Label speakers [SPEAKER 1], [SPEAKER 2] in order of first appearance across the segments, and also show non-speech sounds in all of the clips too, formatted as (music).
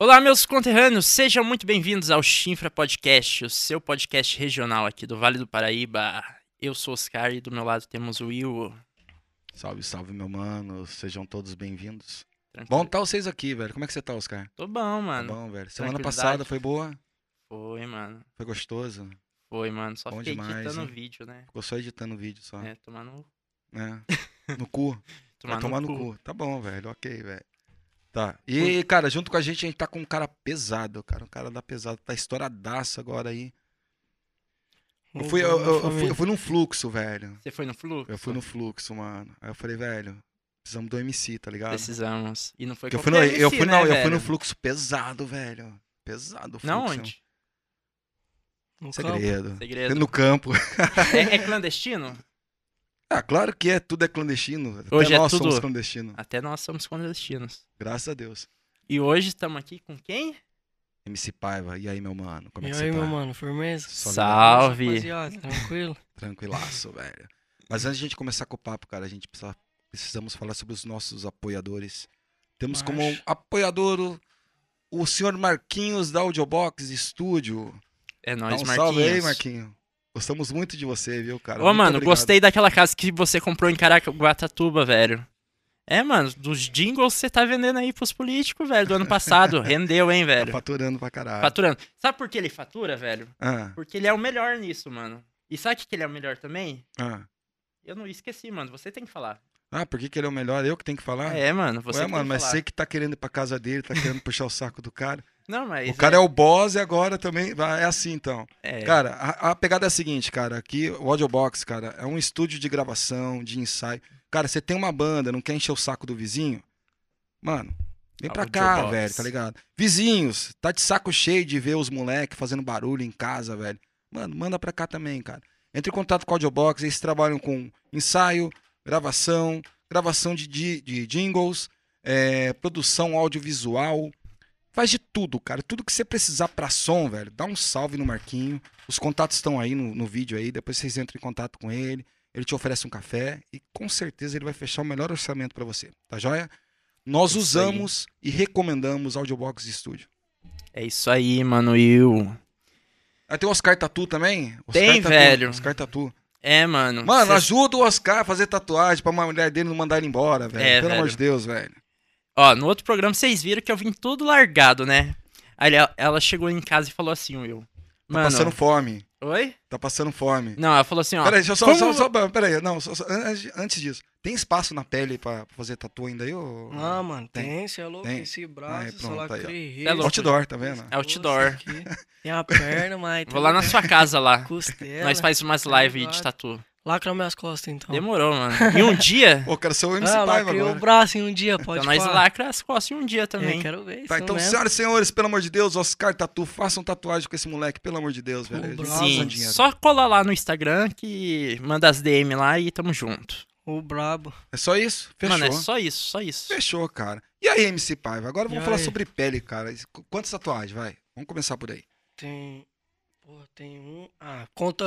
[SPEAKER 1] Olá, meus conterrâneos, sejam muito bem-vindos ao Chinfra Podcast, o seu podcast regional aqui do Vale do Paraíba. Eu sou Oscar e do meu lado temos o Will.
[SPEAKER 2] Salve, salve, meu mano. Sejam todos bem-vindos.
[SPEAKER 1] Tranquilo.
[SPEAKER 2] Bom tá vocês aqui, velho. Como é que você tá, Oscar?
[SPEAKER 1] Tô bom,
[SPEAKER 2] Tá
[SPEAKER 1] mano.
[SPEAKER 2] bom, velho. Semana
[SPEAKER 1] tranquilidade.
[SPEAKER 2] passada foi boa,
[SPEAKER 1] Foi, mano.
[SPEAKER 2] foi gostoso.
[SPEAKER 1] Foi, mano. Só
[SPEAKER 2] Bom
[SPEAKER 1] fiquei
[SPEAKER 2] demais,
[SPEAKER 1] editando
[SPEAKER 2] hein? Tá.
[SPEAKER 1] vídeo, né?
[SPEAKER 2] Ficou só editando vídeo só.
[SPEAKER 1] É, tomar no,
[SPEAKER 2] É. No cu.
[SPEAKER 1] (laughs) tomar
[SPEAKER 2] Vai
[SPEAKER 1] no
[SPEAKER 2] tomar no, cu. Tá bom, velho. Ok, velho. Tá. E, cara, junto com a gente, a gente tá com um cara pesado, cara. Um cara da pesada. Tá estouradaço agora aí. Eu fui, eu, eu- eu fui, eu fui num fluxo, velho.
[SPEAKER 1] Você foi no Flu?
[SPEAKER 2] Eu fui no fluxo, mano. Aí eu falei, velho, precisamos do MC, tá ligado?
[SPEAKER 1] Precisamos. E não foi
[SPEAKER 2] Porque eu fui, no,
[SPEAKER 1] qualquer
[SPEAKER 2] eu
[SPEAKER 1] MC,
[SPEAKER 2] fui,
[SPEAKER 1] né,
[SPEAKER 2] não, eu fui
[SPEAKER 1] velho?
[SPEAKER 2] no fluxo pesado, velho. Pesado o fluxo.
[SPEAKER 1] Não, onde?
[SPEAKER 3] No campo.
[SPEAKER 2] Segredo.
[SPEAKER 1] Segredo.
[SPEAKER 2] No campo. (laughs)
[SPEAKER 1] É, é clandestino?
[SPEAKER 2] Ah, claro que é, tudo é clandestino. Até
[SPEAKER 1] Hoje é
[SPEAKER 2] nós somos
[SPEAKER 1] tudo-
[SPEAKER 2] clandestinos.
[SPEAKER 1] Até nós somos clandestinos.
[SPEAKER 2] Graças a Deus.
[SPEAKER 1] E hoje estamos aqui com quem?
[SPEAKER 2] MC Paiva, e aí, meu mano? Como
[SPEAKER 3] E
[SPEAKER 2] é que você
[SPEAKER 3] aí,
[SPEAKER 2] tá?
[SPEAKER 3] meu mano, firmeza?
[SPEAKER 2] Só
[SPEAKER 1] Salve!
[SPEAKER 3] Rapaziada, tranquilo?
[SPEAKER 2] Tranquilaço, velho. Mas antes de a gente começar com o papo, cara, a gente precisa- precisamos falar sobre os nossos apoiadores. Temos como
[SPEAKER 3] Marcha.
[SPEAKER 2] apoiador o, o senhor Marquinhos da Audiobox Studio.
[SPEAKER 1] É
[SPEAKER 2] Dá um
[SPEAKER 1] nóis,
[SPEAKER 2] salve aí,
[SPEAKER 1] Marquinhos.
[SPEAKER 2] Marquinho. Gostamos muito de você, viu, cara?
[SPEAKER 1] Ô,
[SPEAKER 2] Muito
[SPEAKER 1] mano,
[SPEAKER 2] obrigado.
[SPEAKER 1] gostei daquela casa que você comprou em Caraguatatuba, velho. É, mano, dos jingles você tá vendendo aí pros políticos, velho, do ano
[SPEAKER 2] (laughs)
[SPEAKER 1] passado. Rendeu, hein,
[SPEAKER 2] Tá
[SPEAKER 1] velho.
[SPEAKER 2] faturando pra caralho.
[SPEAKER 1] Faturando. Sabe por que ele fatura, velho?
[SPEAKER 2] Ah,
[SPEAKER 1] Porque ele é o melhor nisso, mano. E sabe o que que ele é o melhor também?
[SPEAKER 2] ah.
[SPEAKER 1] Eu não esqueci, mano. Você tem que falar.
[SPEAKER 2] Ah, por que, que ele é o melhor? Eu que tenho que falar?
[SPEAKER 1] é, mano, você
[SPEAKER 2] Ué,
[SPEAKER 1] que
[SPEAKER 2] mano,
[SPEAKER 1] tem que
[SPEAKER 2] mas
[SPEAKER 1] falar.
[SPEAKER 2] você que tá querendo ir pra casa dele, tá querendo puxar o saco
[SPEAKER 1] (laughs)
[SPEAKER 2] do cara.
[SPEAKER 1] Não, mas
[SPEAKER 2] O cara é o boss e agora também vai- é assim, então.
[SPEAKER 1] é,
[SPEAKER 2] Cara, a, a pegada é a seguinte, cara. Aqui, o Audiobox, cara, é um estúdio de gravação, de ensaio. Cara, você tem uma banda, não quer encher o saco do vizinho? Mano, vem pra cá,
[SPEAKER 1] Audiobox.
[SPEAKER 2] velho, tá ligado? Vizinhos, tá de saco cheio de ver os moleques fazendo barulho em casa, velho. Mano, manda pra cá também, cara. Entre em contato com o Audiobox, eles trabalham com ensaio, gravação, gravação de, di- de jingles, é, produção audiovisual. Faz de tudo, cara. Tudo que você precisar pra som, velho, dá um salve no Marquinho. Os contatos estão aí no, no vídeo aí. Depois vocês entram em contato com ele. Ele te oferece um café e com certeza ele vai fechar o melhor orçamento pra você, tá joia? Nós
[SPEAKER 1] É isso aí.
[SPEAKER 2] usamos e recomendamos Audiobox Studio.
[SPEAKER 1] é isso aí, mano, Will.
[SPEAKER 2] Aí tem o Oscar Tatu também? Oscar
[SPEAKER 1] Tem,
[SPEAKER 2] Tatu,
[SPEAKER 1] velho.
[SPEAKER 2] Oscar Tatu.
[SPEAKER 1] É, mano.
[SPEAKER 2] Mano,
[SPEAKER 1] cê-
[SPEAKER 2] ajuda o Oscar a fazer tatuagem pra uma mulher dele não mandar ele embora, velho.
[SPEAKER 1] É,
[SPEAKER 2] Pelo amor
[SPEAKER 1] velho.
[SPEAKER 2] de Deus, velho.
[SPEAKER 1] Ó, no outro programa vocês viram que eu vim todo largado, né? Aí ela- ela chegou em casa e falou assim, Will.
[SPEAKER 3] Tá
[SPEAKER 1] Mano,
[SPEAKER 2] Passando fome.
[SPEAKER 3] um
[SPEAKER 1] oi?
[SPEAKER 2] Tá passando fome.
[SPEAKER 1] Não, ela falou assim, ó.
[SPEAKER 2] Peraí, deixa eu só,
[SPEAKER 1] como-
[SPEAKER 2] só, só, peraí, não, só- só- an- antes disso, tem espaço na pele pra fazer tatu ainda aí? Ou...
[SPEAKER 3] Ah, mano,
[SPEAKER 2] Tem.
[SPEAKER 3] tem, você é louco?
[SPEAKER 2] Tem.
[SPEAKER 3] Esse braço,
[SPEAKER 2] Aí,
[SPEAKER 3] sei
[SPEAKER 2] pronto,
[SPEAKER 3] lá,
[SPEAKER 2] aí, ó.
[SPEAKER 3] crer,
[SPEAKER 1] Cê é louco.
[SPEAKER 2] Outdoor, tá vendo?
[SPEAKER 1] É outdoor.
[SPEAKER 3] isso aqui. Tem a perna, mas...
[SPEAKER 1] Vou lá na sua casa
[SPEAKER 3] (laughs)
[SPEAKER 1] lá.
[SPEAKER 3] Costela.
[SPEAKER 1] Nós faz umas
[SPEAKER 3] tá
[SPEAKER 1] lives de
[SPEAKER 3] ligado?
[SPEAKER 1] tatu.
[SPEAKER 3] Lacra minhas costas, então.
[SPEAKER 1] Demorou, mano. E um dia,
[SPEAKER 2] Pô, cara, sou o MC
[SPEAKER 3] ah,
[SPEAKER 2] Paiva
[SPEAKER 3] lacrei o
[SPEAKER 2] agora.
[SPEAKER 3] braço em um dia, (laughs) pode É,
[SPEAKER 1] então nós
[SPEAKER 3] pá.
[SPEAKER 1] lacra as costas em um dia também.
[SPEAKER 3] Eu quero ver isso
[SPEAKER 2] Tá, então,
[SPEAKER 3] mesmo.
[SPEAKER 2] senhoras e senhores, pelo amor de Deus, Oscar Tatu, façam tatuagem com esse moleque, pelo amor de Deus, velho.
[SPEAKER 3] Pô,
[SPEAKER 2] Ele
[SPEAKER 3] bravo.
[SPEAKER 2] precisa de
[SPEAKER 1] Sim,
[SPEAKER 2] dinheiro.
[SPEAKER 1] só colar lá no Instagram que manda as DM lá e tamo junto.
[SPEAKER 3] O brabo.
[SPEAKER 2] É só isso? Fechou.
[SPEAKER 1] Mano, é só isso, só isso.
[SPEAKER 2] Fechou, cara. E aí, MC Paiva, agora vamos
[SPEAKER 3] E
[SPEAKER 2] falar
[SPEAKER 3] aí?
[SPEAKER 2] sobre pele, cara. Qu- Quantas tatuagens, vai? Vamos começar por aí.
[SPEAKER 3] Tem... Pô, tem um... Ah, conta...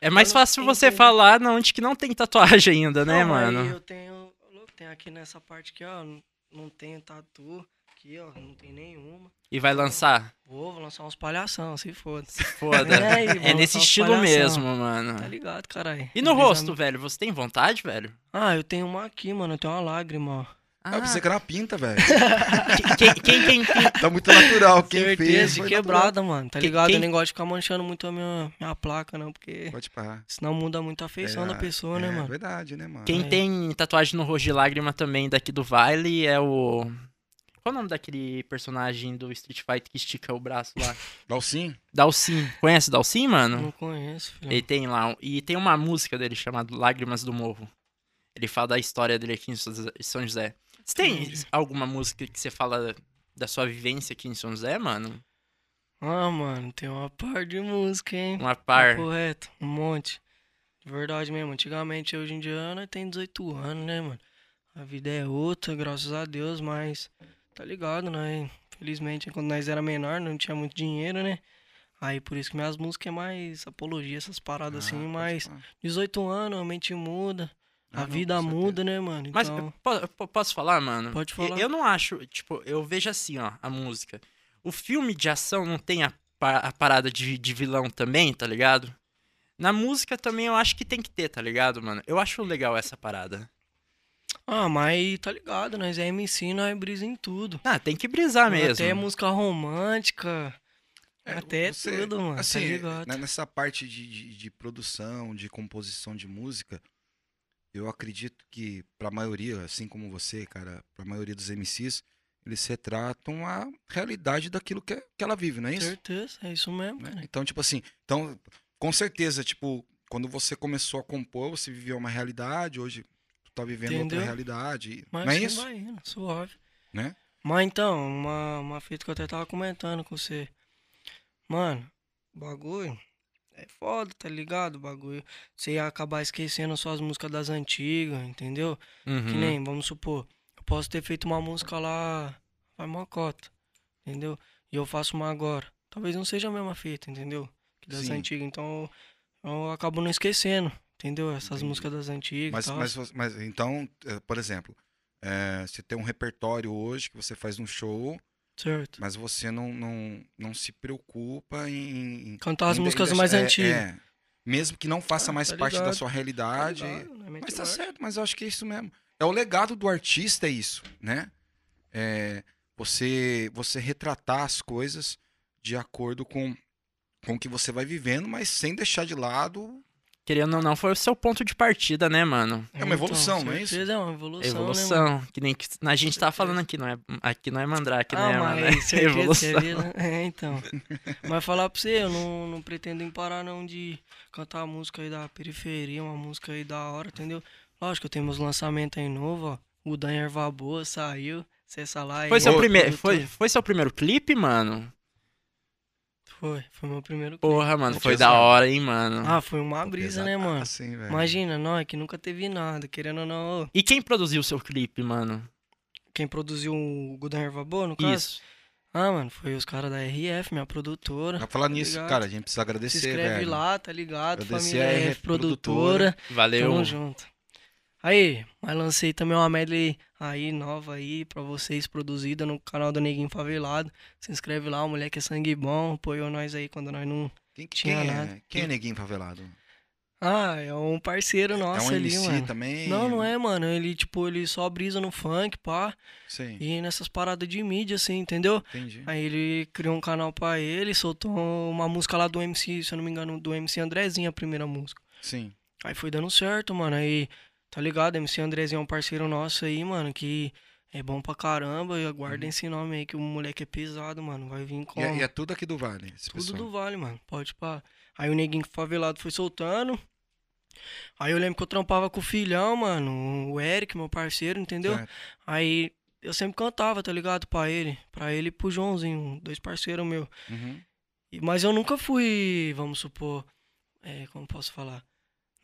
[SPEAKER 1] É mais
[SPEAKER 3] Eu não
[SPEAKER 1] fácil você
[SPEAKER 3] entendi.
[SPEAKER 1] falar na onde que não tem tatuagem ainda, né,
[SPEAKER 3] Não, aí
[SPEAKER 1] mano?
[SPEAKER 3] Eu tenho, louco, tem aqui nessa parte aqui, ó, n- não tem tatu, aqui, ó, não tem nenhuma.
[SPEAKER 1] E vai lançar.
[SPEAKER 3] Vou, vou lançar uns palhação,
[SPEAKER 1] (laughs)
[SPEAKER 3] se foda.
[SPEAKER 1] Se foda.
[SPEAKER 3] (laughs) É, aí,
[SPEAKER 1] É
[SPEAKER 3] vou
[SPEAKER 1] nesse
[SPEAKER 3] lançar uns
[SPEAKER 1] estilo
[SPEAKER 3] palhação.
[SPEAKER 1] mesmo, mano.
[SPEAKER 3] Tá ligado, caralho.
[SPEAKER 1] E no rosto, velho, você tem vontade, velho?
[SPEAKER 3] Ah, eu tenho uma aqui, mano, eu tenho uma lágrima, ó.
[SPEAKER 2] Ah, eu pensei que era uma pinta, velho.
[SPEAKER 1] que- quem, quem, quem, quem-
[SPEAKER 2] tá muito natural. Quem fez
[SPEAKER 3] Certeza,
[SPEAKER 2] foi
[SPEAKER 3] de
[SPEAKER 2] natural.
[SPEAKER 3] quebrada, mano, tá
[SPEAKER 1] Quem-
[SPEAKER 3] ligado?
[SPEAKER 1] quem-
[SPEAKER 3] Eu nem gosto de ficar manchando muito a minha, minha placa, não, porque
[SPEAKER 2] Pode parar.
[SPEAKER 3] senão muda muito a feição da pessoa, né,
[SPEAKER 2] é
[SPEAKER 3] mano?
[SPEAKER 2] verdade, né, mano?
[SPEAKER 1] quem tem tatuagem no rosto de lágrima também daqui do Vale é o. Qual o nome daquele personagem do Street Fighter que estica o braço
[SPEAKER 3] (laughs)
[SPEAKER 1] lá?
[SPEAKER 2] Dalcin?
[SPEAKER 1] Dalsim. Conhece Dalsim, mano?
[SPEAKER 3] Não conheço, filho.
[SPEAKER 1] Ele tem lá. um- E tem uma música dele chamada Lágrimas do Morro. Ele fala da história dele aqui em São José- São José. Você tem alguma música que você fala da sua vivência aqui em São José, mano?
[SPEAKER 3] Ah, mano, tem uma par de música, hein?
[SPEAKER 1] Uma par.
[SPEAKER 3] Correto, um monte. De verdade mesmo. Antigamente, hoje em dia, nós tem 18 anos, né, mano? A vida é outra, graças a Deus, mas tá ligado, né? Infelizmente, quando nós era menor, não tinha muito dinheiro, né? Aí por isso que minhas músicas é mais apologia, essas paradas
[SPEAKER 2] Ah,
[SPEAKER 3] assim,
[SPEAKER 2] pode
[SPEAKER 3] mas
[SPEAKER 2] parar.
[SPEAKER 3] 18 anos, a mente muda,
[SPEAKER 2] Ah,
[SPEAKER 3] a
[SPEAKER 2] não,
[SPEAKER 3] vida
[SPEAKER 2] com certeza.
[SPEAKER 3] muda, né, mano?
[SPEAKER 1] Mas
[SPEAKER 3] Então,
[SPEAKER 1] po- po- posso falar, mano?
[SPEAKER 3] Pode falar.
[SPEAKER 1] Eu não acho, tipo, eu vejo assim, ó, a música. O filme de ação não tem a, pa- a parada de, de vilão também, tá ligado? Na música também eu acho que tem que ter, tá ligado, mano? Eu acho legal essa parada.
[SPEAKER 3] Ah, mas tá ligado, nós é MC, nós brisa em tudo.
[SPEAKER 1] Ah, tem que brisar mesmo.
[SPEAKER 3] Até é música romântica.
[SPEAKER 2] É,
[SPEAKER 3] até
[SPEAKER 2] você-
[SPEAKER 3] tudo, mano.
[SPEAKER 2] Assim,
[SPEAKER 3] tá ligado?
[SPEAKER 2] né, nessa parte de, de- de produção, de composição de música, eu acredito que, pra maioria, assim como você, cara, pra maioria dos MCs, eles retratam a realidade daquilo que, é- que ela vive, não é isso?
[SPEAKER 3] Certeza, é isso mesmo,
[SPEAKER 2] né?
[SPEAKER 3] cara.
[SPEAKER 2] Então, tipo assim, então, com certeza, tipo, quando você começou a compor, você vivia uma realidade, hoje tu tá vivendo outra
[SPEAKER 3] Entendeu?
[SPEAKER 2] realidade.
[SPEAKER 3] Mas
[SPEAKER 2] não é
[SPEAKER 3] sim,
[SPEAKER 2] isso?
[SPEAKER 3] vai indo, suave.
[SPEAKER 2] Né?
[SPEAKER 3] Mas então, uma, uma fita que eu até tava comentando com você. Mano, o bagulho é foda, tá ligado? O bagulho. Você ia acabar esquecendo suas músicas das antigas, entendeu?
[SPEAKER 1] Uhum.
[SPEAKER 3] Que nem, vamos supor, eu posso ter feito uma música lá, vai uma cota, entendeu? E eu faço uma agora. Talvez não seja a mesma fita, entendeu? Que das
[SPEAKER 2] Sim.
[SPEAKER 3] antigas. Então eu, eu acabo não esquecendo, entendeu? Essas
[SPEAKER 2] Entendi.
[SPEAKER 3] músicas das antigas.
[SPEAKER 2] Mas,
[SPEAKER 3] e tal.
[SPEAKER 2] mas, você- mas então, eh, por exemplo, eh, você tem um repertório hoje que você faz um show,
[SPEAKER 3] Certo.
[SPEAKER 2] mas você não, não, não se preocupa em. em-
[SPEAKER 3] Cantar as
[SPEAKER 2] em de-
[SPEAKER 3] músicas
[SPEAKER 2] deixar-
[SPEAKER 3] mais
[SPEAKER 2] é,
[SPEAKER 3] antigas.
[SPEAKER 2] é. mesmo que não faça
[SPEAKER 3] Ah,
[SPEAKER 2] mais
[SPEAKER 3] tá
[SPEAKER 2] parte da
[SPEAKER 3] ligado,
[SPEAKER 2] sua realidade.
[SPEAKER 3] ligado, né? Mete
[SPEAKER 2] Mas tá
[SPEAKER 3] marcha.
[SPEAKER 2] certo, mas eu acho que é isso mesmo. É o legado do artista, é isso, né? É, você, você retratar as coisas de acordo com, com o que você vai vivendo, mas sem deixar de lado.
[SPEAKER 1] Querendo ou não, foi o seu ponto de partida, né, mano?
[SPEAKER 2] É uma evolução, não é isso?
[SPEAKER 3] certeza, É uma evolução.
[SPEAKER 1] É
[SPEAKER 3] né, mano?
[SPEAKER 1] evolução. que nem que a gente tava falando aqui, não é, aqui não é mandrake,
[SPEAKER 3] Ah,
[SPEAKER 1] né, mano? É (laughs)
[SPEAKER 3] mas certeza,
[SPEAKER 1] evolução.
[SPEAKER 3] você vê, né? É, então. mas falar pra você, eu não, não pretendo em parar não de cantar a música aí da periferia, uma música aí da hora, entendeu? Lógico, temos lançamento aí novo, ó. O Dan Erva Boa saiu, cessa lá.
[SPEAKER 1] Foi
[SPEAKER 3] aí,
[SPEAKER 1] seu,
[SPEAKER 3] ó,
[SPEAKER 1] primeiro,
[SPEAKER 3] produtor.
[SPEAKER 1] foi, foi seu primeiro clipe, mano?
[SPEAKER 3] Foi, foi meu primeiro.
[SPEAKER 1] Porra, mano,
[SPEAKER 2] Não
[SPEAKER 1] foi
[SPEAKER 2] tinha
[SPEAKER 1] da
[SPEAKER 2] zoado.
[SPEAKER 1] hora, hein, mano?
[SPEAKER 3] Ah, foi uma brisa, né,
[SPEAKER 2] Pesadaço,
[SPEAKER 3] mano?
[SPEAKER 2] Assim, velho.
[SPEAKER 3] Imagina, nós que nunca teve nada, querendo ou não, ô,
[SPEAKER 1] E quem produziu o seu clipe, mano?
[SPEAKER 3] quem produziu o Gudan Erva Boa, no caso?
[SPEAKER 1] Isso.
[SPEAKER 3] Ah, mano, foi os caras da RF, minha produtora.
[SPEAKER 2] Pra falar
[SPEAKER 3] tá
[SPEAKER 2] nisso,
[SPEAKER 3] ligado?
[SPEAKER 2] cara, a gente precisa
[SPEAKER 3] Se
[SPEAKER 2] agradecer,
[SPEAKER 3] inscreve
[SPEAKER 2] velho.
[SPEAKER 3] lá, tá ligado?
[SPEAKER 2] Agradecer
[SPEAKER 3] Família
[SPEAKER 2] a
[SPEAKER 3] RF
[SPEAKER 2] RF
[SPEAKER 3] Produtora.
[SPEAKER 1] Valeu.
[SPEAKER 3] Tamo junto. Aí, mas lancei também uma medley aí, nova aí, pra vocês, produzida no canal do Neguinho Favelado. Se inscreve lá, o moleque é sangue bom, apoiou nós aí quando nós não...
[SPEAKER 2] Quem,
[SPEAKER 3] Tinha
[SPEAKER 2] quem é,
[SPEAKER 3] nada.
[SPEAKER 2] quem é Neguinho Favelado?
[SPEAKER 3] Ah, é um parceiro nosso
[SPEAKER 2] é um
[SPEAKER 3] ali,
[SPEAKER 2] MC
[SPEAKER 3] mano.
[SPEAKER 2] também?
[SPEAKER 3] Não, não é, mano. Ele, tipo, ele só brisa no funk, pá.
[SPEAKER 2] Sim,
[SPEAKER 3] E nessas paradas de mídia, assim, entendeu?
[SPEAKER 2] entendi.
[SPEAKER 3] Aí ele criou um canal pra ele, soltou uma música lá do MC, se eu não me engano, do MC Andrezinho, a primeira música.
[SPEAKER 2] Sim.
[SPEAKER 3] Aí foi dando certo, mano. Aí, tá ligado? MC Andrezinho é um parceiro nosso aí, mano, que é bom pra caramba. E aguardem esse nome aí, que o moleque é pesado, mano. Vai vir
[SPEAKER 2] Uhum. E
[SPEAKER 3] com
[SPEAKER 2] é, e é tudo aqui do Vale. esse
[SPEAKER 3] tudo
[SPEAKER 2] pessoal.
[SPEAKER 3] do vale, mano. Pode pá. Aí o neguinho favelado foi soltando. Aí eu lembro que eu trampava com o filhão, mano. O Eric, meu parceiro, entendeu?
[SPEAKER 2] Certo.
[SPEAKER 3] Aí eu sempre cantava, tá ligado? Pra ele. Pra ele e pro Joãozinho, dois parceiros meus.
[SPEAKER 2] Uhum.
[SPEAKER 3] E- Mas eu nunca fui, vamos supor, é, como posso falar?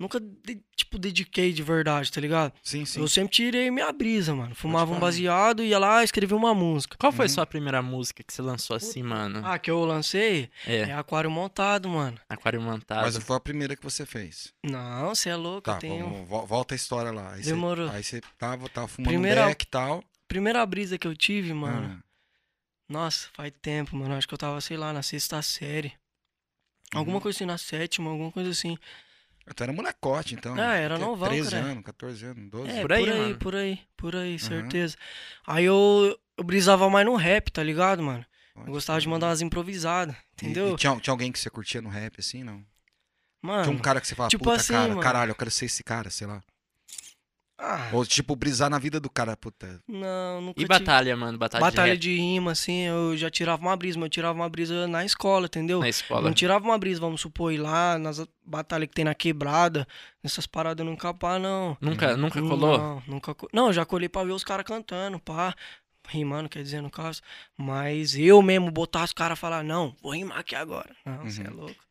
[SPEAKER 3] Nunca, de- tipo, dediquei de verdade, tá ligado?
[SPEAKER 2] Sim, sim.
[SPEAKER 3] Eu sempre tirei minha brisa, mano. Fumava
[SPEAKER 2] falar.
[SPEAKER 3] um baseado, ia lá, escrevia uma música.
[SPEAKER 1] Qual foi
[SPEAKER 2] Uhum.
[SPEAKER 1] sua primeira música que você lançou assim, mano?
[SPEAKER 3] Ah, que eu lancei é
[SPEAKER 1] é,
[SPEAKER 3] Aquário Montado, mano.
[SPEAKER 1] Aquário Mantado.
[SPEAKER 2] Mas foi a primeira que você fez.
[SPEAKER 3] Não, você é louco,
[SPEAKER 2] Tá,
[SPEAKER 3] eu tenho...
[SPEAKER 2] vamos- vo- volta a história lá. Aí
[SPEAKER 3] Demorou.
[SPEAKER 2] Cê, aí você tava, tava fumando
[SPEAKER 3] Primeira-
[SPEAKER 2] beck e tal.
[SPEAKER 3] Primeira brisa que eu tive, mano...
[SPEAKER 2] Ah,
[SPEAKER 3] Nossa, faz tempo, mano. Acho que eu tava, sei lá, na sexta série. Alguma
[SPEAKER 2] Uhum.
[SPEAKER 3] coisa assim, na sétima, alguma coisa assim.
[SPEAKER 2] tu era molecote, então.
[SPEAKER 3] Ah, era
[SPEAKER 2] Tinha
[SPEAKER 3] novão,
[SPEAKER 2] 13
[SPEAKER 3] cara.
[SPEAKER 2] anos, 14 anos, 12.
[SPEAKER 3] É,
[SPEAKER 1] por
[SPEAKER 3] por
[SPEAKER 1] aí,
[SPEAKER 3] aí,
[SPEAKER 1] mano.
[SPEAKER 3] por aí, por
[SPEAKER 2] Uhum.
[SPEAKER 3] aí, certeza. Aí eu, eu brisava mais no rap, tá ligado, mano? Eu gostava de mandar umas improvisadas,
[SPEAKER 2] E-
[SPEAKER 3] entendeu?
[SPEAKER 2] E, tinha, tinha alguém que você curtia no rap, assim, não?
[SPEAKER 3] mano,
[SPEAKER 2] Tinha um cara que você falava,
[SPEAKER 3] tipo
[SPEAKER 2] puta,
[SPEAKER 3] assim,
[SPEAKER 2] cara,
[SPEAKER 3] mano.
[SPEAKER 2] caralho, eu quero ser esse cara, sei lá.
[SPEAKER 3] ah,
[SPEAKER 2] Ou, tipo, brisar na vida do cara, puta.
[SPEAKER 3] não, nunca
[SPEAKER 1] E
[SPEAKER 3] tive-
[SPEAKER 1] batalha, mano? Batalha,
[SPEAKER 3] Batalha
[SPEAKER 1] de,
[SPEAKER 3] de rima, assim, eu já tirava uma brisa, mas eu tirava uma brisa na escola, entendeu?
[SPEAKER 1] rap na
[SPEAKER 3] Não
[SPEAKER 1] escola.
[SPEAKER 3] tirava uma brisa, vamos supor, ir lá nas batalhas que tem na quebrada, nessas paradas eu nunca pá, não.
[SPEAKER 1] Nunca, nunca colou?
[SPEAKER 3] Não, nunca co- Não, já colhei pra ver os caras cantando, pá. Rimando, quer dizer, no caso. Mas eu mesmo botar os caras e falar, não, vou rimar aqui agora. Não, você é
[SPEAKER 2] Uhum.
[SPEAKER 3] louco.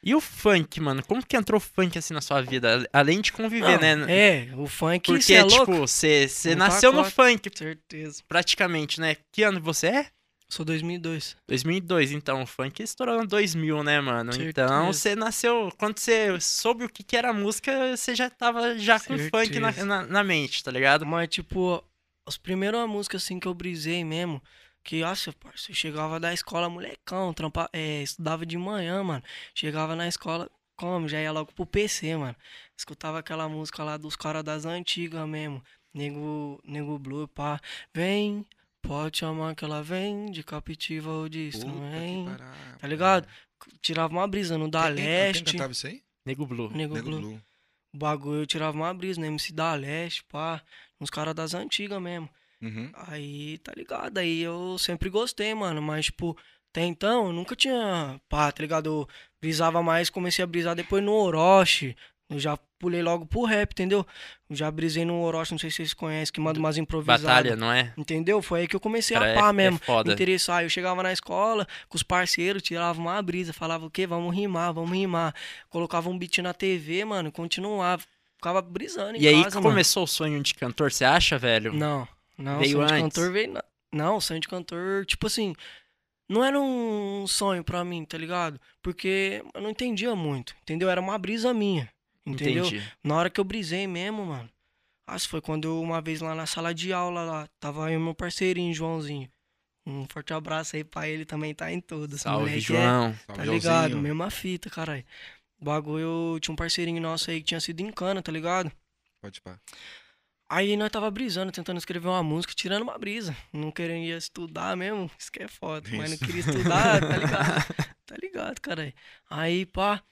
[SPEAKER 1] E o funk, mano? Como que entrou o funk assim na sua vida? Ale- Além de conviver,
[SPEAKER 3] Não,
[SPEAKER 1] né?
[SPEAKER 3] É, o funk,
[SPEAKER 1] Porque,
[SPEAKER 3] você é louco.
[SPEAKER 1] tipo, você você
[SPEAKER 3] Não tá
[SPEAKER 1] nasceu no
[SPEAKER 3] corte.
[SPEAKER 1] funk,
[SPEAKER 3] Certeza.
[SPEAKER 1] praticamente, né? Que ano você é?
[SPEAKER 3] Sou 2002.
[SPEAKER 1] 2002, então. O funk estourou no 2000, né, mano? Então,
[SPEAKER 3] Certeza.
[SPEAKER 1] você nasceu... Quando você soube o que que era música, você já tava já com o funk na,
[SPEAKER 3] Certeza.
[SPEAKER 1] na, na mente, tá ligado?
[SPEAKER 3] Mas, tipo, as primeiras músicas assim que eu brisei mesmo Que, nossa, parça, eu chegava da escola molecão, trampa, é, estudava de manhã, mano. Chegava na escola, como? Já ia logo pro PC, mano. Escutava aquela música lá dos caras das antigas mesmo. Nego, nego Blue, pá. Vem, pode chamar que ela vem, de captiva ou de
[SPEAKER 2] Puta
[SPEAKER 3] instrumento.
[SPEAKER 2] que parada.
[SPEAKER 3] Tá ligado? Tirava uma brisa no
[SPEAKER 2] Quem-
[SPEAKER 3] Da
[SPEAKER 2] ah, quem- quem
[SPEAKER 3] Leste.
[SPEAKER 2] cantava isso aí?
[SPEAKER 1] Nego Blue.
[SPEAKER 3] Nego
[SPEAKER 2] Nego
[SPEAKER 3] Blue.
[SPEAKER 2] Blue.
[SPEAKER 3] O bagulho eu tirava uma brisa no MC da Leste, pá. Uns caras das antigas mesmo.
[SPEAKER 2] Uhum.
[SPEAKER 3] Aí, tá ligado? Aí eu sempre gostei, mano. Mas, tipo, até então eu nunca tinha. Pá, tá ligado? Eu brisava mais, comecei a brisar depois no Orochi. Eu já pulei logo pro rap, entendeu? Eu já brisei no Orochi, não sei se vocês conhecem, que manda umas improvisadas.
[SPEAKER 1] Batalha, não é?
[SPEAKER 3] Entendeu? Foi aí que eu comecei
[SPEAKER 1] Cara,
[SPEAKER 3] a
[SPEAKER 1] é-
[SPEAKER 3] pá
[SPEAKER 1] é
[SPEAKER 3] mesmo.
[SPEAKER 1] foda.
[SPEAKER 3] Me interessar. Eu chegava na escola com os parceiros, tirava uma brisa, falava o quê? Vamos rimar, vamos rimar. Colocava um beat na TV, mano, e continuava. Ficava brisando em
[SPEAKER 1] E aí
[SPEAKER 3] casa,
[SPEAKER 1] que
[SPEAKER 3] mano.
[SPEAKER 1] começou o sonho de cantor, você acha, velho?
[SPEAKER 3] Não, não,
[SPEAKER 1] Veio
[SPEAKER 3] sonho de
[SPEAKER 1] antes?
[SPEAKER 3] cantor veio. na- Não, sonho de cantor, tipo assim, não era um sonho pra mim, tá ligado? Porque eu não entendia muito, entendeu? Era uma brisa minha, entendeu?
[SPEAKER 1] Entendi.
[SPEAKER 3] Na hora que eu brisei mesmo, mano. Nossa, foi quando eu, uma vez lá na sala de aula, lá, tava aí o meu parceirinho, Joãozinho. Um forte abraço aí pra ele também, tá em todas.
[SPEAKER 1] Salve,
[SPEAKER 3] moleque é-
[SPEAKER 1] João.
[SPEAKER 2] Salve,
[SPEAKER 3] Tá
[SPEAKER 2] Joãozinho.
[SPEAKER 3] ligado? Mesma fita, caralho. O bagulho, tinha um parceirinho nosso aí que tinha sido em cana, tá ligado?
[SPEAKER 2] Pode pá.
[SPEAKER 3] Aí nós tava brisando, tentando escrever uma música, tirando uma brisa. Não querendo estudar mesmo, isso que é foda. Mas não
[SPEAKER 2] Isso.
[SPEAKER 3] queria estudar, tá ligado?
[SPEAKER 1] (laughs)
[SPEAKER 3] Tá ligado, cara. Aí, pá.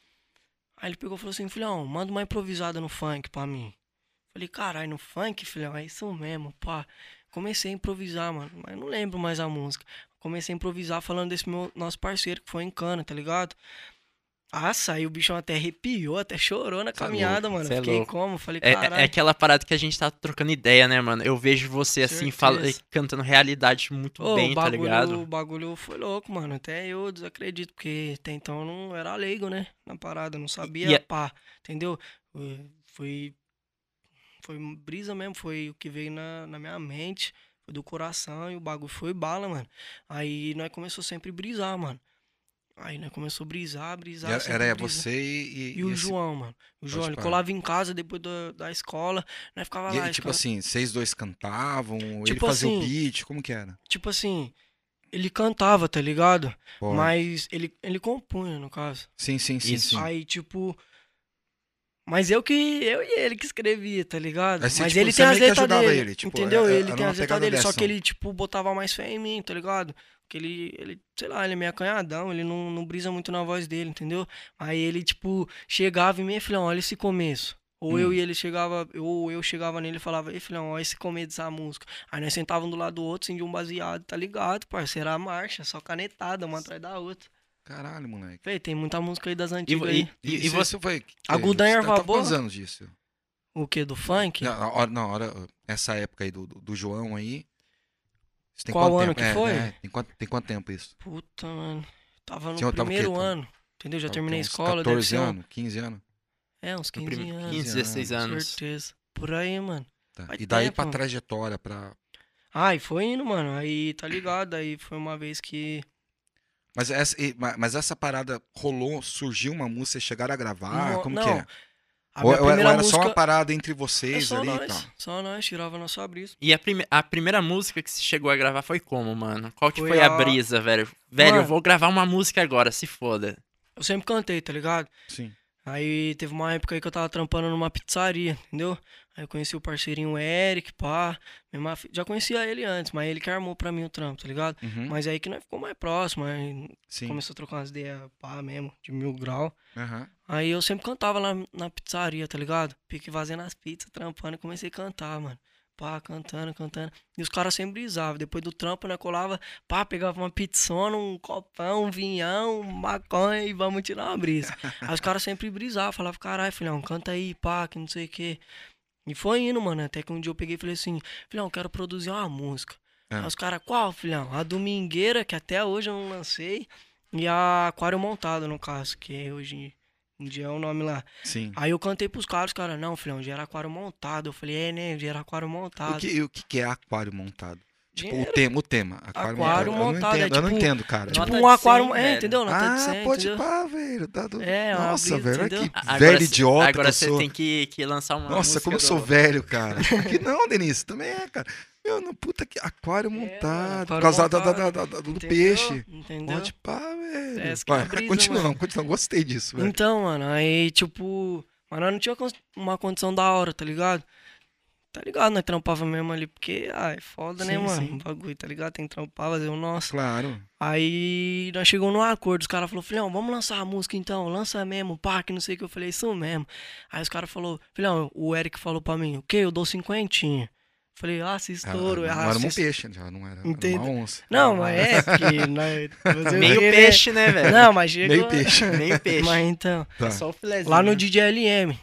[SPEAKER 3] Aí ele pegou e falou assim, filhão, manda uma improvisada no funk pra mim. Falei, caralho, no funk, filhão, é isso mesmo, pá. Comecei a improvisar, mano, mas não lembro mais a música. Comecei a improvisar falando desse meu, nosso parceiro que foi em cana, tá ligado? Ah, saiu, o bichão até arrepiou, até chorou na
[SPEAKER 2] Cê é
[SPEAKER 3] caminhada,
[SPEAKER 2] louco,
[SPEAKER 3] mano.
[SPEAKER 1] cê é
[SPEAKER 3] Fiquei
[SPEAKER 1] louco.
[SPEAKER 3] como? Falei,
[SPEAKER 1] É,
[SPEAKER 3] caralho.
[SPEAKER 1] é aquela parada que a gente tá trocando ideia, né, mano? Eu vejo você assim, fala,
[SPEAKER 3] Certeza.
[SPEAKER 1] cantando realidade muito
[SPEAKER 3] Ô,
[SPEAKER 1] bem,
[SPEAKER 3] o bagulho,
[SPEAKER 1] tá ligado?
[SPEAKER 3] O bagulho foi louco, mano. Até eu desacredito, porque até então eu não era leigo, né? Na parada, eu não sabia,
[SPEAKER 1] e é-
[SPEAKER 3] pá, entendeu? Eh, Foi. Foi brisa mesmo, foi o que veio na, na minha mente, foi do coração e o bagulho foi bala, mano. Aí nós começou sempre a brisar, mano. Aí nós começou a brisar, brisar.
[SPEAKER 2] Era,
[SPEAKER 3] sempre
[SPEAKER 2] era
[SPEAKER 3] brisar.
[SPEAKER 2] você e.
[SPEAKER 3] E, o
[SPEAKER 2] esse-
[SPEAKER 3] João, mano. O João, ele
[SPEAKER 2] parar.
[SPEAKER 3] colava em casa depois da, da escola, nós ficava
[SPEAKER 2] E
[SPEAKER 3] lá,
[SPEAKER 2] aí,
[SPEAKER 3] ele
[SPEAKER 2] tipo
[SPEAKER 3] ficava-
[SPEAKER 2] assim, vocês dois cantavam, ele
[SPEAKER 3] Tipo
[SPEAKER 2] fazia o
[SPEAKER 3] assim,
[SPEAKER 2] beat, como que era?
[SPEAKER 3] tipo assim, ele cantava, tá ligado?
[SPEAKER 2] Pô,
[SPEAKER 3] Mas ele, ele compunha, no caso.
[SPEAKER 2] Sim, sim, sim,
[SPEAKER 1] Isso.
[SPEAKER 2] sim.
[SPEAKER 3] Aí, tipo. Mas eu que. Eu e ele que escrevia, tá ligado?
[SPEAKER 2] Aí você,
[SPEAKER 3] mas
[SPEAKER 2] tipo,
[SPEAKER 3] ele
[SPEAKER 2] você
[SPEAKER 3] tem
[SPEAKER 2] meio
[SPEAKER 3] as
[SPEAKER 2] que
[SPEAKER 3] letras
[SPEAKER 2] ajudava
[SPEAKER 3] dele.
[SPEAKER 2] ele, tipo, é-
[SPEAKER 3] entendeu?
[SPEAKER 2] é-
[SPEAKER 3] ele
[SPEAKER 2] era
[SPEAKER 3] tem
[SPEAKER 2] uma
[SPEAKER 3] as letras
[SPEAKER 2] pegada
[SPEAKER 3] dele. Só
[SPEAKER 2] dessa.
[SPEAKER 3] que ele, tipo, botava mais fé em mim, tá ligado? Porque ele, ele, sei lá, ele é meio acanhadão, ele não, não brisa muito na voz dele, entendeu? Aí ele, tipo, chegava em mim, filhão, olha esse começo. Ou eu
[SPEAKER 2] Hum.
[SPEAKER 3] e ele chegava, ou eu chegava nele e falava, ei, filhão, olha esse começo dessa música. Aí nós sentavam um do lado do outro, acendia um baseado, tá ligado, parceiro? Era a marcha, só canetada, uma atrás da outra.
[SPEAKER 2] Caralho, moleque.
[SPEAKER 3] Véi, tem muita música aí das
[SPEAKER 1] E, e,
[SPEAKER 3] antigas aí.
[SPEAKER 1] e- e
[SPEAKER 2] isso-
[SPEAKER 1] você.
[SPEAKER 2] isso foi. que-
[SPEAKER 3] A Gudan
[SPEAKER 2] você
[SPEAKER 3] e a
[SPEAKER 2] tava
[SPEAKER 3] Vavô?
[SPEAKER 2] Quantos anos disso?
[SPEAKER 3] O que? Do funk?
[SPEAKER 2] Na, na hora, na hora, essa época aí do, do, do João aí. isso tem
[SPEAKER 3] Qual
[SPEAKER 2] quanto
[SPEAKER 3] ano
[SPEAKER 2] tempo? É,
[SPEAKER 3] que foi?
[SPEAKER 2] tem, quanto, tem quanto tempo isso?
[SPEAKER 3] Puta, mano. Tava no
[SPEAKER 2] Tinha- tava o quê,
[SPEAKER 3] primeiro
[SPEAKER 2] então?
[SPEAKER 3] ano. Entendeu? Já
[SPEAKER 2] Tá,
[SPEAKER 3] terminei a
[SPEAKER 2] tem uns
[SPEAKER 3] escola, deve
[SPEAKER 2] 14
[SPEAKER 3] ser. um-
[SPEAKER 2] anos, 15 anos.
[SPEAKER 3] É, uns 15
[SPEAKER 1] prim-
[SPEAKER 3] anos.
[SPEAKER 1] 15, 16 anos.
[SPEAKER 3] Certeza. Por aí, mano.
[SPEAKER 2] tá.
[SPEAKER 3] Faz
[SPEAKER 2] E daí
[SPEAKER 3] tempo,
[SPEAKER 2] pra
[SPEAKER 3] mano.
[SPEAKER 2] trajetória, pra.
[SPEAKER 3] Ah, e foi indo, mano. Aí, tá ligado? Aí foi uma vez que.
[SPEAKER 2] Mas essa, e- ma- mas essa parada rolou, surgiu uma música, vocês chegaram a gravar?
[SPEAKER 3] Não-
[SPEAKER 2] como
[SPEAKER 3] não,
[SPEAKER 2] que é? Ou,
[SPEAKER 3] A minha
[SPEAKER 2] ou era- ou
[SPEAKER 3] primeira
[SPEAKER 2] era
[SPEAKER 3] música.
[SPEAKER 2] só uma parada entre
[SPEAKER 3] é
[SPEAKER 2] vocês
[SPEAKER 3] só
[SPEAKER 2] ali então? e
[SPEAKER 3] nós.
[SPEAKER 2] tal?
[SPEAKER 3] Só nós, tirava nossa brisa.
[SPEAKER 1] E a, prime- a primeira música que você chegou a gravar foi como, mano? Qual que
[SPEAKER 3] Foi
[SPEAKER 1] foi, a...
[SPEAKER 3] a-
[SPEAKER 1] brisa, velho? Velho, eu
[SPEAKER 3] Mano.
[SPEAKER 1] vou gravar uma música agora, se foda.
[SPEAKER 3] Eu sempre cantei, tá ligado?
[SPEAKER 2] Sim.
[SPEAKER 3] Aí teve uma época aí que eu tava trampando numa pizzaria, entendeu? Aí eu conheci o parceirinho Eric, pá. mesma fi- Já conhecia ele antes, mas ele que armou pra mim o trampo, tá ligado?
[SPEAKER 2] Uhum,
[SPEAKER 3] Mas aí que nós ficou mais próximo, aí
[SPEAKER 2] Sim.
[SPEAKER 3] começou a trocar umas ideias, pá, mesmo, de mil grau.
[SPEAKER 2] Aham.
[SPEAKER 3] Aí eu sempre cantava lá na pizzaria, tá ligado? Pique fazendo as pizzas, trampando, e comecei a cantar, mano. Pá, cantando, cantando. E os caras sempre brisavam. Depois do trampo, né, colava, pá, pegava uma pizzona, um copão, um vinhão, um maconha e vamos tirar uma brisa. aí os caras sempre brisavam, falavam, caralho, filhão, canta aí, pá, que não sei o quê. E foi indo, mano, até que um dia eu peguei e falei assim, filhão, quero produzir uma música.
[SPEAKER 2] É.
[SPEAKER 3] Aí os caras, qual, filhão? A Domingueira, que até hoje eu não lancei, e a Aquário Montado, no caso, que hoje em dia é o nome lá.
[SPEAKER 2] Sim.
[SPEAKER 3] Aí eu cantei pros caras, os caras, não, filhão, já era aquário montado. Eu falei, é, né, já era aquário montado.
[SPEAKER 2] O que, e o que que é aquário montado? Tipo, o
[SPEAKER 3] Dinheiro.
[SPEAKER 2] tema, o tema. Aquário,
[SPEAKER 3] Aquário
[SPEAKER 2] montado.
[SPEAKER 3] montado,
[SPEAKER 2] Eu não entendo,
[SPEAKER 3] é
[SPEAKER 2] eu não
[SPEAKER 3] tipo-
[SPEAKER 2] entendo cara.
[SPEAKER 1] Nota
[SPEAKER 3] Tipo
[SPEAKER 1] de
[SPEAKER 3] um aquário,
[SPEAKER 1] 100,
[SPEAKER 3] é,
[SPEAKER 1] velho.
[SPEAKER 3] entendeu? Nota de 100,
[SPEAKER 2] ah, pode
[SPEAKER 3] entendeu?
[SPEAKER 2] pá, velho. tá do-
[SPEAKER 3] É, uma
[SPEAKER 2] Nossa,
[SPEAKER 3] brisa,
[SPEAKER 2] velho, olha
[SPEAKER 3] entendeu?
[SPEAKER 2] que
[SPEAKER 1] Agora
[SPEAKER 2] velho
[SPEAKER 1] cê-
[SPEAKER 2] idiota
[SPEAKER 1] Agora
[SPEAKER 2] que eu
[SPEAKER 1] você
[SPEAKER 2] sou.
[SPEAKER 3] Ah,
[SPEAKER 1] tem que, que lançar uma
[SPEAKER 2] Nossa,
[SPEAKER 1] música
[SPEAKER 2] como
[SPEAKER 1] do-
[SPEAKER 2] eu
[SPEAKER 3] (laughs)
[SPEAKER 2] sou velho, cara. que não, Denise, também é, cara. Meu, no puta que. Aquário
[SPEAKER 3] É, mano,
[SPEAKER 2] montado. por
[SPEAKER 3] aquário
[SPEAKER 2] causa da- da-
[SPEAKER 3] montado,
[SPEAKER 2] da- da- do
[SPEAKER 3] Entendeu?
[SPEAKER 2] peixe.
[SPEAKER 3] Entendeu?
[SPEAKER 2] Pode pá, velho.
[SPEAKER 3] Essa que é a
[SPEAKER 2] Vai,
[SPEAKER 3] brisa,
[SPEAKER 2] continua,
[SPEAKER 3] mano.
[SPEAKER 2] continua. Gostei disso, velho.
[SPEAKER 3] Então, mano, aí, tipo, mas nós não tinha cons- uma condição da hora, tá ligado? Tá ligado, nós trampava mesmo ali, porque, ai, foda, né,
[SPEAKER 2] Sim,
[SPEAKER 3] mano?
[SPEAKER 2] sim.
[SPEAKER 3] O Bagulho, tá ligado? Tem que trampar, fazer o nosso.
[SPEAKER 2] Claro.
[SPEAKER 3] Aí nós chegamos num acordo, os caras falaram, filhão, vamos lançar a música então, lança mesmo, pá, que não sei o que. Eu falei, "É isso mesmo. Aí os caras falaram, filhão, o Eric falou pra mim, o quê? Eu dou cinquentinha. Falei, ah, se estouro,
[SPEAKER 2] Ela
[SPEAKER 3] ah,
[SPEAKER 2] não era
[SPEAKER 3] se
[SPEAKER 2] um
[SPEAKER 3] estouro.
[SPEAKER 2] peixe, já não era, era
[SPEAKER 3] Entendo.
[SPEAKER 2] uma onça.
[SPEAKER 3] Não, mas é, porque nós.
[SPEAKER 2] (laughs)
[SPEAKER 3] fazer o
[SPEAKER 1] Meio
[SPEAKER 3] quê, né?
[SPEAKER 1] peixe, né, velho?
[SPEAKER 3] Não, mas chegou.
[SPEAKER 2] Meio
[SPEAKER 3] (laughs)
[SPEAKER 2] peixe.
[SPEAKER 1] Meio peixe.
[SPEAKER 3] Mas então.
[SPEAKER 2] Tá.
[SPEAKER 1] Só o filézinho.
[SPEAKER 3] Lá no
[SPEAKER 1] né?
[SPEAKER 3] DJ LM.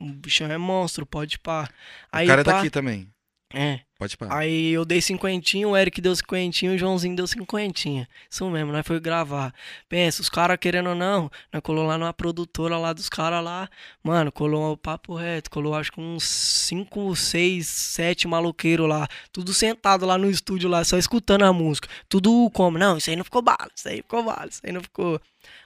[SPEAKER 3] O bichão é monstro, pode pá. Aí,
[SPEAKER 2] o cara
[SPEAKER 3] pá,
[SPEAKER 2] tá aqui também.
[SPEAKER 3] É.
[SPEAKER 2] Pode
[SPEAKER 1] Tá.
[SPEAKER 2] pá.
[SPEAKER 3] Aí eu dei cinquentinho, o Eric deu cinquentinho, o Joãozinho deu cinquentinha. Isso mesmo, nós foi gravar. Pensa, os caras querendo ou não, nós colou lá numa produtora lá dos caras lá. Mano, colou o papo reto, colou acho que uns 5, 6, 7 maloqueiros lá. Tudo sentado lá no estúdio lá, só escutando a música. Tudo como, não, isso aí não ficou bala, isso aí ficou bala, isso aí não ficou.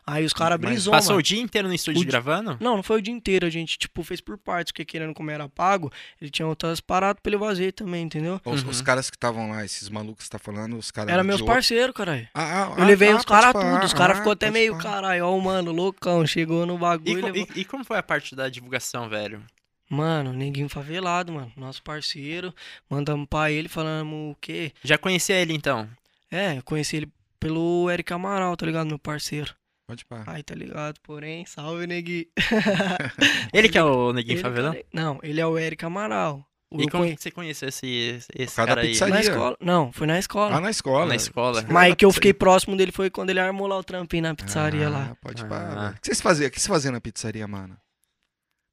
[SPEAKER 3] Aí os caras
[SPEAKER 2] Mas
[SPEAKER 3] brisou,
[SPEAKER 1] Passou
[SPEAKER 3] mano.
[SPEAKER 1] o dia inteiro no estúdio
[SPEAKER 3] O di-
[SPEAKER 1] gravando?
[SPEAKER 3] Não, não foi o dia inteiro, a gente, tipo, fez por partes, porque querendo como era pago, ele tinha outras paradas pra ele fazer também, entendeu?
[SPEAKER 2] Os,
[SPEAKER 1] Uhum.
[SPEAKER 2] os caras que estavam lá, esses malucos que tá falando, os caras.
[SPEAKER 3] Era
[SPEAKER 2] de
[SPEAKER 3] meus
[SPEAKER 2] outro-
[SPEAKER 3] parceiros, caralho.
[SPEAKER 2] Ah, ah,
[SPEAKER 3] Eu
[SPEAKER 2] ah,
[SPEAKER 3] levei
[SPEAKER 2] ah,
[SPEAKER 3] os
[SPEAKER 2] pode
[SPEAKER 3] caras
[SPEAKER 2] pá,
[SPEAKER 3] tudo, os caras
[SPEAKER 2] ah,
[SPEAKER 3] ficou até
[SPEAKER 2] pode
[SPEAKER 3] meio,
[SPEAKER 2] pá.
[SPEAKER 3] caralho, ó o mano, loucão, chegou no
[SPEAKER 1] E, co-
[SPEAKER 3] bagulho. levou-
[SPEAKER 1] e- e como foi a parte da divulgação, velho?
[SPEAKER 3] Mano, ninguém favelado, mano, nosso parceiro, mandamos pra ele, falamos o quê?
[SPEAKER 1] Já conhecia ele, então?
[SPEAKER 3] É, eu conheci ele pelo Eric Amaral, tá ligado, meu parceiro.
[SPEAKER 2] Pode pá.
[SPEAKER 3] Aí, tá ligado, porém, salve, negui.
[SPEAKER 1] Ele que é o Neguinho
[SPEAKER 3] Ele,
[SPEAKER 1] Favelão?
[SPEAKER 3] cara- Não, ele é o Eric Amaral.
[SPEAKER 1] E
[SPEAKER 3] Eu
[SPEAKER 1] como
[SPEAKER 3] conhe-
[SPEAKER 1] que você conheceu esse, esse
[SPEAKER 2] Cada
[SPEAKER 1] cara aí? né?
[SPEAKER 2] pizzaria.
[SPEAKER 3] Na
[SPEAKER 2] Sabia?
[SPEAKER 3] escola? Não, foi na escola.
[SPEAKER 2] tá Ah, na escola.
[SPEAKER 1] Na escola.
[SPEAKER 3] Mas que eu fiquei próximo dele foi quando ele armou lá o trampinho na pizzaria lá.
[SPEAKER 2] Ah, Pode pá.
[SPEAKER 1] Ah.
[SPEAKER 2] velho. O que vocês faziam? O que vocês faziam na pizzaria, mano?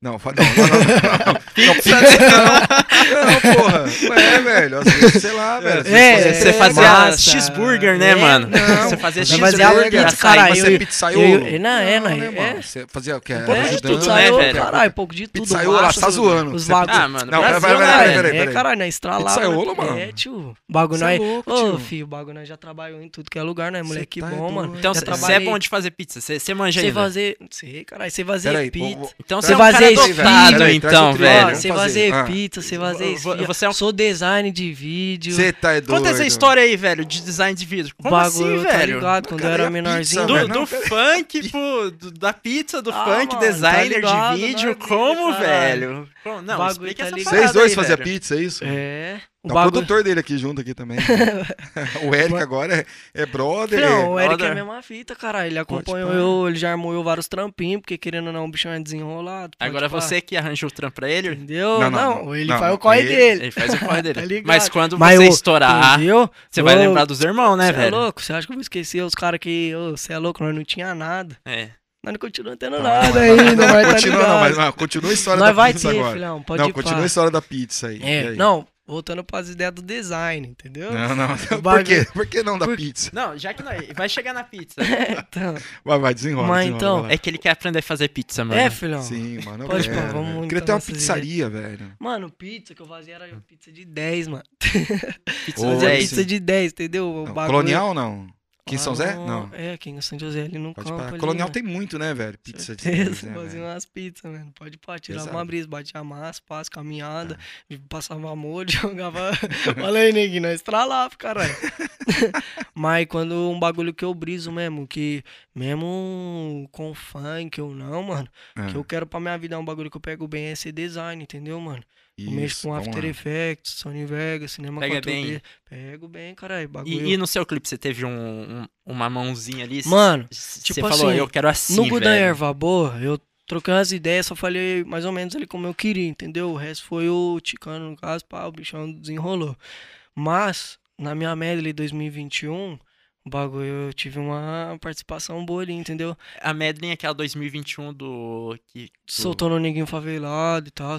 [SPEAKER 2] Não, fa- não, não,
[SPEAKER 3] (laughs)
[SPEAKER 2] não, não, não. Pizzaria não, não, porra. Ué, velho, às vezes, sei lá, velho. às vezes
[SPEAKER 3] É,
[SPEAKER 2] fazia-
[SPEAKER 1] Você
[SPEAKER 3] é,
[SPEAKER 1] fazia
[SPEAKER 3] massa.
[SPEAKER 1] cheeseburger, né,
[SPEAKER 3] É,
[SPEAKER 1] mano?
[SPEAKER 2] não.
[SPEAKER 1] Você fazia
[SPEAKER 2] Você
[SPEAKER 1] cheeseburger,
[SPEAKER 2] fazia pizza,
[SPEAKER 1] açaí.
[SPEAKER 3] caralho.
[SPEAKER 2] Mas
[SPEAKER 3] eu-
[SPEAKER 2] você é
[SPEAKER 3] eu-
[SPEAKER 2] pizzaiolo?
[SPEAKER 3] eu- não, é, não, é.
[SPEAKER 2] mano? Você fazia o quê?
[SPEAKER 1] pouco
[SPEAKER 2] Era
[SPEAKER 1] de
[SPEAKER 3] É,
[SPEAKER 1] ajudando,
[SPEAKER 3] tudo
[SPEAKER 1] né,
[SPEAKER 2] ajudante?
[SPEAKER 3] saiu,
[SPEAKER 1] velho?
[SPEAKER 3] caralho, um pouco de tudo.
[SPEAKER 2] Pizzaiolo, lá,
[SPEAKER 3] macho,
[SPEAKER 2] tá zoando.
[SPEAKER 3] Os
[SPEAKER 2] Você-
[SPEAKER 3] bagulho.
[SPEAKER 1] Ah, mano,
[SPEAKER 2] Não,
[SPEAKER 1] Brasil,
[SPEAKER 2] peraí, peraí,
[SPEAKER 1] né,
[SPEAKER 2] peraí,
[SPEAKER 1] velho?
[SPEAKER 2] peraí, peraí.
[SPEAKER 3] É, caralho, na estralada.
[SPEAKER 2] Pizzaiolo, mano.
[SPEAKER 3] É, tio. O bagulho
[SPEAKER 2] Você
[SPEAKER 3] não
[SPEAKER 2] é
[SPEAKER 3] é.
[SPEAKER 2] louco,
[SPEAKER 3] Ô,
[SPEAKER 2] tio.
[SPEAKER 3] filho, o bagulho nós já trabalhou em tudo que é lugar, né?
[SPEAKER 2] Cê
[SPEAKER 3] Moleque
[SPEAKER 2] tá é
[SPEAKER 3] bom, mano.
[SPEAKER 2] doido.
[SPEAKER 1] Então,
[SPEAKER 3] já
[SPEAKER 1] você é
[SPEAKER 3] trabalhei.
[SPEAKER 1] bom de fazer pizza, você manja
[SPEAKER 3] Você
[SPEAKER 1] ainda.
[SPEAKER 3] fazer. Sei, caralho. Você fazer
[SPEAKER 2] Peraí,
[SPEAKER 3] pizza.
[SPEAKER 2] pô, vou-
[SPEAKER 1] Então, você
[SPEAKER 2] Cê
[SPEAKER 1] é um cara
[SPEAKER 3] fazia
[SPEAKER 1] dotado,
[SPEAKER 3] esfirra. Peraí,
[SPEAKER 2] traz o
[SPEAKER 1] então,
[SPEAKER 2] trio lá,
[SPEAKER 1] velho.
[SPEAKER 2] vamos
[SPEAKER 3] Você
[SPEAKER 2] fazer.
[SPEAKER 3] fazer
[SPEAKER 2] Ah.
[SPEAKER 3] pizza, você fazer
[SPEAKER 1] Vo-
[SPEAKER 3] esfirra.
[SPEAKER 1] você é um-
[SPEAKER 3] Sou design de vídeo.
[SPEAKER 2] Você tá é doido.
[SPEAKER 1] Conta essa história aí, velho, de design de vidro. Como
[SPEAKER 3] bagulho,
[SPEAKER 1] assim,
[SPEAKER 3] tá
[SPEAKER 1] velho?
[SPEAKER 3] ligado? Quando eu
[SPEAKER 2] Cara, e
[SPEAKER 3] era
[SPEAKER 2] a
[SPEAKER 3] menorzinho.
[SPEAKER 2] pizza,
[SPEAKER 1] Do,
[SPEAKER 2] Não,
[SPEAKER 1] do funk, pro, do- da pizza, do
[SPEAKER 3] Ah,
[SPEAKER 1] funk,
[SPEAKER 3] mano,
[SPEAKER 1] designer
[SPEAKER 3] tá ligado,
[SPEAKER 1] de vídeo,
[SPEAKER 3] né,
[SPEAKER 1] como,
[SPEAKER 3] caralho?
[SPEAKER 1] velho? Como- Não,
[SPEAKER 3] Bagulho
[SPEAKER 1] explica
[SPEAKER 3] tá
[SPEAKER 1] essa
[SPEAKER 3] ligado.
[SPEAKER 1] parada
[SPEAKER 2] Vocês dois
[SPEAKER 1] aí,
[SPEAKER 2] faziam
[SPEAKER 1] velho.
[SPEAKER 2] pizza, é isso?
[SPEAKER 3] É. O
[SPEAKER 2] Tá, o
[SPEAKER 3] bagulho.
[SPEAKER 2] produtor dele aqui junto aqui também.
[SPEAKER 3] (laughs)
[SPEAKER 2] o Eric agora é, é brother.
[SPEAKER 3] Não, o
[SPEAKER 1] é,
[SPEAKER 3] Eric é
[SPEAKER 1] olha-
[SPEAKER 3] a mesma fita, cara. Ele
[SPEAKER 2] Pode
[SPEAKER 3] acompanhou
[SPEAKER 2] pá.
[SPEAKER 3] eu, ele já armou eu vários trampinhos, porque querendo ou não, o bichão é desenrolado. pode
[SPEAKER 1] Agora é
[SPEAKER 3] pá.
[SPEAKER 1] você que arranja o trampo pra ele,
[SPEAKER 3] Entendeu?
[SPEAKER 2] Não,
[SPEAKER 3] Não,
[SPEAKER 2] não, não.
[SPEAKER 3] ele
[SPEAKER 2] Não,
[SPEAKER 3] faz
[SPEAKER 2] não,
[SPEAKER 3] o corre
[SPEAKER 2] ele-
[SPEAKER 3] dele.
[SPEAKER 1] ele faz o corre
[SPEAKER 3] (laughs) Tá
[SPEAKER 1] dele.
[SPEAKER 3] ligado?
[SPEAKER 1] Mas quando
[SPEAKER 3] Mas
[SPEAKER 1] você
[SPEAKER 3] eu-
[SPEAKER 1] estourar,
[SPEAKER 3] Entendeu?
[SPEAKER 1] você vai
[SPEAKER 3] Ô,
[SPEAKER 1] lembrar dos irmãos, né,
[SPEAKER 3] Cê é
[SPEAKER 1] velho?
[SPEAKER 3] louco? Você acha que eu vou esquecer os caras que. Você é louco, nós não tinha nada.
[SPEAKER 1] É.
[SPEAKER 3] Nós não continuamos tendo
[SPEAKER 2] Não,
[SPEAKER 3] nada
[SPEAKER 2] não, não,
[SPEAKER 3] ainda,
[SPEAKER 2] não,
[SPEAKER 3] mas tá
[SPEAKER 2] continua,
[SPEAKER 3] ligado.
[SPEAKER 2] não, mas não, continua a história
[SPEAKER 3] Nós
[SPEAKER 2] da
[SPEAKER 3] vai
[SPEAKER 2] pizza
[SPEAKER 3] ter,
[SPEAKER 2] agora.
[SPEAKER 3] filhão, pode
[SPEAKER 2] não,
[SPEAKER 3] ir
[SPEAKER 2] continua
[SPEAKER 3] pá.
[SPEAKER 2] a história da pizza aí. E
[SPEAKER 3] É,
[SPEAKER 2] aí? Né?
[SPEAKER 3] não, voltando pras ideias do design, entendeu?
[SPEAKER 2] Não, não. Por
[SPEAKER 3] bagulho-
[SPEAKER 2] quê? Por que não da
[SPEAKER 3] Por-
[SPEAKER 2] pizza?
[SPEAKER 1] Não, já que não, vai chegar na pizza.
[SPEAKER 3] Então,
[SPEAKER 2] Vai, vai, desenrola.
[SPEAKER 3] Mas
[SPEAKER 2] desenrola,
[SPEAKER 3] então,
[SPEAKER 2] vai
[SPEAKER 1] (laughs)
[SPEAKER 2] lá.
[SPEAKER 1] É que ele quer aprender a fazer pizza, mano.
[SPEAKER 3] é, filhão.
[SPEAKER 2] Sim, mano. eu
[SPEAKER 3] Pode
[SPEAKER 2] quero,
[SPEAKER 3] pôr, vamos
[SPEAKER 2] velho.
[SPEAKER 3] então
[SPEAKER 2] Queria ter uma
[SPEAKER 3] nessas
[SPEAKER 2] pizzaria, velho.
[SPEAKER 3] Mano, pizza que eu fazia era pizza de 10, mano.
[SPEAKER 1] Pizza do
[SPEAKER 2] Ô, Pois
[SPEAKER 3] Fazia
[SPEAKER 2] é,
[SPEAKER 1] 10.
[SPEAKER 3] pizza
[SPEAKER 2] sim.
[SPEAKER 3] de 10, entendeu? O
[SPEAKER 2] Não,
[SPEAKER 3] bagulho-
[SPEAKER 2] Colonial ou não? Aqui em São
[SPEAKER 3] Ah,
[SPEAKER 2] Zé? Não.
[SPEAKER 3] É, aqui em São José, ali no
[SPEAKER 2] Pode
[SPEAKER 3] campo.
[SPEAKER 2] pá.
[SPEAKER 3] ali,
[SPEAKER 2] Colonial
[SPEAKER 3] né?
[SPEAKER 2] tem muito, né, velho? Pizza
[SPEAKER 3] (laughs)
[SPEAKER 2] de
[SPEAKER 3] Certeza,
[SPEAKER 2] né,
[SPEAKER 3] fazia
[SPEAKER 2] velho?
[SPEAKER 3] umas pizzas, mano. Pode pá, tirava
[SPEAKER 2] Pesado.
[SPEAKER 3] uma brisa, batia massa, passa, caminhada,
[SPEAKER 2] Tá.
[SPEAKER 3] passava (laughs) molho,
[SPEAKER 2] (laughs)
[SPEAKER 3] jogava. Olha aí, neguinho, nós estralava, caralho. Mas quando um bagulho que eu briso mesmo, que mesmo com funk ou não, mano,
[SPEAKER 2] Ah,
[SPEAKER 3] que eu quero pra minha vida é um bagulho que eu pego bem é ser design, entendeu, mano?
[SPEAKER 2] É,
[SPEAKER 3] Eu mexo
[SPEAKER 2] isso,
[SPEAKER 3] com
[SPEAKER 2] vamos lá.
[SPEAKER 3] After Effects, Sony Vegas, cinema
[SPEAKER 1] Pega
[SPEAKER 3] 4D.
[SPEAKER 1] bem.
[SPEAKER 3] Pego bem, caralho. Bagulho.
[SPEAKER 1] E, e no seu clipe você teve um, um- uma mãozinha ali? c-
[SPEAKER 3] Mano,
[SPEAKER 1] c-
[SPEAKER 3] tipo
[SPEAKER 1] você falou,
[SPEAKER 3] assim,
[SPEAKER 1] eu quero assim,
[SPEAKER 3] no Gudan
[SPEAKER 1] velho.
[SPEAKER 3] Erva Boa, eu troquei umas ideias, só falei mais ou menos ali como eu queria, entendeu? O resto foi o Ticano, no caso, pá, o bichão desenrolou. Mas, na minha medley 2021, o bagulho, eu tive uma participação boa ali, entendeu?
[SPEAKER 1] A Medlin é aquela 2021 do... Que,
[SPEAKER 3] Soltou no Ninguém um Favelado e tal.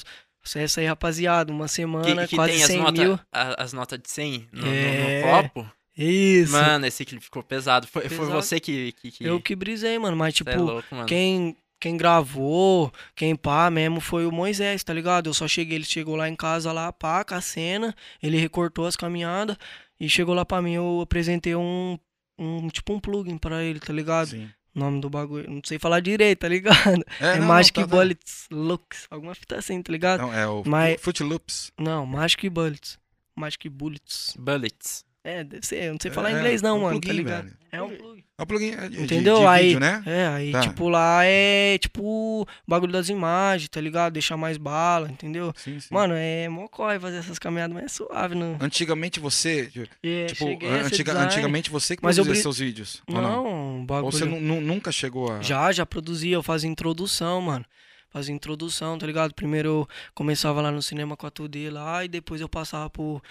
[SPEAKER 3] Essa aí, rapaziada, uma
[SPEAKER 1] que,
[SPEAKER 3] semana,
[SPEAKER 1] que
[SPEAKER 3] é quase
[SPEAKER 1] tem as
[SPEAKER 3] 100
[SPEAKER 1] notas
[SPEAKER 3] mil.
[SPEAKER 1] as notas de 100 no, no- no
[SPEAKER 3] É.
[SPEAKER 1] copo.
[SPEAKER 3] Isso.
[SPEAKER 1] Mano, esse clipe ficou pesado. Foi, foi
[SPEAKER 3] Pesado.
[SPEAKER 1] você que... que, que...
[SPEAKER 3] Eu que brisei, mano, mas
[SPEAKER 1] Cê
[SPEAKER 3] tipo,
[SPEAKER 1] é louco,
[SPEAKER 2] Ah.
[SPEAKER 1] mano.
[SPEAKER 3] Quem, quem gravou, quem pá mesmo foi o Moisés, tá ligado? Eu só cheguei, ele chegou lá em casa, lá, pá, com a cena, ele recortou as caminhadas e chegou lá pra mim, eu apresentei um, um tipo um plugin pra ele, tá ligado?
[SPEAKER 2] Sim.
[SPEAKER 3] O nome do bagulho, não sei falar direito, tá ligado? É,
[SPEAKER 2] não, não,
[SPEAKER 3] Magic
[SPEAKER 2] tá, tá.
[SPEAKER 3] Bullets, Lux, alguma fita assim, tá ligado?
[SPEAKER 2] Não, é o
[SPEAKER 3] Mas-
[SPEAKER 2] Foot Loops.
[SPEAKER 3] Não, Magic Bullets. Magic Bullets.
[SPEAKER 1] Bullets.
[SPEAKER 3] É, deve ser. Eu não sei falar inglês não,
[SPEAKER 2] um
[SPEAKER 3] mano, tá
[SPEAKER 2] plugin,
[SPEAKER 3] ligado?
[SPEAKER 2] velho.
[SPEAKER 3] É um plugin.
[SPEAKER 2] É um plugin é, de- de,
[SPEAKER 3] Entendeu?
[SPEAKER 2] de
[SPEAKER 3] Aí-
[SPEAKER 2] vídeo, né?
[SPEAKER 3] É, aí,
[SPEAKER 2] Tá.
[SPEAKER 3] tipo, lá é, tipo, bagulho das imagens, tá ligado? Deixar mais bala, entendeu?
[SPEAKER 2] Sim, sim.
[SPEAKER 3] Mano, é mó corre fazer essas caminhadas, mas é suave, não.
[SPEAKER 2] Antigamente você.
[SPEAKER 3] É,
[SPEAKER 2] tipo,
[SPEAKER 3] cheguei a ser
[SPEAKER 2] antiga-
[SPEAKER 3] designer.
[SPEAKER 2] antigamente você que
[SPEAKER 3] Mas eu
[SPEAKER 2] produzia
[SPEAKER 3] bri-
[SPEAKER 2] seus vídeos. ou não?
[SPEAKER 3] Não,
[SPEAKER 2] Ou
[SPEAKER 3] bagulho.
[SPEAKER 2] você nu- nu- nunca chegou a.
[SPEAKER 3] Já, já produzia, eu fazia introdução, mano. Fazia introdução, tá ligado? Primeiro eu começava lá no cinema com a 2D lá e depois eu passava por,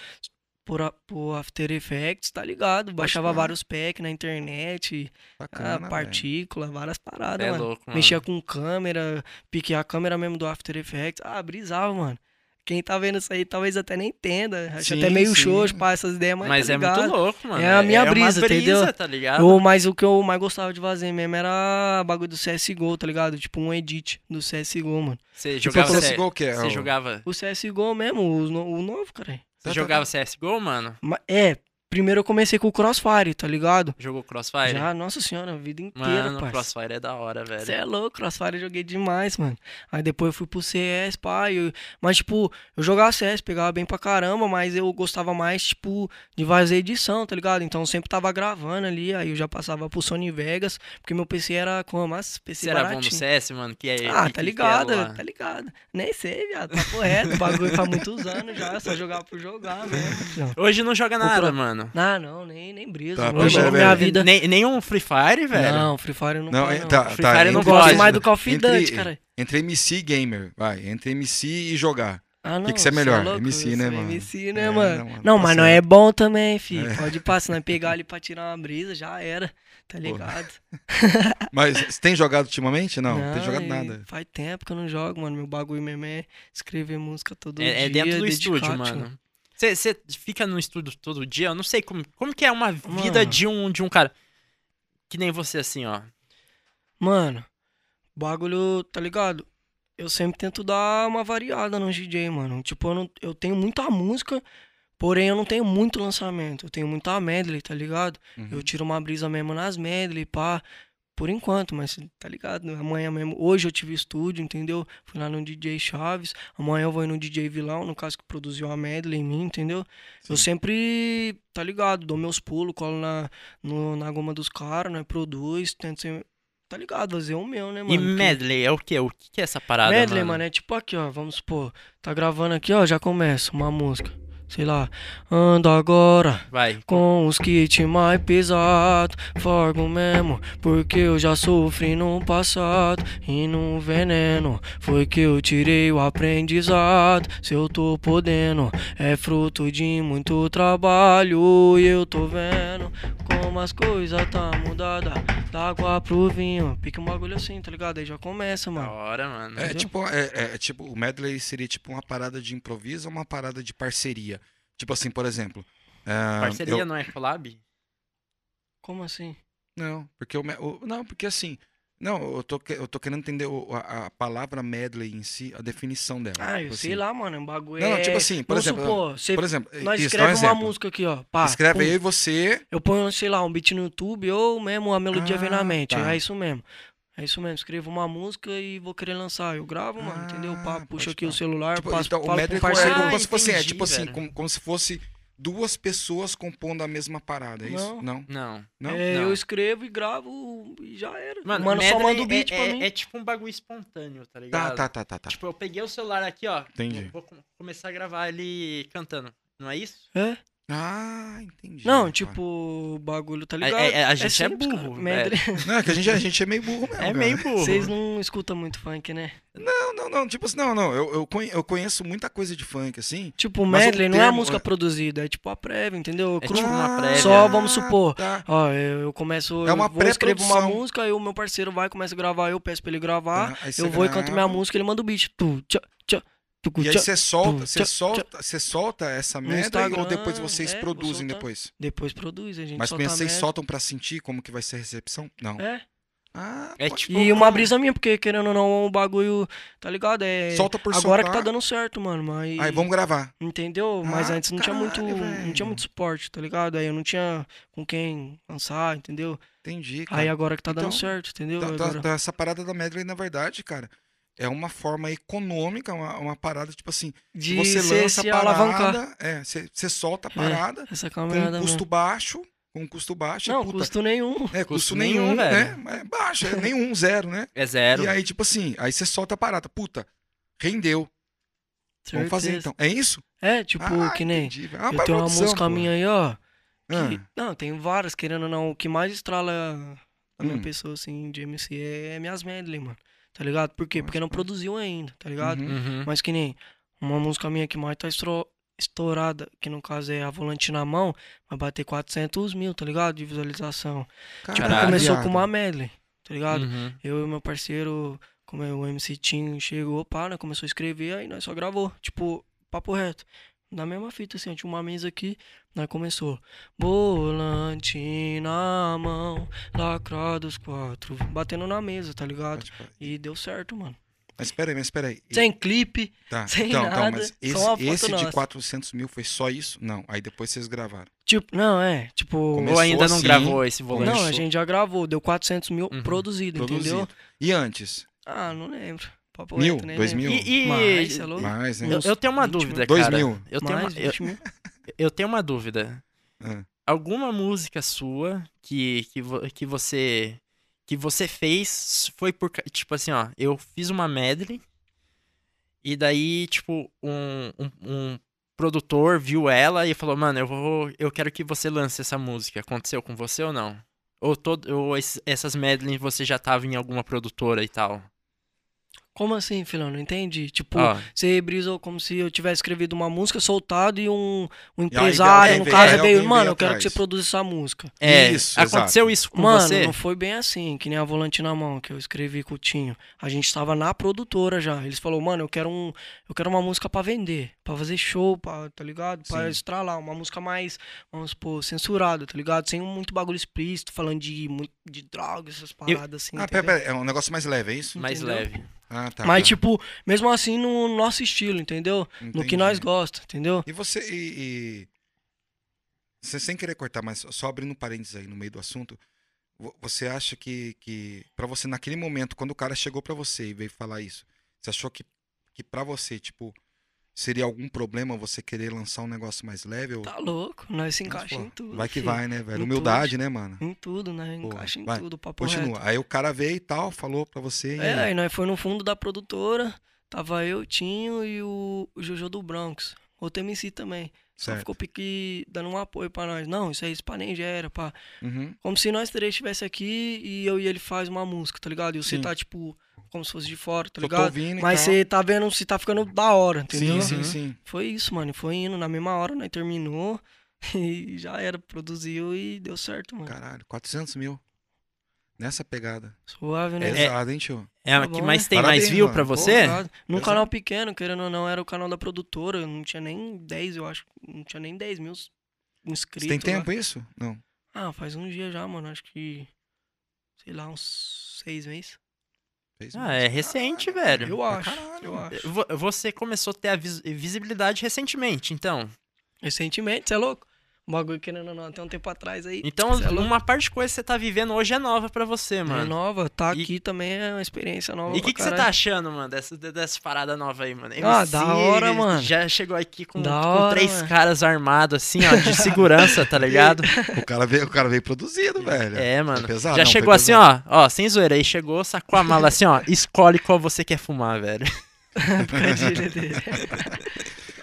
[SPEAKER 3] por, a- por After Effects, tá ligado? Baixava
[SPEAKER 2] crer.
[SPEAKER 3] vários packs na internet, ah,
[SPEAKER 2] Bacana, né, velho.
[SPEAKER 3] partícula, várias paradas,
[SPEAKER 1] É
[SPEAKER 3] mano.
[SPEAKER 1] louco, mano.
[SPEAKER 3] Mexia com câmera, piquei a câmera mesmo do After Effects. Ah, brisava, mano. Quem tá vendo isso aí talvez até nem entenda. Acho
[SPEAKER 2] Sim,
[SPEAKER 3] até meio
[SPEAKER 2] sim.
[SPEAKER 3] show, pá, essas ideias, mas.
[SPEAKER 1] Mas
[SPEAKER 3] tá
[SPEAKER 1] é muito
[SPEAKER 3] ligado?
[SPEAKER 1] louco, mano.
[SPEAKER 3] É a minha
[SPEAKER 1] uma
[SPEAKER 3] brisa, entendeu?
[SPEAKER 1] tá ligado?
[SPEAKER 3] Eu, mas o que eu mais gostava de fazer mesmo era bagulho do CSGO, tá ligado? Tipo um edit do CSGO, mano.
[SPEAKER 1] Você
[SPEAKER 2] Tipo,
[SPEAKER 1] jogava,
[SPEAKER 2] o
[SPEAKER 1] C-
[SPEAKER 2] CSGO que é?
[SPEAKER 1] você
[SPEAKER 2] o-
[SPEAKER 1] jogava,
[SPEAKER 3] O CSGO mesmo, o, no- o novo, cara.
[SPEAKER 1] você
[SPEAKER 2] tá,
[SPEAKER 1] jogava CSGO, mano?
[SPEAKER 3] Ma- É, primeiro eu comecei com o Crossfire, tá ligado?
[SPEAKER 1] Jogou Crossfire?
[SPEAKER 3] Já, nossa senhora, a vida inteira,
[SPEAKER 1] Mano,
[SPEAKER 3] parça.
[SPEAKER 1] Crossfire é da hora, velho.
[SPEAKER 3] Você é louco, Crossfire eu joguei demais, mano. Aí depois eu fui pro CS, pai. Eu... Mas, tipo, eu jogava CS, pegava bem pra caramba, mas eu gostava mais, tipo, de fazer edição, tá ligado? Então eu sempre tava gravando ali, aí eu já passava pro Sony Vegas, porque meu PC era como? é Mas PC
[SPEAKER 1] Você era bom no
[SPEAKER 3] baratinho.
[SPEAKER 1] CS, mano? Que é,
[SPEAKER 3] Ah,
[SPEAKER 1] que- que
[SPEAKER 3] tá ligado,
[SPEAKER 1] é lá?
[SPEAKER 3] tá ligado. Nem sei, viado, tá correto. O bagulho faz muitos anos já, eu só jogava por jogar mesmo. Não,
[SPEAKER 1] Hoje não joga nada,
[SPEAKER 3] Pro-
[SPEAKER 1] mano.
[SPEAKER 3] ah, não, nem, nem brisa.
[SPEAKER 2] Tá,
[SPEAKER 3] mano.
[SPEAKER 2] poxa,
[SPEAKER 3] Não,
[SPEAKER 2] velho.
[SPEAKER 3] minha vida.
[SPEAKER 1] Nem, nem um Free Fire, velho.
[SPEAKER 3] Não, Free Fire eu não,
[SPEAKER 2] Não,
[SPEAKER 3] paro,
[SPEAKER 2] é-
[SPEAKER 3] não.
[SPEAKER 2] tá,
[SPEAKER 1] Free
[SPEAKER 2] tá,
[SPEAKER 1] Fire
[SPEAKER 2] entre-
[SPEAKER 1] não
[SPEAKER 3] Eu gosto
[SPEAKER 1] pode,
[SPEAKER 3] mais do Call of Duty,
[SPEAKER 2] entre-
[SPEAKER 3] cara.
[SPEAKER 2] Entre MC e gamer, vai. Entre MC e jogar.
[SPEAKER 3] Ah, não.
[SPEAKER 2] Que que você é
[SPEAKER 3] cê
[SPEAKER 2] melhor?
[SPEAKER 3] louco,
[SPEAKER 2] MC,
[SPEAKER 3] eu
[SPEAKER 2] né,
[SPEAKER 3] sou
[SPEAKER 2] mano?
[SPEAKER 3] MC, né,
[SPEAKER 2] É,
[SPEAKER 3] mano?
[SPEAKER 2] não, mano,
[SPEAKER 3] Não,
[SPEAKER 2] tá
[SPEAKER 3] mas não
[SPEAKER 2] certo. É.
[SPEAKER 3] é bom também, filho. Pode passar, né? Pegar ali pra tirar uma brisa, já era. Tá ligado?
[SPEAKER 2] Mas você tem jogado ultimamente? Não, não tem jogado
[SPEAKER 3] e
[SPEAKER 2] nada.
[SPEAKER 3] Faz tempo que eu não jogo, mano. Meu bagulho mesmo é escrever música todo dia.
[SPEAKER 1] É, é dentro do estúdio,
[SPEAKER 3] dedicar, tio.
[SPEAKER 1] mano. Você fica no estúdio todo dia, eu não sei como, como que é uma vida
[SPEAKER 3] Mano.
[SPEAKER 1] de um, de um cara que nem você, assim, ó.
[SPEAKER 3] Mano, bagulho, tá ligado? Eu sempre tento dar uma variada no DJ, mano. Tipo, eu, não, eu tenho muita música, porém eu não tenho muito lançamento. Eu tenho muita medley, tá ligado?
[SPEAKER 2] Uhum.
[SPEAKER 3] Eu tiro uma brisa mesmo nas medley, pá. Por enquanto, mas tá ligado? né? Amanhã mesmo. Hoje eu tive estúdio, entendeu? Fui lá no DJ Chaves. Amanhã eu vou ir no DJ Vilão, no caso que produziu a medley em mim, entendeu? Eu
[SPEAKER 2] Sim.
[SPEAKER 3] sempre, tá ligado? Dou meus pulos, colo na, no- na goma dos caras, né? Produz, tento ser. Tá ligado? Fazer o meu, né, mano?
[SPEAKER 1] e
[SPEAKER 3] Porque-
[SPEAKER 1] medley é o quê? O que que é essa parada,
[SPEAKER 3] Medley,
[SPEAKER 1] mano?
[SPEAKER 3] mano, é tipo aqui, ó. Vamos supor, tá gravando aqui, ó. Já começa uma música. Sei lá. Anda agora.
[SPEAKER 1] Vai.
[SPEAKER 3] Com os kits mais pesados, forgo mesmo, porque eu já sofri no passado. E no veneno foi que eu tirei o aprendizado. Se eu tô podendo, é fruto de muito trabalho. E eu tô vendo como as coisas tá mudada. Da água pro vinho, pique um bagulho assim, tá ligado? Aí já começa,
[SPEAKER 1] Da
[SPEAKER 3] mano.
[SPEAKER 1] hora, mano.
[SPEAKER 2] É tipo, é, é, é tipo, o medley seria tipo uma parada de improviso ou uma parada de parceria? Tipo assim, por exemplo. ah,
[SPEAKER 1] Parceria
[SPEAKER 2] eu-
[SPEAKER 1] não é collab?
[SPEAKER 3] Como assim?
[SPEAKER 2] Não, porque o, me- o- não, porque assim, não, eu tô, que- eu tô querendo entender o- a, a palavra medley em si, a definição dela.
[SPEAKER 3] Ah, eu
[SPEAKER 2] Tipo
[SPEAKER 3] sei
[SPEAKER 2] assim.
[SPEAKER 3] lá, mano, é um bagulho.
[SPEAKER 2] Não, não,
[SPEAKER 3] é-
[SPEAKER 2] tipo assim, por
[SPEAKER 3] Vamos
[SPEAKER 2] exemplo,
[SPEAKER 3] supor, cê-
[SPEAKER 2] Por exemplo,
[SPEAKER 3] nós
[SPEAKER 2] isso, dá um
[SPEAKER 3] escrevemos uma
[SPEAKER 2] exemplo.
[SPEAKER 3] música aqui, ó. Pá,
[SPEAKER 2] Escreve
[SPEAKER 3] pum.
[SPEAKER 2] eu e você.
[SPEAKER 3] Eu ponho, sei lá, um beat no YouTube ou mesmo a melodia vem
[SPEAKER 2] Ah,
[SPEAKER 3] na mente.
[SPEAKER 2] tá.
[SPEAKER 3] É isso mesmo. É isso mesmo. Escrevo uma música e vou querer lançar. Eu gravo, mano,
[SPEAKER 2] Ah,
[SPEAKER 3] entendeu? Pá,
[SPEAKER 2] pode
[SPEAKER 3] puxo aqui o
[SPEAKER 2] pá.
[SPEAKER 3] celular,
[SPEAKER 2] Tipo,
[SPEAKER 3] passo
[SPEAKER 2] então, o
[SPEAKER 3] falo pro
[SPEAKER 2] medley
[SPEAKER 3] parceiro.
[SPEAKER 2] é
[SPEAKER 1] Ah,
[SPEAKER 2] como se fosse assim, é
[SPEAKER 1] entendi,
[SPEAKER 2] tipo assim,
[SPEAKER 1] velho.
[SPEAKER 2] como, como se fosse duas pessoas compondo a mesma parada, é isso?
[SPEAKER 3] Não.
[SPEAKER 2] Não,
[SPEAKER 1] Não.
[SPEAKER 2] não.
[SPEAKER 3] É,
[SPEAKER 1] Não.
[SPEAKER 3] eu escrevo e gravo e já era.
[SPEAKER 1] Mano,
[SPEAKER 3] Mano, só
[SPEAKER 1] medley
[SPEAKER 3] manda o beat
[SPEAKER 1] é,
[SPEAKER 3] pra
[SPEAKER 1] é-
[SPEAKER 3] mim.
[SPEAKER 1] É tipo um bagulho espontâneo, tá ligado?
[SPEAKER 2] Tá, tá, tá, tá, tá.
[SPEAKER 1] Tipo, eu peguei o celular aqui, ó.
[SPEAKER 2] Entendi.
[SPEAKER 1] Vou com- começar a gravar ele cantando. Não é isso?
[SPEAKER 3] É?
[SPEAKER 2] Ah, entendi.
[SPEAKER 3] Não,
[SPEAKER 2] cara.
[SPEAKER 3] tipo, o bagulho, tá
[SPEAKER 1] É-
[SPEAKER 3] ligado?
[SPEAKER 1] é- é- a gente é
[SPEAKER 3] simples, cara.
[SPEAKER 1] burro,
[SPEAKER 3] Medley-
[SPEAKER 2] Não, é que a gente, a gente é meio
[SPEAKER 3] (laughs)
[SPEAKER 2] burro mesmo.
[SPEAKER 1] É
[SPEAKER 2] cara.
[SPEAKER 1] meio burro.
[SPEAKER 3] Vocês não escutam muito funk, né?
[SPEAKER 2] Não, não, não. Tipo assim, não, não. Eu, eu conhe- eu conheço muita coisa de funk, assim.
[SPEAKER 3] Tipo,
[SPEAKER 2] Mas o
[SPEAKER 3] medley não é a
[SPEAKER 2] termo-
[SPEAKER 3] música produzida, é tipo a prévia, entendeu?
[SPEAKER 1] É
[SPEAKER 3] Cru.
[SPEAKER 1] tipo uma
[SPEAKER 2] Ah,
[SPEAKER 1] prévia.
[SPEAKER 3] Só vamos supor.
[SPEAKER 2] tá.
[SPEAKER 3] Ó, eu eu começo,
[SPEAKER 2] É uma
[SPEAKER 3] eu vou escrevo uma
[SPEAKER 2] pré-produção.
[SPEAKER 3] música, aí o meu parceiro vai, começa a gravar, eu peço pra ele gravar,
[SPEAKER 2] Tá, aí você
[SPEAKER 3] eu vou e canto minha
[SPEAKER 2] grava.
[SPEAKER 3] música, ele manda o beat. Tu, tchá, tchá, tucu,
[SPEAKER 2] E aí
[SPEAKER 3] tchá.
[SPEAKER 2] você solta, você
[SPEAKER 3] tchá,
[SPEAKER 2] solta, você solta essa
[SPEAKER 3] No
[SPEAKER 2] merda ou
[SPEAKER 3] Instagram,
[SPEAKER 2] depois vocês
[SPEAKER 3] é, vou
[SPEAKER 2] produzem
[SPEAKER 3] soltar.
[SPEAKER 2] depois?
[SPEAKER 3] Depois produz, a gente
[SPEAKER 2] Mas
[SPEAKER 3] solta a
[SPEAKER 2] pensa, vocês
[SPEAKER 3] merda.
[SPEAKER 2] soltam pra sentir como que vai ser a recepção? Não.
[SPEAKER 3] É,
[SPEAKER 2] Ah,
[SPEAKER 1] É
[SPEAKER 2] pode-
[SPEAKER 1] tipo-
[SPEAKER 3] e uma
[SPEAKER 1] cara.
[SPEAKER 3] brisa minha, porque querendo ou não, o bagulho, tá ligado? É
[SPEAKER 2] solta por
[SPEAKER 3] agora que
[SPEAKER 2] soltar.
[SPEAKER 3] tá dando um certo, mano, mas...
[SPEAKER 2] Aí vamos gravar.
[SPEAKER 3] Entendeu? Mas
[SPEAKER 2] Ah,
[SPEAKER 3] antes não tinha muito,
[SPEAKER 2] caralho,
[SPEAKER 3] não tinha
[SPEAKER 2] velho.
[SPEAKER 3] muito suporte, tá ligado? Aí eu não tinha com quem lançar, entendeu?
[SPEAKER 2] Entendi, cara.
[SPEAKER 3] Aí agora que tá dando
[SPEAKER 2] Então,
[SPEAKER 3] certo, entendeu?
[SPEAKER 2] Tá- tá-
[SPEAKER 3] Agora-
[SPEAKER 2] tá essa parada da medley, na verdade, cara, É uma forma econômica, uma, uma parada, tipo assim,
[SPEAKER 3] De
[SPEAKER 2] você
[SPEAKER 3] se-
[SPEAKER 2] lança
[SPEAKER 3] se
[SPEAKER 2] a
[SPEAKER 3] alavancar.
[SPEAKER 2] parada, é, você, você solta a parada
[SPEAKER 3] Essa
[SPEAKER 2] com
[SPEAKER 3] caminhada né?
[SPEAKER 2] um custo baixo, com um custo baixo, e,
[SPEAKER 3] Não,
[SPEAKER 2] puta,
[SPEAKER 3] custo nenhum.
[SPEAKER 2] é, custo,
[SPEAKER 1] custo
[SPEAKER 2] nenhum,
[SPEAKER 1] nenhum,
[SPEAKER 2] né?
[SPEAKER 1] velho.
[SPEAKER 2] Mas É baixo,
[SPEAKER 3] (laughs)
[SPEAKER 2] é nenhum, zero, né?
[SPEAKER 1] É zero.
[SPEAKER 2] E aí, tipo assim, aí você solta a parada, puta, rendeu, vamos fazer
[SPEAKER 3] certeza.
[SPEAKER 2] então. É isso?
[SPEAKER 3] É, tipo,
[SPEAKER 2] Ah,
[SPEAKER 3] que nem.
[SPEAKER 2] entendi, velho. É
[SPEAKER 3] Eu tenho uma
[SPEAKER 2] produção,
[SPEAKER 3] música
[SPEAKER 2] pô.
[SPEAKER 3] minha aí, ó. que- tá
[SPEAKER 2] Ah,
[SPEAKER 3] Não, tem várias, querendo ou não. O que mais estrala a minha
[SPEAKER 2] Hum.
[SPEAKER 3] pessoa, assim, de MC é, é minhas medley, mano. Tá ligado? Por quê? Porque não produziu ainda, tá ligado?
[SPEAKER 2] uhum.
[SPEAKER 1] Uhum.
[SPEAKER 3] Mas que nem uma música minha que mais tá estro- estourada, que no caso é a volante na mão, vai bater 400 mil, tá ligado? De visualização. Tipo,
[SPEAKER 1] Caralho.
[SPEAKER 3] começou
[SPEAKER 2] viado.
[SPEAKER 3] com uma medley, tá ligado?
[SPEAKER 1] Uhum.
[SPEAKER 3] Eu e meu parceiro, como é o MC Tim, chegou, pá, né? Começou a escrever, aí nós só gravou. Tipo, papo reto. Na mesma fita, assim, ó, tinha uma mesa aqui, nós começou. Volante na mão, lacrados quatro. Batendo na mesa, tá ligado? E deu certo, mano.
[SPEAKER 2] Mas espera aí, mas espera aí.
[SPEAKER 3] tipo, Sem clipe,
[SPEAKER 2] Tá,
[SPEAKER 3] sem
[SPEAKER 2] então, então,
[SPEAKER 3] nada,
[SPEAKER 2] mas
[SPEAKER 3] só uma foto
[SPEAKER 2] esse, esse de
[SPEAKER 3] nossa.
[SPEAKER 2] 400 mil foi só isso? Não, aí depois vocês gravaram.
[SPEAKER 3] tipo, não, é, tipo.
[SPEAKER 2] Começou
[SPEAKER 1] Ou ainda não
[SPEAKER 2] assim,
[SPEAKER 1] gravou esse volante.
[SPEAKER 3] Não,
[SPEAKER 2] começou.
[SPEAKER 3] a gente já gravou, deu 400 mil
[SPEAKER 1] Uhum,
[SPEAKER 3] produzido, entendeu?
[SPEAKER 2] Produzido. E antes?
[SPEAKER 3] Ah, não lembro. Papo
[SPEAKER 2] Mil,
[SPEAKER 3] reto, nem
[SPEAKER 2] dois
[SPEAKER 3] lembro.
[SPEAKER 2] mil?
[SPEAKER 1] E, e-
[SPEAKER 3] Mas, cê é louco?
[SPEAKER 2] Mais, né?
[SPEAKER 1] eu, eu tenho uma
[SPEAKER 3] Vinte
[SPEAKER 1] dúvida,
[SPEAKER 3] mil.
[SPEAKER 2] Dois
[SPEAKER 1] cara.
[SPEAKER 2] mil.
[SPEAKER 1] Eu tenho, uma,
[SPEAKER 3] Mais
[SPEAKER 1] eu,
[SPEAKER 3] 20 mil.
[SPEAKER 1] eu tenho uma dúvida.
[SPEAKER 2] Ah.
[SPEAKER 1] Alguma música sua que, que, vo- que você que você fez foi por ca- tipo assim, ó, eu fiz uma medley e daí tipo um, um, um produtor viu ela e falou: "Mano, eu vou eu quero que você lance essa música". Aconteceu com você ou não? Ou, todo, ou es- essas medleys você já tava em alguma produtora e tal?
[SPEAKER 3] Como assim, filão? Não entendi. Tipo,
[SPEAKER 1] Ó,
[SPEAKER 3] Você brisou como se eu tivesse escrevido uma música, soltado e um,
[SPEAKER 2] E
[SPEAKER 3] um
[SPEAKER 2] aí
[SPEAKER 3] empresário,
[SPEAKER 2] alguém
[SPEAKER 3] no
[SPEAKER 1] veio-
[SPEAKER 3] caso,
[SPEAKER 1] aí
[SPEAKER 3] veio,
[SPEAKER 2] alguém
[SPEAKER 3] mano,
[SPEAKER 2] veio
[SPEAKER 3] eu quero que
[SPEAKER 2] atrás.
[SPEAKER 3] você produza essa música.
[SPEAKER 1] é,
[SPEAKER 2] Isso,
[SPEAKER 1] aconteceu isso com
[SPEAKER 3] mano,
[SPEAKER 1] você?
[SPEAKER 3] não foi bem assim, que nem a volante na mão, que eu escrevi com o Tinho. A gente tava na produtora já. Eles falaram, mano, eu quero um. Eu quero uma música pra vender, pra fazer show, pra, tá ligado? Pra
[SPEAKER 2] Sim.
[SPEAKER 3] estralar. Uma música mais, vamos supor, censurada, tá ligado? Sem muito bagulho explícito, falando de, muito- de droga, essas paradas assim.
[SPEAKER 2] Ah,
[SPEAKER 3] entendeu?
[SPEAKER 2] pera, pera, é um negócio mais leve, é isso?
[SPEAKER 1] Mais
[SPEAKER 3] entendeu?
[SPEAKER 1] leve.
[SPEAKER 2] Ah, tá.
[SPEAKER 3] Mas,
[SPEAKER 2] tá.
[SPEAKER 3] tipo, mesmo assim, no nosso estilo, entendeu? No que
[SPEAKER 2] Entendi.
[SPEAKER 3] nós gosta, entendeu?
[SPEAKER 2] E você, e, e- Você, sem querer cortar, mas só abrindo um parênteses aí no meio do assunto, vo- você acha que, que para você, naquele momento, quando o cara chegou pra você e veio falar isso, você achou que, que para você, tipo, seria algum problema você querer lançar um negócio mais leve? Ou...
[SPEAKER 3] Tá louco, nós se
[SPEAKER 2] Mas,
[SPEAKER 3] encaixa
[SPEAKER 2] pô,
[SPEAKER 3] em tudo.
[SPEAKER 2] Vai que
[SPEAKER 3] fi.
[SPEAKER 2] vai, né, velho?
[SPEAKER 3] (laughs) Em
[SPEAKER 2] Humildade, né, mano?
[SPEAKER 3] Em tudo, né?
[SPEAKER 2] Pô,
[SPEAKER 3] Encaixa em
[SPEAKER 2] vai.
[SPEAKER 3] tudo, papo
[SPEAKER 2] Continua.
[SPEAKER 3] reto.
[SPEAKER 2] Aí o cara veio e tal, falou pra você. e
[SPEAKER 3] É,
[SPEAKER 2] aí?
[SPEAKER 3] aí nós foi no fundo da produtora, tava eu, Tinho e o, o Jojo do Bronx. Outro MC também. Só
[SPEAKER 2] Certo.
[SPEAKER 3] ficou pique dando um apoio pra nós. Não, isso aí, isso pra nem gera, pá.
[SPEAKER 2] Uhum.
[SPEAKER 3] Como se nós três estivesse aqui e eu e ele faz uma música, tá ligado? E você
[SPEAKER 2] Sim.
[SPEAKER 3] tá, tipo, como se fosse de fora, tá
[SPEAKER 2] Só tô
[SPEAKER 3] ligado?
[SPEAKER 2] ouvindo e
[SPEAKER 3] Mas
[SPEAKER 2] tal.
[SPEAKER 3] você tá vendo se tá ficando da hora, entendeu?
[SPEAKER 2] Sim, sim,
[SPEAKER 1] Uhum.
[SPEAKER 2] sim.
[SPEAKER 3] Foi isso, mano. Foi indo. Na mesma hora, nós terminou. (laughs) E já era. Produziu e deu certo, mano.
[SPEAKER 2] Caralho, 400 mil. Nessa pegada.
[SPEAKER 3] Suave, né?
[SPEAKER 2] Pesado, hein, tio?
[SPEAKER 1] É a
[SPEAKER 3] Tá
[SPEAKER 1] É, que
[SPEAKER 3] bom,
[SPEAKER 1] mais
[SPEAKER 3] né?
[SPEAKER 1] tem
[SPEAKER 2] Parabéns,
[SPEAKER 1] mais view
[SPEAKER 2] mano.
[SPEAKER 1] pra
[SPEAKER 2] Pô, tá
[SPEAKER 1] você?
[SPEAKER 3] Porrada. Num
[SPEAKER 2] Pesado.
[SPEAKER 3] canal pequeno, querendo ou não, era o canal da produtora. Não tinha nem 10, eu acho. Não tinha nem 10 mil
[SPEAKER 2] Você
[SPEAKER 3] inscritos.
[SPEAKER 2] tem
[SPEAKER 3] lá.
[SPEAKER 2] tempo isso? Não.
[SPEAKER 3] Ah, faz um dia já, mano. Acho que. Sei lá, uns seis meses.
[SPEAKER 2] Fez
[SPEAKER 1] Ah, é recente, velho.
[SPEAKER 3] Eu acho.
[SPEAKER 2] caralho,
[SPEAKER 3] eu
[SPEAKER 2] mano.
[SPEAKER 3] acho.
[SPEAKER 1] Vo- Você começou a ter a vis- visibilidade recentemente, então.
[SPEAKER 3] Recentemente, você é louco? Um bagulho, querendo ou não, até um tempo atrás aí.
[SPEAKER 1] Então,
[SPEAKER 3] Cê é louco.
[SPEAKER 1] uma parte de coisa que você tá vivendo hoje é nova pra você,
[SPEAKER 3] É
[SPEAKER 1] mano.
[SPEAKER 3] nova, tá
[SPEAKER 1] E-
[SPEAKER 3] aqui também é uma experiência nova.
[SPEAKER 1] E o que,
[SPEAKER 3] pra
[SPEAKER 1] que você tá
[SPEAKER 3] caralho.
[SPEAKER 1] achando, mano, dessa, de- dessa parada nova aí, mano?
[SPEAKER 3] Ah, da hora, mano.
[SPEAKER 1] Já chegou aqui com,
[SPEAKER 3] Da
[SPEAKER 1] com
[SPEAKER 3] hora,
[SPEAKER 1] três
[SPEAKER 3] mano.
[SPEAKER 1] caras armados, assim, ó, de
[SPEAKER 3] (laughs)
[SPEAKER 1] segurança, tá ligado?
[SPEAKER 3] é.
[SPEAKER 2] O cara veio, o cara veio produzido, velho.
[SPEAKER 1] É, mano.
[SPEAKER 2] pesado,
[SPEAKER 1] já
[SPEAKER 2] não, foi
[SPEAKER 1] chegou assim, ó, ó, sem zoeira. Aí chegou, sacou a mala assim, ó, (laughs) escolhe qual você quer fumar, velho. tá?
[SPEAKER 3] (laughs) Trocadilho dele.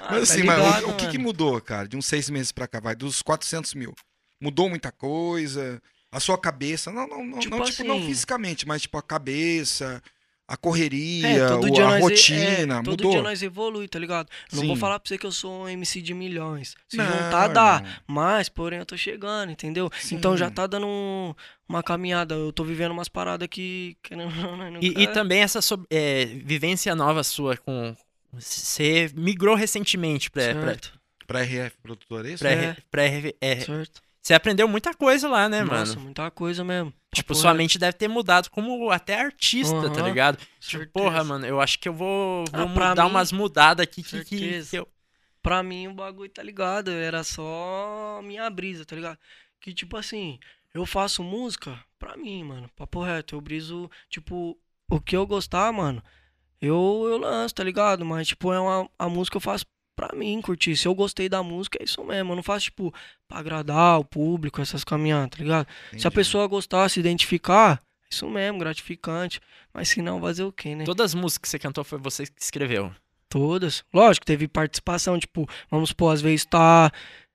[SPEAKER 3] Ah,
[SPEAKER 2] Mas
[SPEAKER 3] tá
[SPEAKER 2] assim, mas o-
[SPEAKER 3] ligado,
[SPEAKER 2] o, que, que
[SPEAKER 3] mano.
[SPEAKER 2] mudou, cara, de uns seis meses pra cá, vai? Dos 400 mil. Mudou muita coisa? A sua cabeça? Não, não, não,
[SPEAKER 3] Tipo
[SPEAKER 2] não, tipo, não
[SPEAKER 3] assim-
[SPEAKER 2] fisicamente, mas tipo a cabeça, a correria,
[SPEAKER 3] É, todo dia
[SPEAKER 2] o- a
[SPEAKER 3] nós- é,
[SPEAKER 2] rotina.
[SPEAKER 3] todo
[SPEAKER 2] mudou?
[SPEAKER 3] dia nós evolui, tá ligado? Não vou
[SPEAKER 2] Sim.
[SPEAKER 3] falar pra você que eu sou um MC de milhões. Se
[SPEAKER 2] Não,
[SPEAKER 3] juntar, tá, dá.
[SPEAKER 2] irmão.
[SPEAKER 3] Mas, porém, eu tô chegando, entendeu?
[SPEAKER 2] Sim.
[SPEAKER 3] Então já tá dando um- uma caminhada. Eu tô vivendo umas paradas que. que não, não, né, não,
[SPEAKER 1] E, e
[SPEAKER 2] tá-
[SPEAKER 3] nunca-
[SPEAKER 1] também essa sob- é, vivência nova sua com. Você migrou recentemente pra, pra,
[SPEAKER 3] Certo,
[SPEAKER 2] Pra RF produtora, é isso?
[SPEAKER 1] pra,
[SPEAKER 3] É.
[SPEAKER 1] pra RV é,
[SPEAKER 3] certo.
[SPEAKER 1] Você aprendeu muita coisa lá,
[SPEAKER 2] É,
[SPEAKER 1] né,
[SPEAKER 3] Nossa,
[SPEAKER 1] mano?
[SPEAKER 3] muita coisa mesmo.
[SPEAKER 1] Tipo,
[SPEAKER 3] Papo
[SPEAKER 1] sua
[SPEAKER 3] reto,
[SPEAKER 1] mente deve ter mudado como até artista, tá
[SPEAKER 3] Aham,
[SPEAKER 1] ligado? Tipo,
[SPEAKER 3] certeza.
[SPEAKER 1] porra, mano, eu acho que eu vou,
[SPEAKER 3] Ah,
[SPEAKER 1] vou
[SPEAKER 3] pra
[SPEAKER 1] dar
[SPEAKER 3] mim,
[SPEAKER 1] umas mudadas aqui que, que-
[SPEAKER 3] certeza.
[SPEAKER 1] que eu...
[SPEAKER 3] pra mim o bagulho tá ligado, era só minha brisa, tá ligado? Que tipo assim, eu faço música pra mim, mano, papo reto, eu briso, tipo, o que eu gostar, mano, eu, eu lanço, tá ligado? Mas, tipo, é uma, a música eu faço pra mim curtir. Se eu gostei da música, é isso mesmo. Eu não faço, tipo, pra agradar o público, essas caminhadas, tá ligado?
[SPEAKER 2] É,
[SPEAKER 3] Se a
[SPEAKER 2] Entendi.
[SPEAKER 3] pessoa gostar, se identificar, é isso mesmo, gratificante. Mas se não, fazer o quê, né?
[SPEAKER 1] Todas as músicas que você cantou foi você que escreveu.
[SPEAKER 3] Tá Todas. Lógico, teve participação, tipo, vamos supor, às vezes tá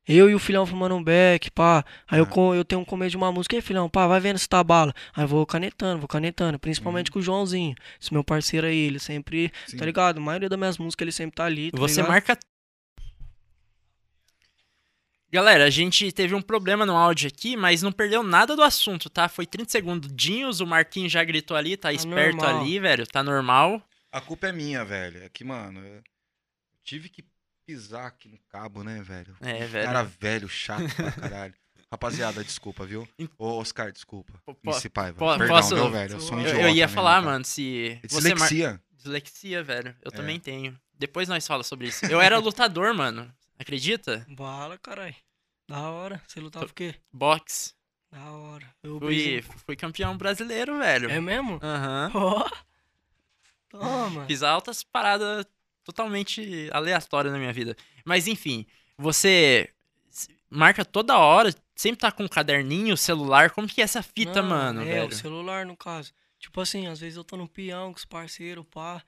[SPEAKER 3] eu e o filhão fumando um beck, pá. Aí eu,
[SPEAKER 2] Ah.
[SPEAKER 3] co- eu tenho um começo de uma música, e filhão, pá, vai vendo se tá bala. Aí eu vou canetando, vou canetando, principalmente com o Joãozinho, esse meu parceiro aí, ele sempre,
[SPEAKER 2] Uhum. Sim.
[SPEAKER 3] tá ligado? A maioria das minhas músicas ele sempre tá ali, tá
[SPEAKER 1] Você
[SPEAKER 3] ligado?
[SPEAKER 1] marca. Galera, a gente teve um problema no áudio aqui, mas não perdeu nada do assunto, tá? Foi 30 segundinhos, o Marquinhos já gritou ali, tá, esperto
[SPEAKER 3] normal.
[SPEAKER 1] ali, velho, tá normal.
[SPEAKER 2] A culpa é minha, velho. É que, mano, eu tive que pisar aqui no cabo, né, velho?
[SPEAKER 1] É, velho.
[SPEAKER 2] Cara velho, chato pra caralho. (laughs) Rapaziada, desculpa, viu?
[SPEAKER 1] Em-
[SPEAKER 2] Ô, Oscar, desculpa.
[SPEAKER 1] Po- po-
[SPEAKER 2] Esse pai,
[SPEAKER 1] po-
[SPEAKER 2] Perdão,
[SPEAKER 1] posso-
[SPEAKER 2] meu velho. Eu sou um
[SPEAKER 3] é
[SPEAKER 1] Eu,
[SPEAKER 2] idiota.
[SPEAKER 1] eu ia
[SPEAKER 2] mesmo,
[SPEAKER 1] falar,
[SPEAKER 2] cara.
[SPEAKER 1] mano, se.
[SPEAKER 2] É
[SPEAKER 1] Você mar...
[SPEAKER 2] Dislexia.
[SPEAKER 1] Dislexia, velho. Eu
[SPEAKER 2] É.
[SPEAKER 1] também tenho. Depois nós fala sobre isso. Eu era (laughs) lutador, mano. Acredita?
[SPEAKER 3] Bala, caralho. Da hora. Você lutava o quê?
[SPEAKER 1] Boxe.
[SPEAKER 3] Da hora. Eu
[SPEAKER 1] Fui, fui campeão brasileiro, velho.
[SPEAKER 3] É mesmo?
[SPEAKER 1] Aham.
[SPEAKER 3] Ó. Toma.
[SPEAKER 1] Fiz altas paradas totalmente aleatórias na minha vida. Mas enfim, você s- marca toda hora, sempre tá com um caderninho, celular. Como que é essa fita,
[SPEAKER 3] Não,
[SPEAKER 1] mano,
[SPEAKER 3] é, o
[SPEAKER 1] velho?
[SPEAKER 3] celular, no caso. Tipo assim, às vezes eu tô no peão com os parceiros, pá.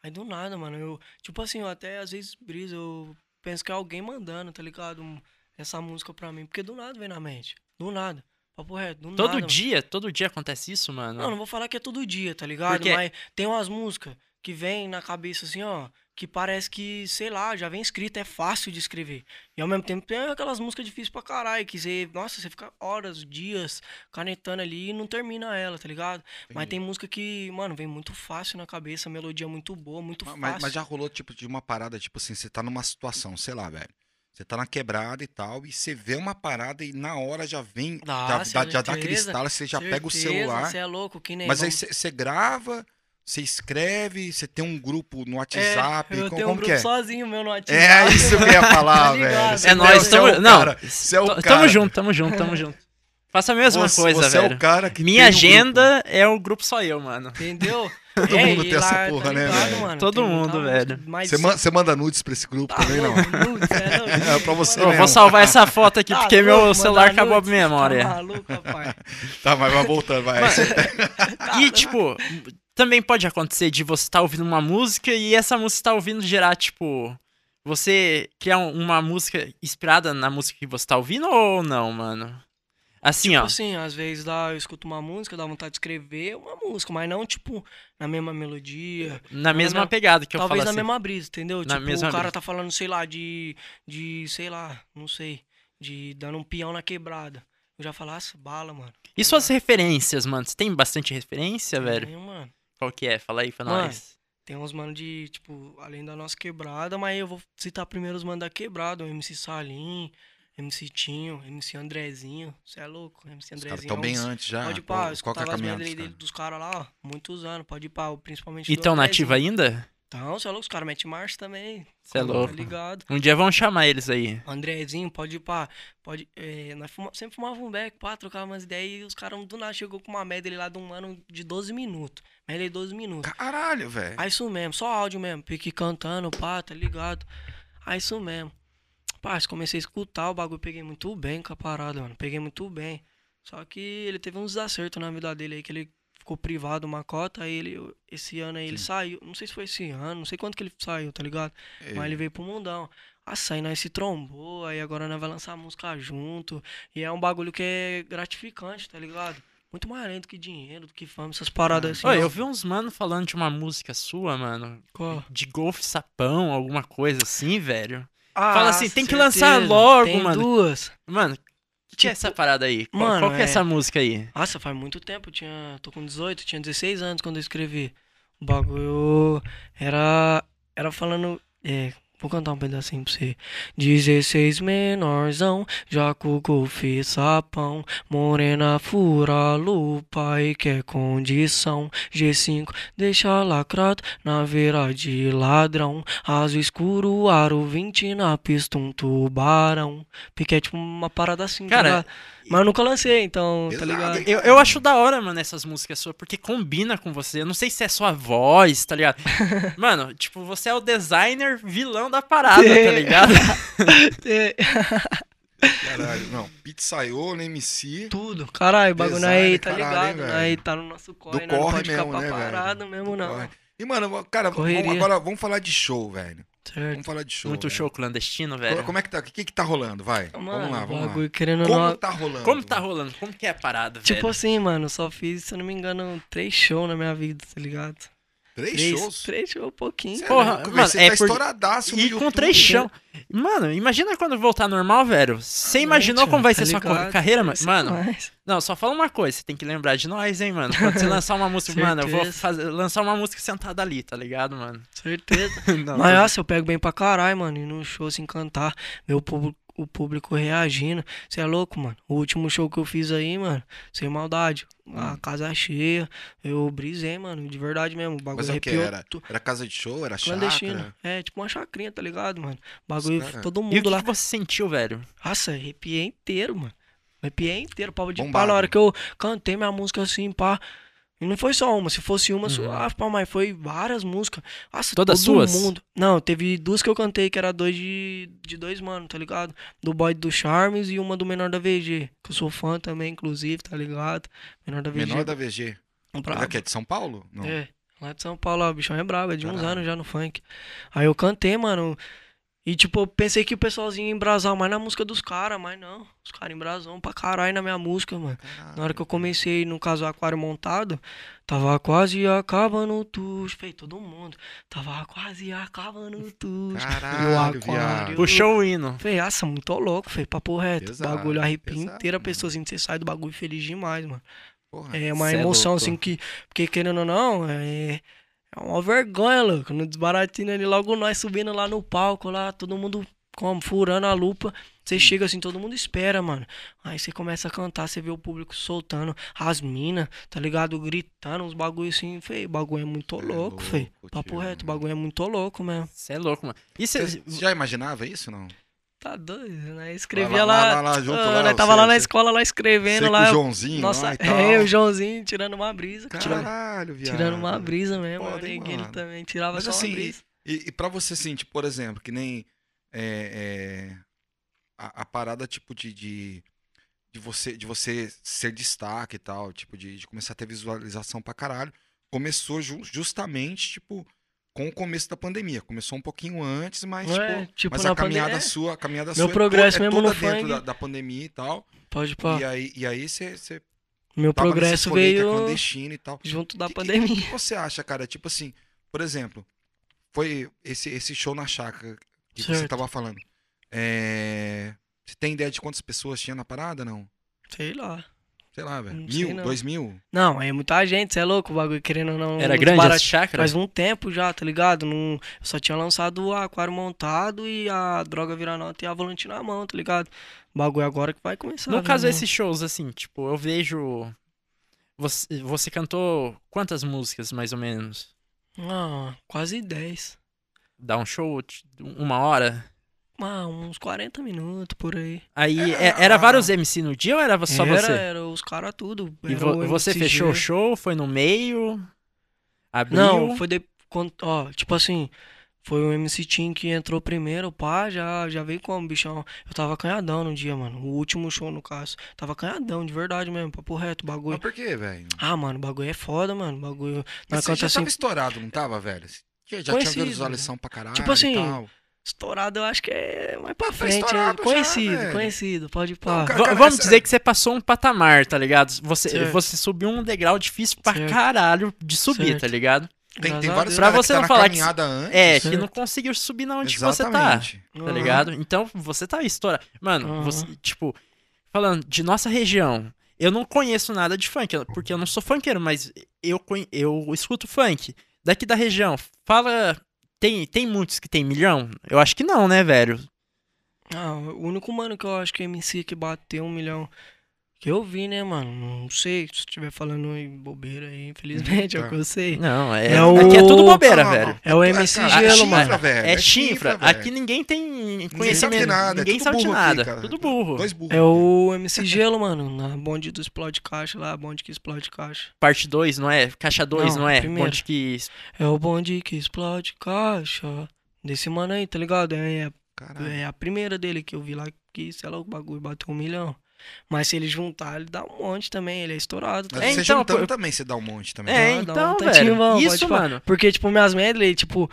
[SPEAKER 3] Aí do nada, mano, eu... Tipo assim, eu até às vezes brisa, eu penso que é alguém mandando, tá ligado? Um- Essa música pra mim, porque do nada vem na mente. Do nada. Papo reto, do
[SPEAKER 1] Todo
[SPEAKER 3] nada. mano.
[SPEAKER 1] dia, todo dia acontece isso, mano.
[SPEAKER 3] Não, não vou falar que é todo dia, tá ligado?
[SPEAKER 1] Porque-
[SPEAKER 3] Mas tem umas músicas que vem na cabeça assim, ó, que parece que, sei lá, já vem escrita, é fácil de escrever. E ao mesmo tempo tem aquelas músicas difíceis pra caralho, que você, nossa, você fica horas, dias canetando ali e não termina ela, tá ligado? Mas
[SPEAKER 2] Entendi.
[SPEAKER 3] tem música que, mano, vem muito fácil na cabeça, melodia muito boa, muito
[SPEAKER 2] Ma-
[SPEAKER 3] fácil.
[SPEAKER 2] Mas, mas já rolou, tipo, de uma parada, tipo assim, você tá numa situação, sei lá, velho. Você tá na quebrada e tal, e você vê uma parada e na hora já vem,
[SPEAKER 3] Dá,
[SPEAKER 2] já, dá, já dá aquele
[SPEAKER 3] certeza,
[SPEAKER 2] estalo, você já pega o
[SPEAKER 3] Certeza,
[SPEAKER 2] celular.
[SPEAKER 3] Você é louco, que nem
[SPEAKER 2] Mas aí
[SPEAKER 3] vamos-
[SPEAKER 2] você você grava, você escreve, você tem um grupo no
[SPEAKER 3] É,
[SPEAKER 2] WhatsApp,
[SPEAKER 3] eu
[SPEAKER 2] co-
[SPEAKER 3] tenho
[SPEAKER 2] como
[SPEAKER 3] um
[SPEAKER 2] que
[SPEAKER 3] grupo
[SPEAKER 2] é?
[SPEAKER 3] sozinho meu no WhatsApp.
[SPEAKER 2] É
[SPEAKER 3] (laughs)
[SPEAKER 2] isso que eu ia falar,
[SPEAKER 3] Tá ligado,
[SPEAKER 2] velho.
[SPEAKER 1] É
[SPEAKER 2] Você
[SPEAKER 1] nós,
[SPEAKER 2] você
[SPEAKER 1] tamo.
[SPEAKER 2] o
[SPEAKER 1] não,
[SPEAKER 2] cara. Você é o
[SPEAKER 1] t-
[SPEAKER 2] cara.
[SPEAKER 1] tamo junto, tamo junto, tamo junto. Faça a mesma
[SPEAKER 2] Você-
[SPEAKER 1] coisa,
[SPEAKER 2] você
[SPEAKER 1] velho.
[SPEAKER 2] é o cara que
[SPEAKER 3] um
[SPEAKER 1] Minha
[SPEAKER 2] tem o grupo.
[SPEAKER 1] agenda é o grupo só eu, mano.
[SPEAKER 3] Entendeu? É,
[SPEAKER 2] Todo mundo
[SPEAKER 3] e tá
[SPEAKER 2] tem essa porra, né,
[SPEAKER 3] ligado,
[SPEAKER 2] velho?
[SPEAKER 3] mano?
[SPEAKER 1] Todo
[SPEAKER 3] Tem muita
[SPEAKER 1] mundo,
[SPEAKER 3] música,
[SPEAKER 1] velho.
[SPEAKER 3] Mas
[SPEAKER 2] Você, man- você manda nudes pra esse grupo
[SPEAKER 3] Tá
[SPEAKER 2] também, não?
[SPEAKER 3] louco, nudes, (laughs) é louco,
[SPEAKER 2] É,
[SPEAKER 3] gente,
[SPEAKER 2] pra você
[SPEAKER 1] Eu
[SPEAKER 3] mano.
[SPEAKER 2] mesmo.
[SPEAKER 1] vou salvar essa foto
[SPEAKER 3] (laughs)
[SPEAKER 1] aqui
[SPEAKER 3] né? Tá
[SPEAKER 1] porque
[SPEAKER 3] louco,
[SPEAKER 1] meu
[SPEAKER 3] mandar
[SPEAKER 1] celular acabou a
[SPEAKER 3] nudes, Tá
[SPEAKER 1] memória.
[SPEAKER 3] maluco, rapaz.
[SPEAKER 2] Tá, mas vai voltando, vai.
[SPEAKER 1] Mano,
[SPEAKER 2] Você-
[SPEAKER 3] (laughs) Tá
[SPEAKER 1] E,
[SPEAKER 3] louco.
[SPEAKER 1] tipo, também pode acontecer de você estar ouvindo uma música e essa música tá ouvindo gerar, tipo. Você criar um- uma música inspirada na música que você tá ouvindo ou não, mano? Assim, ó.
[SPEAKER 3] Tipo assim, às vezes dá, eu escuto uma música, dá vontade de escrever uma música, mas não, tipo, na mesma melodia.
[SPEAKER 1] na mesma
[SPEAKER 3] na-
[SPEAKER 1] pegada que eu falo
[SPEAKER 3] talvez na
[SPEAKER 1] assim.
[SPEAKER 3] mesma brisa, entendeu?
[SPEAKER 1] Na
[SPEAKER 3] tipo,
[SPEAKER 1] mesma
[SPEAKER 3] o cara
[SPEAKER 1] brisa.
[SPEAKER 3] tá falando, sei lá, de. De, sei lá, não sei. De dando um peão na quebrada. Eu já falasse, bala, mano.
[SPEAKER 1] E suas referências, mano? Você tem bastante referência, É, velho?
[SPEAKER 3] Tem, mano.
[SPEAKER 1] Qual que é? Fala aí pra
[SPEAKER 3] Mano,
[SPEAKER 1] nós.
[SPEAKER 3] Tem uns mano de, tipo, além da nossa quebrada, mas eu vou citar primeiro os mano da quebrada, o MC Salim, MC Tinho, MC Andrezinho, você é louco, MC
[SPEAKER 2] Os caras
[SPEAKER 3] Andrezinho.
[SPEAKER 2] estão
[SPEAKER 3] é um
[SPEAKER 2] bem
[SPEAKER 3] dos-
[SPEAKER 2] antes já.
[SPEAKER 3] Pode ir
[SPEAKER 2] Qual-
[SPEAKER 3] pá, eu
[SPEAKER 2] Qual
[SPEAKER 1] Tá
[SPEAKER 2] que é a
[SPEAKER 3] escutava as
[SPEAKER 2] caminhada
[SPEAKER 3] merdas
[SPEAKER 2] dos
[SPEAKER 3] dele-
[SPEAKER 2] caras?
[SPEAKER 3] dos caras lá, ó, muitos anos, pode ir pá, o- principalmente
[SPEAKER 1] E
[SPEAKER 3] do
[SPEAKER 1] tão
[SPEAKER 3] Andrezinho.
[SPEAKER 1] nativo ainda?
[SPEAKER 3] Então, você é louco, os caras metem marcha também.
[SPEAKER 1] Você é louco.
[SPEAKER 3] Tá ligado?
[SPEAKER 1] Um dia vão chamar eles aí.
[SPEAKER 3] Andrezinho, pode ir pá, pode, é, nós fuma- sempre fumava um beck, pá, trocava umas ideias e os caras do nada chegou com uma média ele lá de um ano de 12 minutos, média de 12 minutos.
[SPEAKER 2] Caralho, velho.
[SPEAKER 3] Aí É isso mesmo, só áudio mesmo, pique cantando, pá, tá ligado? Aí isso mesmo. Parça, comecei a escutar o bagulho, peguei muito bem com a parada, mano. Peguei muito bem. Só que ele teve uns desacertos na vida dele aí, que ele ficou privado de uma cota, aí ele, esse ano aí ele saiu. Não sei se foi esse ano, não sei quando que ele saiu, tá ligado? Mas ele veio pro mundão. Nossa, aí nós se trombou, aí agora nós vai lançar música junto. E é um bagulho que é gratificante, tá ligado? Muito mais além do que dinheiro, do que fama, essas paradas assim.
[SPEAKER 1] Ô,
[SPEAKER 3] não.
[SPEAKER 1] É. eu vi uns mano falando de uma música sua, mano.
[SPEAKER 3] Qual?
[SPEAKER 1] De golfe sapão, alguma coisa assim, velho.
[SPEAKER 3] Ah,
[SPEAKER 1] Fala assim, "Tem que lançar logo,
[SPEAKER 3] tem
[SPEAKER 1] mano."
[SPEAKER 3] duas.
[SPEAKER 1] Mano, que tinha essa parada aí? Qual,
[SPEAKER 3] Mano,
[SPEAKER 1] qual que Tipo, é
[SPEAKER 3] é-
[SPEAKER 1] essa música aí?
[SPEAKER 3] Nossa, faz muito tempo. eu Tinha, tô com 18, tinha 16 anos quando eu escrevi. O bagulho era, era falando. é, vou cantar um pedacinho pra você. 16 menorzão, já com golfe e sapão. Morena fura a lupa e quer condição. G5 deixa lacrado na beira de ladrão. Raso escuro, aro 20 na pista, um tubarão. Piquete, uma parada assim, tá
[SPEAKER 1] Cara,
[SPEAKER 3] ligado? Mas eu nunca lancei, então,
[SPEAKER 2] Pesado,
[SPEAKER 3] tá ligado?
[SPEAKER 2] hein?
[SPEAKER 1] Eu, eu acho da hora, mano, essas músicas suas, porque combina com você. Eu não sei se é sua voz, tá (laughs) ligado? Mano, tipo, você é o designer vilão da parada, (laughs) tá ligado?
[SPEAKER 3] É,
[SPEAKER 2] Caralho, não. Pizzaiolo, MC.
[SPEAKER 3] Tudo, caralho, o bagulho
[SPEAKER 2] Design,
[SPEAKER 3] aí, tá
[SPEAKER 2] caralho,
[SPEAKER 3] ligado?
[SPEAKER 2] hein, velho?
[SPEAKER 3] aí tá no nosso
[SPEAKER 2] Do
[SPEAKER 3] corre, né? Não
[SPEAKER 2] corre
[SPEAKER 3] pode
[SPEAKER 2] mesmo,
[SPEAKER 3] ficar
[SPEAKER 2] né, velho?
[SPEAKER 3] parado mesmo, não.
[SPEAKER 2] Corre. E, mano, cara, vamos-
[SPEAKER 3] Correria.
[SPEAKER 2] agora vamos falar de show, velho.
[SPEAKER 3] Certo.
[SPEAKER 2] Vamos falar de show.
[SPEAKER 1] Muito
[SPEAKER 2] velho.
[SPEAKER 1] show clandestino,
[SPEAKER 2] Co-
[SPEAKER 1] velho.
[SPEAKER 2] Como é que tá? O que que tá rolando? Vai.
[SPEAKER 3] Mano,
[SPEAKER 2] vamos lá, vamos
[SPEAKER 3] bagulho
[SPEAKER 2] lá.
[SPEAKER 3] querendo ou não.
[SPEAKER 2] Como tá rolando?
[SPEAKER 1] Como tá rolando? Como que é a parada,
[SPEAKER 3] Tipo
[SPEAKER 1] velho?
[SPEAKER 3] assim, mano, só fiz, se eu não me engano, três shows na minha vida, tá ligado?
[SPEAKER 2] Três
[SPEAKER 3] Três,
[SPEAKER 2] shows?
[SPEAKER 3] três shows, pouquinho.
[SPEAKER 2] Cê é
[SPEAKER 1] Porra,
[SPEAKER 2] louco, velho,
[SPEAKER 1] mano,
[SPEAKER 2] Você
[SPEAKER 1] é
[SPEAKER 2] tá
[SPEAKER 1] porque-
[SPEAKER 2] estouradaço no
[SPEAKER 1] E com
[SPEAKER 2] YouTube,
[SPEAKER 1] três
[SPEAKER 2] velho.
[SPEAKER 1] chão. Mano, imagina quando voltar normal, velho. Você imaginou
[SPEAKER 3] Gente,
[SPEAKER 1] como vai
[SPEAKER 3] tá
[SPEAKER 1] ser sua co-
[SPEAKER 3] ligado?
[SPEAKER 1] carreira, mano?
[SPEAKER 3] Isso é
[SPEAKER 1] Mano,
[SPEAKER 3] demais.
[SPEAKER 1] Não, só fala uma coisa, você tem que lembrar de nós, hein, mano. Quando você
[SPEAKER 3] (laughs)
[SPEAKER 1] lançar uma música, mano, eu vou
[SPEAKER 3] Certeza.
[SPEAKER 1] fazer, lançar uma música sentada ali, tá ligado, mano?
[SPEAKER 2] (laughs)
[SPEAKER 3] Certeza.
[SPEAKER 1] Não,
[SPEAKER 3] Mas, nossa, eu pego bem pra caralho, mano. E no show se encantar, meu público, o público reagindo. Você é louco, mano. O último show que eu fiz aí, mano, sem maldade.
[SPEAKER 2] Hum.
[SPEAKER 3] A casa cheia. Eu brisei, mano. De verdade mesmo. O bagulho
[SPEAKER 2] Mas é o que
[SPEAKER 3] arrepiou
[SPEAKER 2] era?
[SPEAKER 3] tu-
[SPEAKER 2] Era casa de show? Era
[SPEAKER 3] Clandestino.
[SPEAKER 2] chácara?
[SPEAKER 3] É, tipo uma chacrinha, tá ligado, mano? Bagulho,
[SPEAKER 2] Os cara-
[SPEAKER 3] todo
[SPEAKER 1] e o
[SPEAKER 3] mundo
[SPEAKER 1] que,
[SPEAKER 3] lá.
[SPEAKER 1] que você sentiu, velho?
[SPEAKER 3] Nossa, arrepiei inteiro, mano. Arrepiei inteiro, pau de pau.
[SPEAKER 2] Bombado.
[SPEAKER 3] Na hora que eu cantei minha música assim, pá. E não foi só uma, se fosse
[SPEAKER 2] Uhum.
[SPEAKER 3] uma, suave, pá, mas foi várias músicas. Nossa,
[SPEAKER 1] Todas
[SPEAKER 3] todo
[SPEAKER 1] suas?
[SPEAKER 3] mundo. Não, teve duas que eu cantei, que era dois de, de dois mano, tá ligado? Do Boy do Charmes e uma do Menor da VG. Que eu sou fã também, inclusive, tá ligado? Menor da VG.
[SPEAKER 2] Menor da VG.
[SPEAKER 3] um brabo.
[SPEAKER 2] Era que é de São Paulo? Não.
[SPEAKER 3] É, lá de São Paulo, ó, o bichão é brabo, é de uns
[SPEAKER 2] Caralho.
[SPEAKER 3] anos já no funk. Aí eu cantei, mano. E tipo, eu pensei que o pessoalzinho ia embrasar mais na música dos caras, mas não. Os caras embrasam pra caralho na minha música, mano. Na hora que eu comecei, no caso, o aquário montado, tava quase acabando tudo. Fei, todo mundo. Tava quase acabando tudo.
[SPEAKER 2] Caralho,
[SPEAKER 3] E o
[SPEAKER 2] viado.
[SPEAKER 3] aquário.
[SPEAKER 1] Puxou o hino.
[SPEAKER 3] Fei, nossa, muito louco, fei, papo reto.
[SPEAKER 2] Pesado,
[SPEAKER 3] bagulho arrepia
[SPEAKER 2] pesado,
[SPEAKER 3] inteira a
[SPEAKER 2] mano.
[SPEAKER 3] pessoa, assim, você sai do bagulho feliz demais, mano.
[SPEAKER 2] Porra.
[SPEAKER 3] É uma
[SPEAKER 1] Cê é
[SPEAKER 3] emoção,
[SPEAKER 1] louco.
[SPEAKER 3] assim, que. Porque querendo ou não, é. É uma vergonha, louco. No desbaratino ali, logo nós subindo lá no palco, lá, todo mundo como, furando a lupa.
[SPEAKER 2] Hum.
[SPEAKER 3] Você chega assim, todo mundo espera, mano. Aí você começa a cantar, você vê o público soltando as minas, tá ligado? Gritando uns bagulho assim, feio. O bagulho é muito
[SPEAKER 2] É
[SPEAKER 3] louco,
[SPEAKER 2] louco,
[SPEAKER 3] feio.
[SPEAKER 2] tio,
[SPEAKER 3] Papo reto, o
[SPEAKER 2] mano.
[SPEAKER 3] bagulho é muito louco mesmo.
[SPEAKER 1] Você é louco, mano. E
[SPEAKER 2] Você
[SPEAKER 1] cê,
[SPEAKER 2] você já imaginava isso, não?
[SPEAKER 3] Tá doido, né?
[SPEAKER 2] Lá,
[SPEAKER 3] Escrevia
[SPEAKER 2] lá, lá,
[SPEAKER 3] lá.
[SPEAKER 2] lá, junto
[SPEAKER 3] ah,
[SPEAKER 2] lá,
[SPEAKER 3] nós
[SPEAKER 2] o
[SPEAKER 3] tava lá
[SPEAKER 2] Cê-
[SPEAKER 3] na
[SPEAKER 2] Cê-
[SPEAKER 3] escola, lá escrevendo
[SPEAKER 2] Você
[SPEAKER 3] lá.
[SPEAKER 2] com o
[SPEAKER 3] eu-
[SPEAKER 2] Joãozinho
[SPEAKER 3] Nossa,
[SPEAKER 2] lá e tal.
[SPEAKER 3] (laughs) é, o Joãozinho tirando uma brisa. tirando-
[SPEAKER 2] Caralho, viado.
[SPEAKER 3] Tirando uma brisa mesmo,
[SPEAKER 2] Foda,
[SPEAKER 3] o
[SPEAKER 2] hein,
[SPEAKER 3] neguinho
[SPEAKER 2] Ah, mano?
[SPEAKER 3] também tirava
[SPEAKER 2] Mas
[SPEAKER 3] só
[SPEAKER 2] assim,
[SPEAKER 3] uma brisa.
[SPEAKER 2] E, e pra você, assim, tipo, por exemplo, que nem é, é, a, a parada, tipo, de, de, de você, de você ser destaque e tal, tipo, de, de começar a ter visualização pra caralho, começou ju- justamente, tipo, com o começo da pandemia. Começou um pouquinho antes, mas,
[SPEAKER 3] É,
[SPEAKER 2] tipo,
[SPEAKER 3] tipo,
[SPEAKER 2] mas
[SPEAKER 3] na
[SPEAKER 2] a caminhada
[SPEAKER 3] pandemia- é.
[SPEAKER 2] sua, a caminhada
[SPEAKER 3] Meu
[SPEAKER 2] sua é to-
[SPEAKER 3] progresso
[SPEAKER 2] é
[SPEAKER 3] mesmo no
[SPEAKER 2] toda dentro
[SPEAKER 3] funk.
[SPEAKER 2] da, da pandemia e tal.
[SPEAKER 3] Pode pá.
[SPEAKER 2] E aí, e aí você, você
[SPEAKER 3] Meu
[SPEAKER 2] tava nesse
[SPEAKER 3] progresso
[SPEAKER 2] rolê que é
[SPEAKER 3] veio
[SPEAKER 2] clandestino e tal.
[SPEAKER 3] junto da
[SPEAKER 2] Que- que- O (laughs)
[SPEAKER 3] pandemia.
[SPEAKER 2] que você acha, cara? Tipo assim, por exemplo, foi esse, esse show na chácara que você
[SPEAKER 3] Certo.
[SPEAKER 2] tava falando. É, Você tem ideia de quantas pessoas tinha na parada, não?
[SPEAKER 3] Sei lá.
[SPEAKER 2] Sei lá, velho.
[SPEAKER 3] Não sei,
[SPEAKER 2] Mil,
[SPEAKER 3] não.
[SPEAKER 2] dois mil?
[SPEAKER 3] Não, é muita gente, você é louco, o bagulho querendo ou não.
[SPEAKER 1] era
[SPEAKER 3] uns
[SPEAKER 1] grande
[SPEAKER 3] barat-
[SPEAKER 1] essa chácara?
[SPEAKER 3] Faz um tempo já, tá ligado? Não, eu só tinha lançado o aquário montado e a droga virar nota e a volante na mão, tá ligado? O bagulho agora que vai começar.
[SPEAKER 1] No
[SPEAKER 3] né,
[SPEAKER 1] caso,
[SPEAKER 3] mano?
[SPEAKER 1] esses shows, assim, tipo, eu vejo... Você, você cantou quantas músicas, mais ou menos?
[SPEAKER 3] Ah, quase 10.
[SPEAKER 1] Dá um show, t- uma hora?
[SPEAKER 3] Ah, uns 40 minutos por aí.
[SPEAKER 1] Aí,
[SPEAKER 2] É,
[SPEAKER 1] é- era
[SPEAKER 2] ah.
[SPEAKER 1] vários MC no dia ou era só
[SPEAKER 3] era,
[SPEAKER 1] você?
[SPEAKER 3] Era os caras tudo.
[SPEAKER 1] E
[SPEAKER 3] era
[SPEAKER 1] vo-
[SPEAKER 3] o
[SPEAKER 1] você
[SPEAKER 3] MCG.
[SPEAKER 1] fechou o show? Foi no meio? Abriu?
[SPEAKER 3] Não, foi de... quando- ó, tipo assim, foi o MC Tim que entrou primeiro, pá, já, já veio como, bichão. Eu tava canhadão no dia, mano. O último show, no caso. Tava canhadão, de verdade mesmo, papo reto, o
[SPEAKER 2] Mas
[SPEAKER 3] bagulho.
[SPEAKER 2] por quê, velho?
[SPEAKER 3] Ah, mano, o bagulho é foda, mano. o Bagulho. Nós
[SPEAKER 2] Você
[SPEAKER 3] canta
[SPEAKER 2] já
[SPEAKER 3] assim,
[SPEAKER 2] tava estourado, não tava, velho? Você Já, já tinha
[SPEAKER 3] Conhecido,
[SPEAKER 1] né?
[SPEAKER 2] visualização pra caralho
[SPEAKER 3] Tipo assim,
[SPEAKER 2] e tal.
[SPEAKER 3] estourado, eu acho que é mais pra
[SPEAKER 2] tá
[SPEAKER 3] frente. é
[SPEAKER 2] estourado já,
[SPEAKER 3] Conhecido,
[SPEAKER 2] velho.
[SPEAKER 3] conhecido, pode ir
[SPEAKER 2] Não,
[SPEAKER 3] pá.
[SPEAKER 2] cara,
[SPEAKER 1] Va- vamos
[SPEAKER 2] essa-
[SPEAKER 1] dizer que você passou um patamar, tá ligado? Você,
[SPEAKER 3] Certo.
[SPEAKER 1] você subiu um degrau difícil pra
[SPEAKER 3] Certo.
[SPEAKER 1] caralho de subir,
[SPEAKER 3] Certo.
[SPEAKER 1] tá ligado?
[SPEAKER 2] Tem,
[SPEAKER 3] Graças
[SPEAKER 2] tem
[SPEAKER 3] a
[SPEAKER 2] vários
[SPEAKER 3] Deus.
[SPEAKER 1] Pra
[SPEAKER 2] caras que
[SPEAKER 1] você
[SPEAKER 2] tá
[SPEAKER 1] não
[SPEAKER 2] na
[SPEAKER 1] falar que-
[SPEAKER 2] caminhada antes.
[SPEAKER 1] É,
[SPEAKER 3] Certo.
[SPEAKER 1] que não conseguiu subir na onde você tá,
[SPEAKER 2] Exatamente. Uhum.
[SPEAKER 1] tá
[SPEAKER 3] Aham.
[SPEAKER 1] ligado? Então você tá estourado. Mano,
[SPEAKER 3] Aham.
[SPEAKER 1] você, tipo, falando de nossa região, eu não conheço nada de funk, porque eu não sou funkeiro, mas eu, conhe- eu escuto funk. Daqui da região, fala. Tem, tem muitos que tem milhão? Eu acho que não, né, velho?
[SPEAKER 3] Ah, o único mano que eu acho que é MC que bateu um milhão Que eu vi, né, mano? Não sei se estiver falando em bobeira aí, infelizmente, é
[SPEAKER 1] Tá.
[SPEAKER 3] o que eu sei.
[SPEAKER 1] Não, é.
[SPEAKER 3] É o-
[SPEAKER 1] Aqui é tudo bobeira,
[SPEAKER 2] Não, não,
[SPEAKER 1] velho.
[SPEAKER 2] não.
[SPEAKER 3] É o
[SPEAKER 2] Ah,
[SPEAKER 3] MC
[SPEAKER 2] cara,
[SPEAKER 1] Gelo,
[SPEAKER 2] é chifra,
[SPEAKER 1] mano.
[SPEAKER 2] velho,
[SPEAKER 1] É, chifra.
[SPEAKER 2] velho.
[SPEAKER 1] Aqui ninguém tem
[SPEAKER 2] Ninguém sabe
[SPEAKER 1] conhecimento.
[SPEAKER 2] de nada. é
[SPEAKER 1] Ninguém
[SPEAKER 2] tudo
[SPEAKER 1] sabe de
[SPEAKER 2] burro aqui,
[SPEAKER 1] nada.
[SPEAKER 2] cara.
[SPEAKER 1] tudo burro.
[SPEAKER 2] Dois burros.
[SPEAKER 3] É o MC Gelo, mano. Na bonde do explode caixa lá, bonde que explode caixa.
[SPEAKER 1] Parte 2, não é? Caixa 2, não,
[SPEAKER 3] Não,
[SPEAKER 1] é?
[SPEAKER 3] primeiro.
[SPEAKER 1] Onde que.
[SPEAKER 3] É o bonde que explode caixa. Desse mano aí, tá ligado? É, é-
[SPEAKER 2] Caralho.
[SPEAKER 3] é a primeira dele que eu vi lá, que, sei lá, o bagulho bateu um milhão. Mas se ele juntar, ele dá um monte também, ele é estourado.
[SPEAKER 2] Mas
[SPEAKER 3] Tá?
[SPEAKER 1] É,
[SPEAKER 2] você
[SPEAKER 1] então,
[SPEAKER 2] juntando
[SPEAKER 1] pô-
[SPEAKER 2] também, você dá um monte também.
[SPEAKER 1] É,
[SPEAKER 3] Dá- dá um
[SPEAKER 1] então,
[SPEAKER 3] tantinho,
[SPEAKER 1] velho.
[SPEAKER 3] vão,
[SPEAKER 1] isso,
[SPEAKER 3] pode falar.
[SPEAKER 1] mano.
[SPEAKER 3] Porque, tipo, minhas medley, tipo,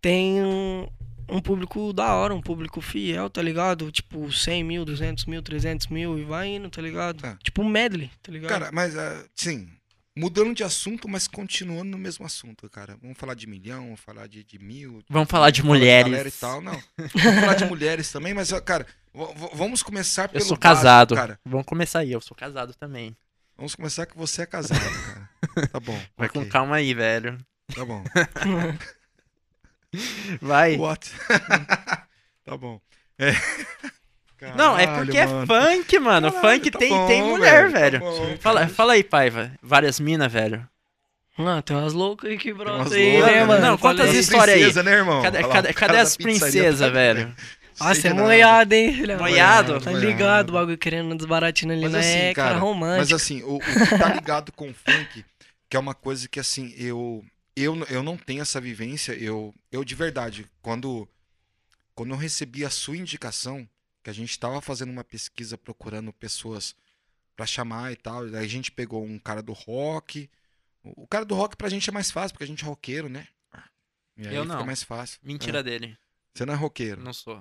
[SPEAKER 3] tem um, um público da hora, um público fiel, tá ligado? Tipo, 100 mil, 200 mil, 300 mil e vai indo, tá ligado?
[SPEAKER 2] Tá.
[SPEAKER 3] Tipo, medley, tá ligado?
[SPEAKER 2] Cara, mas ah, sim. Mudando de assunto, mas continuando no mesmo assunto, cara. Vamos falar de milhão, vamos falar de, de mil.
[SPEAKER 1] Vamos falar de
[SPEAKER 2] galera e
[SPEAKER 1] mulheres. (laughs)
[SPEAKER 2] tal, não. Vamos falar de mulheres também, mas, ó, cara, v- v- vamos começar
[SPEAKER 1] Eu
[SPEAKER 2] pelo
[SPEAKER 1] sou
[SPEAKER 2] básico,
[SPEAKER 1] casado.
[SPEAKER 2] cara.
[SPEAKER 1] Vamos começar aí. Eu sou casado também.
[SPEAKER 2] Vamos começar que você
[SPEAKER 1] (laughs)
[SPEAKER 2] é casado, cara. Tá bom.
[SPEAKER 1] Vai
[SPEAKER 2] ok,
[SPEAKER 1] com calma aí, velho.
[SPEAKER 2] Tá bom.
[SPEAKER 1] Vai.
[SPEAKER 2] What? (laughs) tá bom. É.
[SPEAKER 1] Não, é
[SPEAKER 2] Caralho,
[SPEAKER 1] porque é
[SPEAKER 2] mano.
[SPEAKER 1] funk, mano.
[SPEAKER 2] Caralho,
[SPEAKER 1] funk
[SPEAKER 2] tá
[SPEAKER 1] tem,
[SPEAKER 2] bom,
[SPEAKER 1] tem mulher, velho.
[SPEAKER 2] velho, tá bom,
[SPEAKER 1] fala,
[SPEAKER 2] cara.
[SPEAKER 1] fala aí, Paiva. Várias minas, velho.
[SPEAKER 3] Ah, tem umas loucas aí que
[SPEAKER 2] umas
[SPEAKER 3] brotam aí,
[SPEAKER 2] loucas,
[SPEAKER 3] né,
[SPEAKER 2] né?
[SPEAKER 3] mano?
[SPEAKER 1] Não,
[SPEAKER 3] Falei.
[SPEAKER 1] quantas
[SPEAKER 2] As
[SPEAKER 1] história aí.
[SPEAKER 2] princesas, né, irmão?
[SPEAKER 1] Cadê,
[SPEAKER 2] Olha lá,
[SPEAKER 1] cadê,
[SPEAKER 2] o
[SPEAKER 1] cadê
[SPEAKER 2] cara
[SPEAKER 1] as
[SPEAKER 2] da pizzaria
[SPEAKER 1] princesas,
[SPEAKER 2] tá-
[SPEAKER 1] velho?
[SPEAKER 2] Sei
[SPEAKER 3] Nossa, é
[SPEAKER 2] de nada.
[SPEAKER 3] moiado, hein, filha?
[SPEAKER 1] Moiado?
[SPEAKER 3] Tá
[SPEAKER 2] Moiado.
[SPEAKER 3] ligado o bagulho querendo desbaratina ali,
[SPEAKER 2] Mas
[SPEAKER 3] né?
[SPEAKER 2] assim,
[SPEAKER 3] é, cara,
[SPEAKER 2] cara,
[SPEAKER 3] romântico.
[SPEAKER 2] Mas assim, o, o que tá ligado com o funk, que é uma coisa que assim, eu eu, n- eu não tenho essa vivência, eu eu de verdade, quando quando eu recebi a sua indicação, que a gente tava fazendo uma pesquisa procurando pessoas pra chamar e tal, daí a gente pegou um cara do rock. O o cara do rock pra gente é mais fácil, porque a gente é roqueiro, né? E aí
[SPEAKER 1] Eu
[SPEAKER 2] fica
[SPEAKER 1] não.
[SPEAKER 2] mais fácil.
[SPEAKER 1] Mentira dele.
[SPEAKER 2] É. Você não é roqueiro.
[SPEAKER 1] Não sou.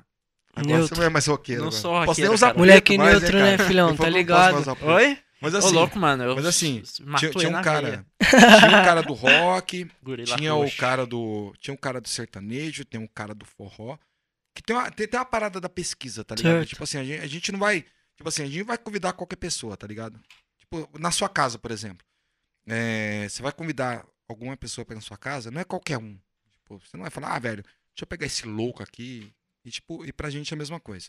[SPEAKER 2] Agora
[SPEAKER 3] Neutro.
[SPEAKER 2] você não é mais roqueiro.
[SPEAKER 1] Não
[SPEAKER 2] agora.
[SPEAKER 1] sou
[SPEAKER 2] Posso nem
[SPEAKER 1] roqueiro,
[SPEAKER 2] usar
[SPEAKER 1] cara.
[SPEAKER 2] preto
[SPEAKER 3] Moleque
[SPEAKER 2] mais,
[SPEAKER 3] neutro, né,
[SPEAKER 2] Eu
[SPEAKER 3] filhão? Tá
[SPEAKER 2] não posso
[SPEAKER 3] ligado?
[SPEAKER 2] mais usar preto.
[SPEAKER 1] Oi?
[SPEAKER 2] Mas
[SPEAKER 1] Ô,
[SPEAKER 2] assim,
[SPEAKER 1] louco, mano. Eu
[SPEAKER 2] mas assim,
[SPEAKER 1] s-
[SPEAKER 2] tinha,
[SPEAKER 1] mato
[SPEAKER 2] tinha
[SPEAKER 1] ele
[SPEAKER 2] um
[SPEAKER 1] na
[SPEAKER 2] cara,
[SPEAKER 1] veia.
[SPEAKER 2] tinha um cara do
[SPEAKER 1] (laughs)
[SPEAKER 2] rock,
[SPEAKER 1] Gorila
[SPEAKER 2] tinha o
[SPEAKER 1] roxo.
[SPEAKER 2] cara do, tinha um cara do sertanejo, tem um cara do forró, que tem uma, tem, tem uma parada da pesquisa, tá ligado?
[SPEAKER 3] Certo.
[SPEAKER 2] Tipo assim, a gente, a gente não vai, tipo assim, a gente vai convidar qualquer pessoa, tá ligado? Tipo, na sua casa, por exemplo, É, você vai convidar alguma pessoa pra ir na sua casa, não é qualquer um. Tipo, você não vai falar, ah, velho, deixa eu pegar esse louco aqui, e tipo, e pra gente é a mesma coisa.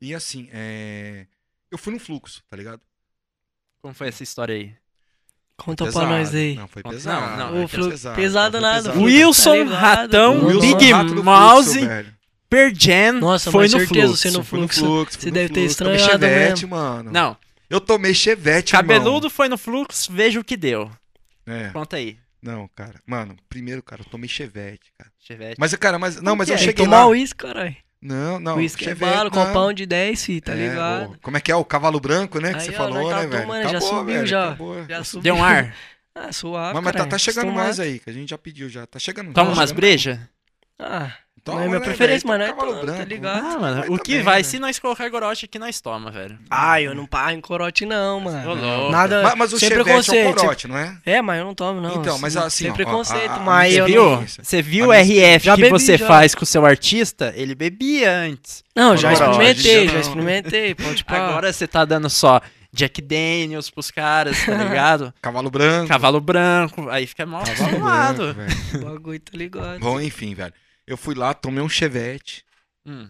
[SPEAKER 2] E assim, é, eu fui no fluxo, tá ligado?
[SPEAKER 1] Como foi essa história aí?
[SPEAKER 3] Conta
[SPEAKER 2] é Pesado.
[SPEAKER 3] pra nós aí.
[SPEAKER 2] Não, foi
[SPEAKER 1] Não,
[SPEAKER 2] pesado.
[SPEAKER 1] não,
[SPEAKER 2] foi
[SPEAKER 1] o
[SPEAKER 3] Flu-
[SPEAKER 2] pesado,
[SPEAKER 3] pesado
[SPEAKER 2] foi
[SPEAKER 3] nada,
[SPEAKER 2] pesado. é um
[SPEAKER 3] Flu- Tá
[SPEAKER 1] Wilson,
[SPEAKER 3] ligado?
[SPEAKER 1] Ratão,
[SPEAKER 3] Wilson,
[SPEAKER 1] Big
[SPEAKER 2] Rato do Fluxo,
[SPEAKER 1] Mouse,
[SPEAKER 2] velho.
[SPEAKER 1] Per Jam
[SPEAKER 3] Nossa,
[SPEAKER 1] foi
[SPEAKER 3] mas
[SPEAKER 1] no
[SPEAKER 3] certeza
[SPEAKER 1] fluxo.
[SPEAKER 3] você não
[SPEAKER 2] Fui no
[SPEAKER 3] Fluxo,
[SPEAKER 2] fluxo,
[SPEAKER 3] você
[SPEAKER 2] fui no
[SPEAKER 3] deve ter
[SPEAKER 2] fluxo. Tomei
[SPEAKER 3] estranhado né?
[SPEAKER 2] chevette, mano.
[SPEAKER 1] Não,
[SPEAKER 2] Eu tomei chevette, irmão.
[SPEAKER 1] cabeludo foi no fluxo, veja o que deu.
[SPEAKER 2] É,
[SPEAKER 1] Conta aí.
[SPEAKER 2] não, cara. Mano, primeiro, cara, eu tomei chevette, cara.
[SPEAKER 1] Chevette.
[SPEAKER 2] Mas, cara, mas... Não, mas
[SPEAKER 1] que
[SPEAKER 2] eu
[SPEAKER 1] é?
[SPEAKER 3] Tem que
[SPEAKER 2] cheguei
[SPEAKER 3] tomar
[SPEAKER 2] lá...
[SPEAKER 3] uísque, caralho.
[SPEAKER 2] Não, não.
[SPEAKER 3] Uísque é
[SPEAKER 2] chevette, não.
[SPEAKER 3] bala, copão de 10, fi, tá
[SPEAKER 2] É,
[SPEAKER 3] ligado?
[SPEAKER 2] ô, como é que é? O cavalo branco, né? Que
[SPEAKER 3] Aí,
[SPEAKER 2] você
[SPEAKER 3] ó,
[SPEAKER 2] falou,
[SPEAKER 3] nós tá
[SPEAKER 2] né, velho?
[SPEAKER 3] tomando, já
[SPEAKER 2] Acabou,
[SPEAKER 3] subiu,
[SPEAKER 2] velho,
[SPEAKER 3] já.
[SPEAKER 2] acabou.
[SPEAKER 3] Já subiu.
[SPEAKER 1] Deu um
[SPEAKER 2] (laughs)
[SPEAKER 1] ar.
[SPEAKER 3] Ah,
[SPEAKER 2] Mas,
[SPEAKER 3] suave,
[SPEAKER 2] mas tá,
[SPEAKER 3] caralho.
[SPEAKER 2] tá chegando
[SPEAKER 3] Acostumado.
[SPEAKER 2] mais aí, que a gente já pediu já. Tá chegando.
[SPEAKER 1] Toma
[SPEAKER 2] tá
[SPEAKER 1] umas
[SPEAKER 2] chegando.
[SPEAKER 1] brejas?
[SPEAKER 3] Ah,
[SPEAKER 2] Toma,
[SPEAKER 3] Não é minha
[SPEAKER 2] né,
[SPEAKER 3] preferência,
[SPEAKER 2] velho?
[SPEAKER 3] mas
[SPEAKER 2] Toma
[SPEAKER 3] nós
[SPEAKER 2] cavalo
[SPEAKER 3] toma, tá
[SPEAKER 2] branco.
[SPEAKER 3] ligado?
[SPEAKER 1] Ah, mano,
[SPEAKER 2] Vai
[SPEAKER 1] o que
[SPEAKER 2] também,
[SPEAKER 1] vai?
[SPEAKER 2] né?
[SPEAKER 1] Se nós colocar gorote aqui, nós toma, velho.
[SPEAKER 3] ah, eu não paro em corote não, mano.
[SPEAKER 1] Ô, louco.
[SPEAKER 3] Nada,
[SPEAKER 2] Mas, mas o
[SPEAKER 3] sem
[SPEAKER 2] chevette é o
[SPEAKER 3] preconceito.
[SPEAKER 2] corote, não é?
[SPEAKER 3] É, mas eu não tomo, não.
[SPEAKER 2] Então, mas assim, ó,
[SPEAKER 3] Sem
[SPEAKER 2] ó,
[SPEAKER 3] preconceito,
[SPEAKER 2] a- a-
[SPEAKER 3] mas
[SPEAKER 1] Você
[SPEAKER 2] você
[SPEAKER 3] eu
[SPEAKER 1] viu?
[SPEAKER 3] não...
[SPEAKER 2] conheço.
[SPEAKER 1] Você viu
[SPEAKER 2] A
[SPEAKER 1] o
[SPEAKER 2] minha
[SPEAKER 1] RF
[SPEAKER 3] Já
[SPEAKER 1] que
[SPEAKER 3] bebi,
[SPEAKER 1] você
[SPEAKER 3] já.
[SPEAKER 1] faz com o seu artista? Ele bebia antes.
[SPEAKER 3] Não, já
[SPEAKER 1] Corote,
[SPEAKER 3] experimentei,
[SPEAKER 2] não.
[SPEAKER 3] já experimentei, tipo, pode parar.
[SPEAKER 1] Agora você tá dando só Jack Daniels pros caras,
[SPEAKER 2] (laughs)
[SPEAKER 1] tá ligado?
[SPEAKER 2] Cavalo branco.
[SPEAKER 1] Cavalo branco, aí fica mal
[SPEAKER 2] Cavalo
[SPEAKER 1] acostumado.
[SPEAKER 2] branco, velho.
[SPEAKER 3] o bagulho tá ligado.
[SPEAKER 2] Bom, enfim, velho. Eu fui lá, tomei um chevette.
[SPEAKER 1] Hum.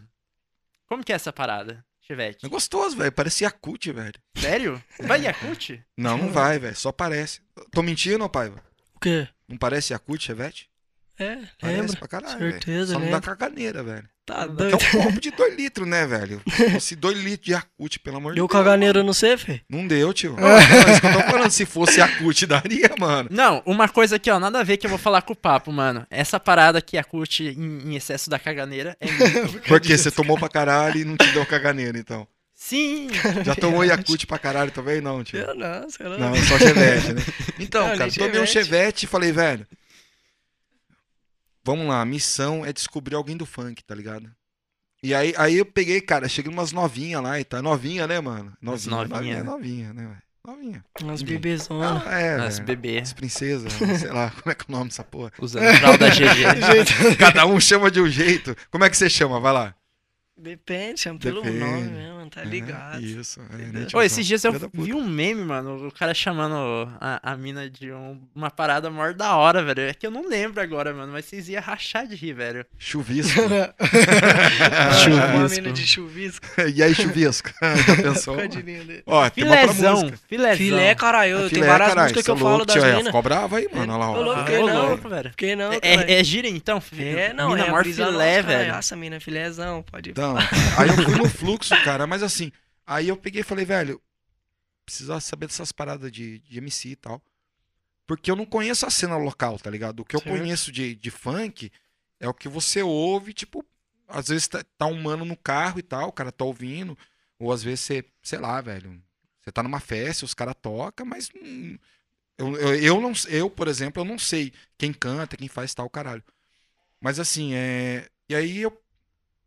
[SPEAKER 1] Como que é essa parada, Chevette?
[SPEAKER 2] É gostoso, velho. Parece Yakut, velho.
[SPEAKER 1] Sério? Vai Yakut?
[SPEAKER 2] Não, não vai, velho. Só parece. Tô mentindo, pai?
[SPEAKER 3] O quê?
[SPEAKER 2] Não parece Yakut, chevette?
[SPEAKER 3] É,
[SPEAKER 2] Parece
[SPEAKER 3] lembra?
[SPEAKER 2] pra caralho,
[SPEAKER 3] Certeza,
[SPEAKER 2] velho. Só não
[SPEAKER 3] lembra?
[SPEAKER 2] dá caganeira, velho.
[SPEAKER 3] Tá
[SPEAKER 2] Que é
[SPEAKER 3] doido.
[SPEAKER 2] um copo de 2 litros, né, velho? Se 2 litros de Yakut, pelo amor de
[SPEAKER 3] Deu
[SPEAKER 2] Deus.
[SPEAKER 3] caganeiro no C, fi?
[SPEAKER 2] Não deu,
[SPEAKER 3] (laughs)
[SPEAKER 2] tio. Não, é isso que eu tô falando. Se fosse Yakut, daria, mano.
[SPEAKER 1] (laughs) Não, uma coisa aqui, ó, nada a ver que eu vou falar com o papo, mano. Essa parada que Yakut em, em excesso da caganeira é muito.
[SPEAKER 2] (laughs) Porque você tomou pra caralho e não te deu caganeira, então.
[SPEAKER 1] Sim!
[SPEAKER 2] Já tomou Yakut pra caralho também, não, tio?
[SPEAKER 3] Eu não, sei lá.
[SPEAKER 2] Não, só chevette, né? Então,
[SPEAKER 3] Não,
[SPEAKER 2] cara,
[SPEAKER 3] nem
[SPEAKER 2] tomei um
[SPEAKER 3] chevette.
[SPEAKER 2] chevette e falei, velho. Vamos lá, a missão é descobrir alguém do funk, tá ligado? E aí, aí eu peguei, cara, cheguei umas novinhas lá e tá. Novinha, né, mano?
[SPEAKER 1] As
[SPEAKER 2] Novinha.
[SPEAKER 1] novinha,
[SPEAKER 2] Novinha,
[SPEAKER 1] né?
[SPEAKER 2] novinha né, velho? Novinha. (laughs)
[SPEAKER 3] Umas bebezonas.
[SPEAKER 2] Ah, é,
[SPEAKER 1] As
[SPEAKER 2] velho.
[SPEAKER 1] bebê
[SPEAKER 2] As princesas, né? sei lá, como é que é o nome dessa porra?
[SPEAKER 1] usando fralda
[SPEAKER 2] (laughs)
[SPEAKER 1] GG.
[SPEAKER 2] Cada um chama de um jeito. Como é que você chama? Vai lá.
[SPEAKER 3] Depende, chama pelo
[SPEAKER 2] Depende.
[SPEAKER 3] nome mesmo. tá ligado.
[SPEAKER 2] Isso. É, né,
[SPEAKER 3] Entendeu?
[SPEAKER 1] Ô,
[SPEAKER 2] tiozão?
[SPEAKER 1] esses dias eu
[SPEAKER 2] Filha da puta.
[SPEAKER 1] vi um meme, mano, o cara chamando a, a mina de um- uma parada maior da hora, velho. É que eu não lembro agora, mano, mas vocês iam rachar de rir, velho.
[SPEAKER 2] Chuvisco. Ah,
[SPEAKER 1] Ah,
[SPEAKER 2] é
[SPEAKER 3] Chamou a
[SPEAKER 1] Chuvisco.
[SPEAKER 3] Ah, mina de chuvisco.
[SPEAKER 2] e aí, chuvisco? (laughs) Já pensou?
[SPEAKER 3] Fica de linda.
[SPEAKER 2] Ó, tem uma outra
[SPEAKER 1] Filézão,
[SPEAKER 2] música.
[SPEAKER 1] filézão.
[SPEAKER 3] Filé, caralho. Eu tenho várias músicas que
[SPEAKER 2] é
[SPEAKER 3] eu falo das minas.
[SPEAKER 2] Ficou brava aí, mano. Olha lá,
[SPEAKER 3] Ô,
[SPEAKER 2] ó.
[SPEAKER 3] louco,
[SPEAKER 1] Ah,
[SPEAKER 3] que
[SPEAKER 1] ô,
[SPEAKER 3] não.
[SPEAKER 1] louco, velho.
[SPEAKER 3] Porque não, caralho.
[SPEAKER 1] É, é gira então, filho?
[SPEAKER 3] É, não,
[SPEAKER 1] mina
[SPEAKER 3] é
[SPEAKER 1] maior
[SPEAKER 3] a brisa
[SPEAKER 1] filé,
[SPEAKER 3] nossa,
[SPEAKER 1] velho.
[SPEAKER 3] caralho. Nossa, mina, é filézão, pode ir.
[SPEAKER 2] Então, aí eu fui no fluxo, cara, mas assim, aí eu peguei e falei, velho, precisava saber dessas paradas de, de MC e tal. Porque eu não conheço a cena local, tá ligado? O que eu
[SPEAKER 3] Certo.
[SPEAKER 2] conheço de, de funk é o que você ouve, tipo, às vezes tá, tá um mano no carro e tal, o cara tá ouvindo, ou às vezes você, sei lá, velho, você tá numa festa, os caras tocam, mas hum, eu, eu, eu não, eu, por exemplo, eu não sei quem canta, quem faz tal caralho. Mas assim, é, e aí eu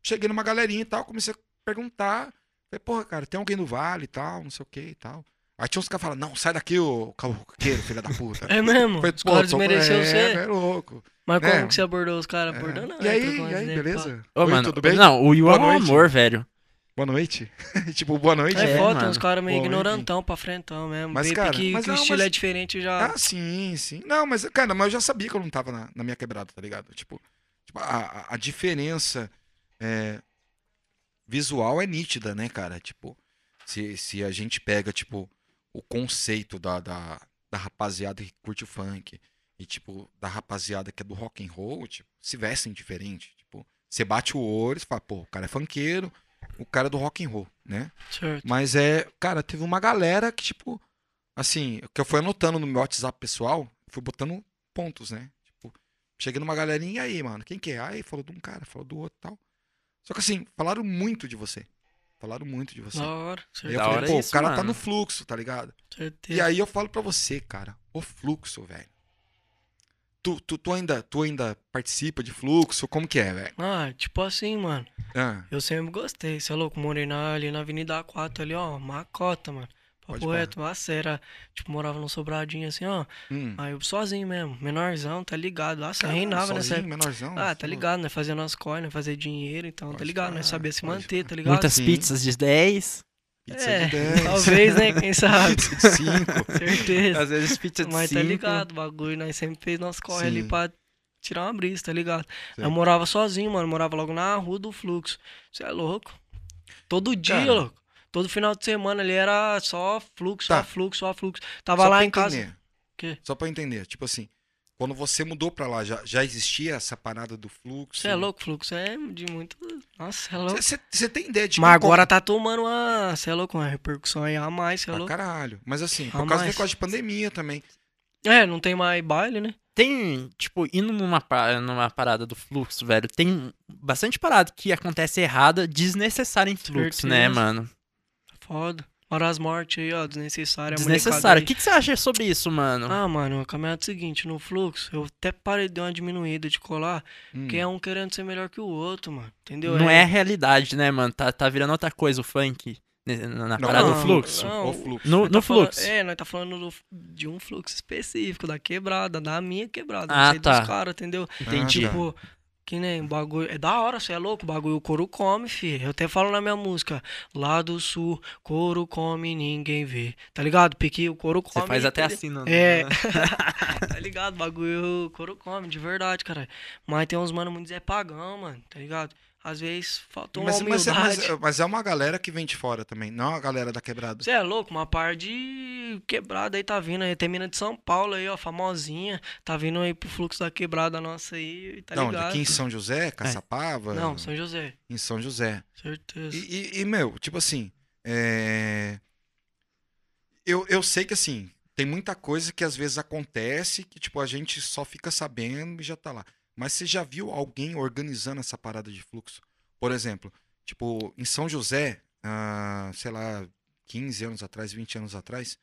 [SPEAKER 2] cheguei numa galerinha e tal, comecei a perguntar. Falei, porra, cara, tem alguém no vale e tal, não sei o que e tal. Aí tinha uns caras falando, não, sai daqui, ô cavoqueiro, filha da
[SPEAKER 1] (laughs)
[SPEAKER 2] puta.
[SPEAKER 3] É mesmo?
[SPEAKER 2] Falei,
[SPEAKER 3] Os caras
[SPEAKER 2] tô-
[SPEAKER 3] desmereceu
[SPEAKER 2] é,
[SPEAKER 3] você.
[SPEAKER 2] É louco.
[SPEAKER 3] Mas como
[SPEAKER 2] É.
[SPEAKER 3] que você abordou os
[SPEAKER 1] Tá
[SPEAKER 3] caras? Abordou não.
[SPEAKER 2] e
[SPEAKER 3] entrou
[SPEAKER 2] aí,
[SPEAKER 3] com
[SPEAKER 2] e
[SPEAKER 3] eles
[SPEAKER 2] aí,
[SPEAKER 3] dentro,
[SPEAKER 2] beleza?
[SPEAKER 1] Ô,
[SPEAKER 2] Oi,
[SPEAKER 1] mano,
[SPEAKER 2] tudo bem?
[SPEAKER 1] não, o Will
[SPEAKER 2] Boa
[SPEAKER 1] é um
[SPEAKER 2] noite.
[SPEAKER 1] amor, velho.
[SPEAKER 2] Boa noite. (laughs) tipo, boa noite.
[SPEAKER 3] pá. É,
[SPEAKER 1] É,
[SPEAKER 3] foda, tem
[SPEAKER 1] mano.
[SPEAKER 3] uns caras meio
[SPEAKER 2] Bom,
[SPEAKER 3] ignorantão pra frentão mesmo.
[SPEAKER 2] Mas,
[SPEAKER 3] Vê
[SPEAKER 2] cara,
[SPEAKER 3] que,
[SPEAKER 2] mas
[SPEAKER 3] que o
[SPEAKER 2] não,
[SPEAKER 3] estilo
[SPEAKER 2] mas-
[SPEAKER 3] é diferente já.
[SPEAKER 2] Ah, sim, sim. Não, mas, cara, mas eu já sabia que eu não tava na, na minha quebrada, tá ligado? Tipo, tipo, a- a, a diferença é, visual é nítida, né, cara? Tipo, se, se a gente pega, tipo, o conceito da, da, da rapaziada que curte o funk e, tipo, da rapaziada que é do rock and roll, tipo, se vestem diferente. Tipo, você bate o olho e fala, pô, o cara é funkeiro, o cara é do rock and roll, né?
[SPEAKER 3] Certo.
[SPEAKER 2] Mas é, cara, teve uma galera que, tipo, assim, que eu fui anotando no meu WhatsApp pessoal, fui botando pontos, né? Tipo, cheguei numa galerinha e aí, mano, quem que é? Aí falou de um cara, falou do outro e tal. Só que assim, falaram muito de você. Falaram muito de você.
[SPEAKER 3] Da hora. É.
[SPEAKER 2] Aí
[SPEAKER 1] Da
[SPEAKER 2] eu
[SPEAKER 3] Certeza.
[SPEAKER 1] hora
[SPEAKER 2] falei, pô,
[SPEAKER 1] isso,
[SPEAKER 2] o cara tá
[SPEAKER 1] mano.
[SPEAKER 2] no fluxo, tá ligado? E
[SPEAKER 3] certeza.
[SPEAKER 2] aí eu falo pra você, cara, o fluxo, velho. Tu, tu, tu, ainda, tu ainda participa de fluxo? Como que é, velho?
[SPEAKER 3] Ah, tipo assim, mano.
[SPEAKER 2] Ah,
[SPEAKER 3] Eu sempre gostei. Você é louco? Morei na, ali na Avenida A4 ali, ó. Macota, mano.
[SPEAKER 2] Pode
[SPEAKER 3] Papo
[SPEAKER 2] pá.
[SPEAKER 3] reto, macera. Tipo, morava num sobradinho assim, ó.
[SPEAKER 2] hum.
[SPEAKER 3] Aí eu sozinho mesmo. Menorzão, tá ligado? Nossa, reinava
[SPEAKER 2] Caralho,
[SPEAKER 3] nessa
[SPEAKER 2] sozinho,
[SPEAKER 3] época.
[SPEAKER 2] menorzão.
[SPEAKER 3] Ah,
[SPEAKER 2] assim,
[SPEAKER 3] tá ligado, né? Fazer nossas coisas, né? Fazer dinheiro, então, tá
[SPEAKER 2] Pode
[SPEAKER 3] ligado?
[SPEAKER 2] pá,
[SPEAKER 3] Nós sabia se
[SPEAKER 2] pode
[SPEAKER 3] manter,
[SPEAKER 2] pá.
[SPEAKER 3] tá ligado?
[SPEAKER 1] Muitas
[SPEAKER 2] Sim.
[SPEAKER 1] pizzas de 10.
[SPEAKER 2] Pizza
[SPEAKER 3] É,
[SPEAKER 2] de 10.
[SPEAKER 3] talvez, né? Quem sabe?
[SPEAKER 2] Pizza de
[SPEAKER 3] (laughs)
[SPEAKER 2] 5.
[SPEAKER 3] Certeza.
[SPEAKER 1] Às (laughs) vezes pizza de 5.
[SPEAKER 3] Mas tá ligado, o bagulho, nós sempre fez nosso corre ali
[SPEAKER 2] Sim.
[SPEAKER 3] pra tirar uma brisa, tá ligado?
[SPEAKER 2] Sim.
[SPEAKER 3] Eu morava sozinho, mano, morava logo na rua do fluxo. Você é louco? Todo dia,
[SPEAKER 2] Cara.
[SPEAKER 3] louco. Todo final de semana ali era só fluxo,
[SPEAKER 2] Tá.
[SPEAKER 3] só fluxo, só fluxo. Tava
[SPEAKER 2] Só
[SPEAKER 3] lá
[SPEAKER 2] pra
[SPEAKER 3] em casa.
[SPEAKER 2] entender.
[SPEAKER 3] Quê?
[SPEAKER 2] Só pra entender, tipo assim, quando você mudou pra lá, já, já existia essa parada do fluxo?
[SPEAKER 3] Você é louco, fluxo é de muito. Nossa, cê é louco.
[SPEAKER 2] Você tem ideia de
[SPEAKER 3] Mas
[SPEAKER 2] que-
[SPEAKER 3] agora tá tomando uma. Você é louco, uma repercussão aí a mais, você é
[SPEAKER 2] Pra
[SPEAKER 3] louco.
[SPEAKER 2] caralho. Mas assim, por
[SPEAKER 3] Ah,
[SPEAKER 2] causa do
[SPEAKER 3] mas-
[SPEAKER 2] negócio de pandemia também.
[SPEAKER 3] É, não tem mais baile, né?
[SPEAKER 1] Tem, tipo, indo numa, pa- numa parada do fluxo, velho, tem bastante parada que acontece errada, desnecessária em fluxo, né,
[SPEAKER 3] Certeza.
[SPEAKER 1] mano?
[SPEAKER 3] Foda. Hora as mortes aí, ó, desnecessária. a molecada
[SPEAKER 1] Desnecessária. O
[SPEAKER 3] aí.
[SPEAKER 1] que, que você acha sobre isso, mano?
[SPEAKER 3] Ah, mano, a caminhada é o seguinte, no fluxo, eu até parei de dar uma diminuída de colar,
[SPEAKER 2] Hum.
[SPEAKER 3] porque é um querendo ser melhor que o outro, mano. Entendeu?
[SPEAKER 1] Não é a realidade, né, mano? Tá, tá virando outra coisa o funk né, na na
[SPEAKER 2] Não, é
[SPEAKER 1] parada do
[SPEAKER 3] não,
[SPEAKER 1] fluxo.
[SPEAKER 3] não.
[SPEAKER 2] O fluxo.
[SPEAKER 1] No, no
[SPEAKER 3] Nós tá falando-
[SPEAKER 1] fluxo.
[SPEAKER 3] é, nós tá falando do- de um fluxo específico, da quebrada, da minha quebrada,
[SPEAKER 1] Ah,
[SPEAKER 3] não sei
[SPEAKER 1] tá.
[SPEAKER 3] dos caras, entendeu?
[SPEAKER 1] Entendi.
[SPEAKER 2] Ah, tá.
[SPEAKER 3] Tipo, que nem o bagulho. É da hora, você é louco. O bagulho, o couro come, fi. Eu até falo na minha música. Lá do sul, couro come, ninguém vê. Tá ligado? Pique, o couro come.
[SPEAKER 1] Você faz até
[SPEAKER 3] entendeu?
[SPEAKER 1] assim, não.
[SPEAKER 3] É. (laughs)
[SPEAKER 2] (laughs)
[SPEAKER 3] tá ligado? O Bagulho couro come, de verdade, cara. Mas tem uns mano muito Zé Pagão, mano, tá ligado? Às vezes faltou
[SPEAKER 2] Mas,
[SPEAKER 3] uma
[SPEAKER 2] mas, é-
[SPEAKER 3] humildade.
[SPEAKER 2] mas, é- mas é uma galera que vem de fora também, não a galera da quebrada.
[SPEAKER 3] Você é louco, uma par de quebrada aí tá vindo aí. Tem mina de São Paulo aí, ó, famosinha. Tá vindo aí pro fluxo da quebrada nossa aí, tá
[SPEAKER 2] não,
[SPEAKER 3] ligado? É.
[SPEAKER 2] aqui em São né? José, Caçapava,
[SPEAKER 3] Não, São José,
[SPEAKER 2] em São José.
[SPEAKER 3] certeza.
[SPEAKER 2] E, e- e, meu, tipo assim, é, eu, eu sei que assim, tem muita coisa que às vezes acontece que, tipo, a gente só fica sabendo e já tá lá. Mas você já viu alguém organizando essa parada de fluxo? Por exemplo, tipo, em São José, ah, sei lá, 15 anos atrás, 20 anos atrás,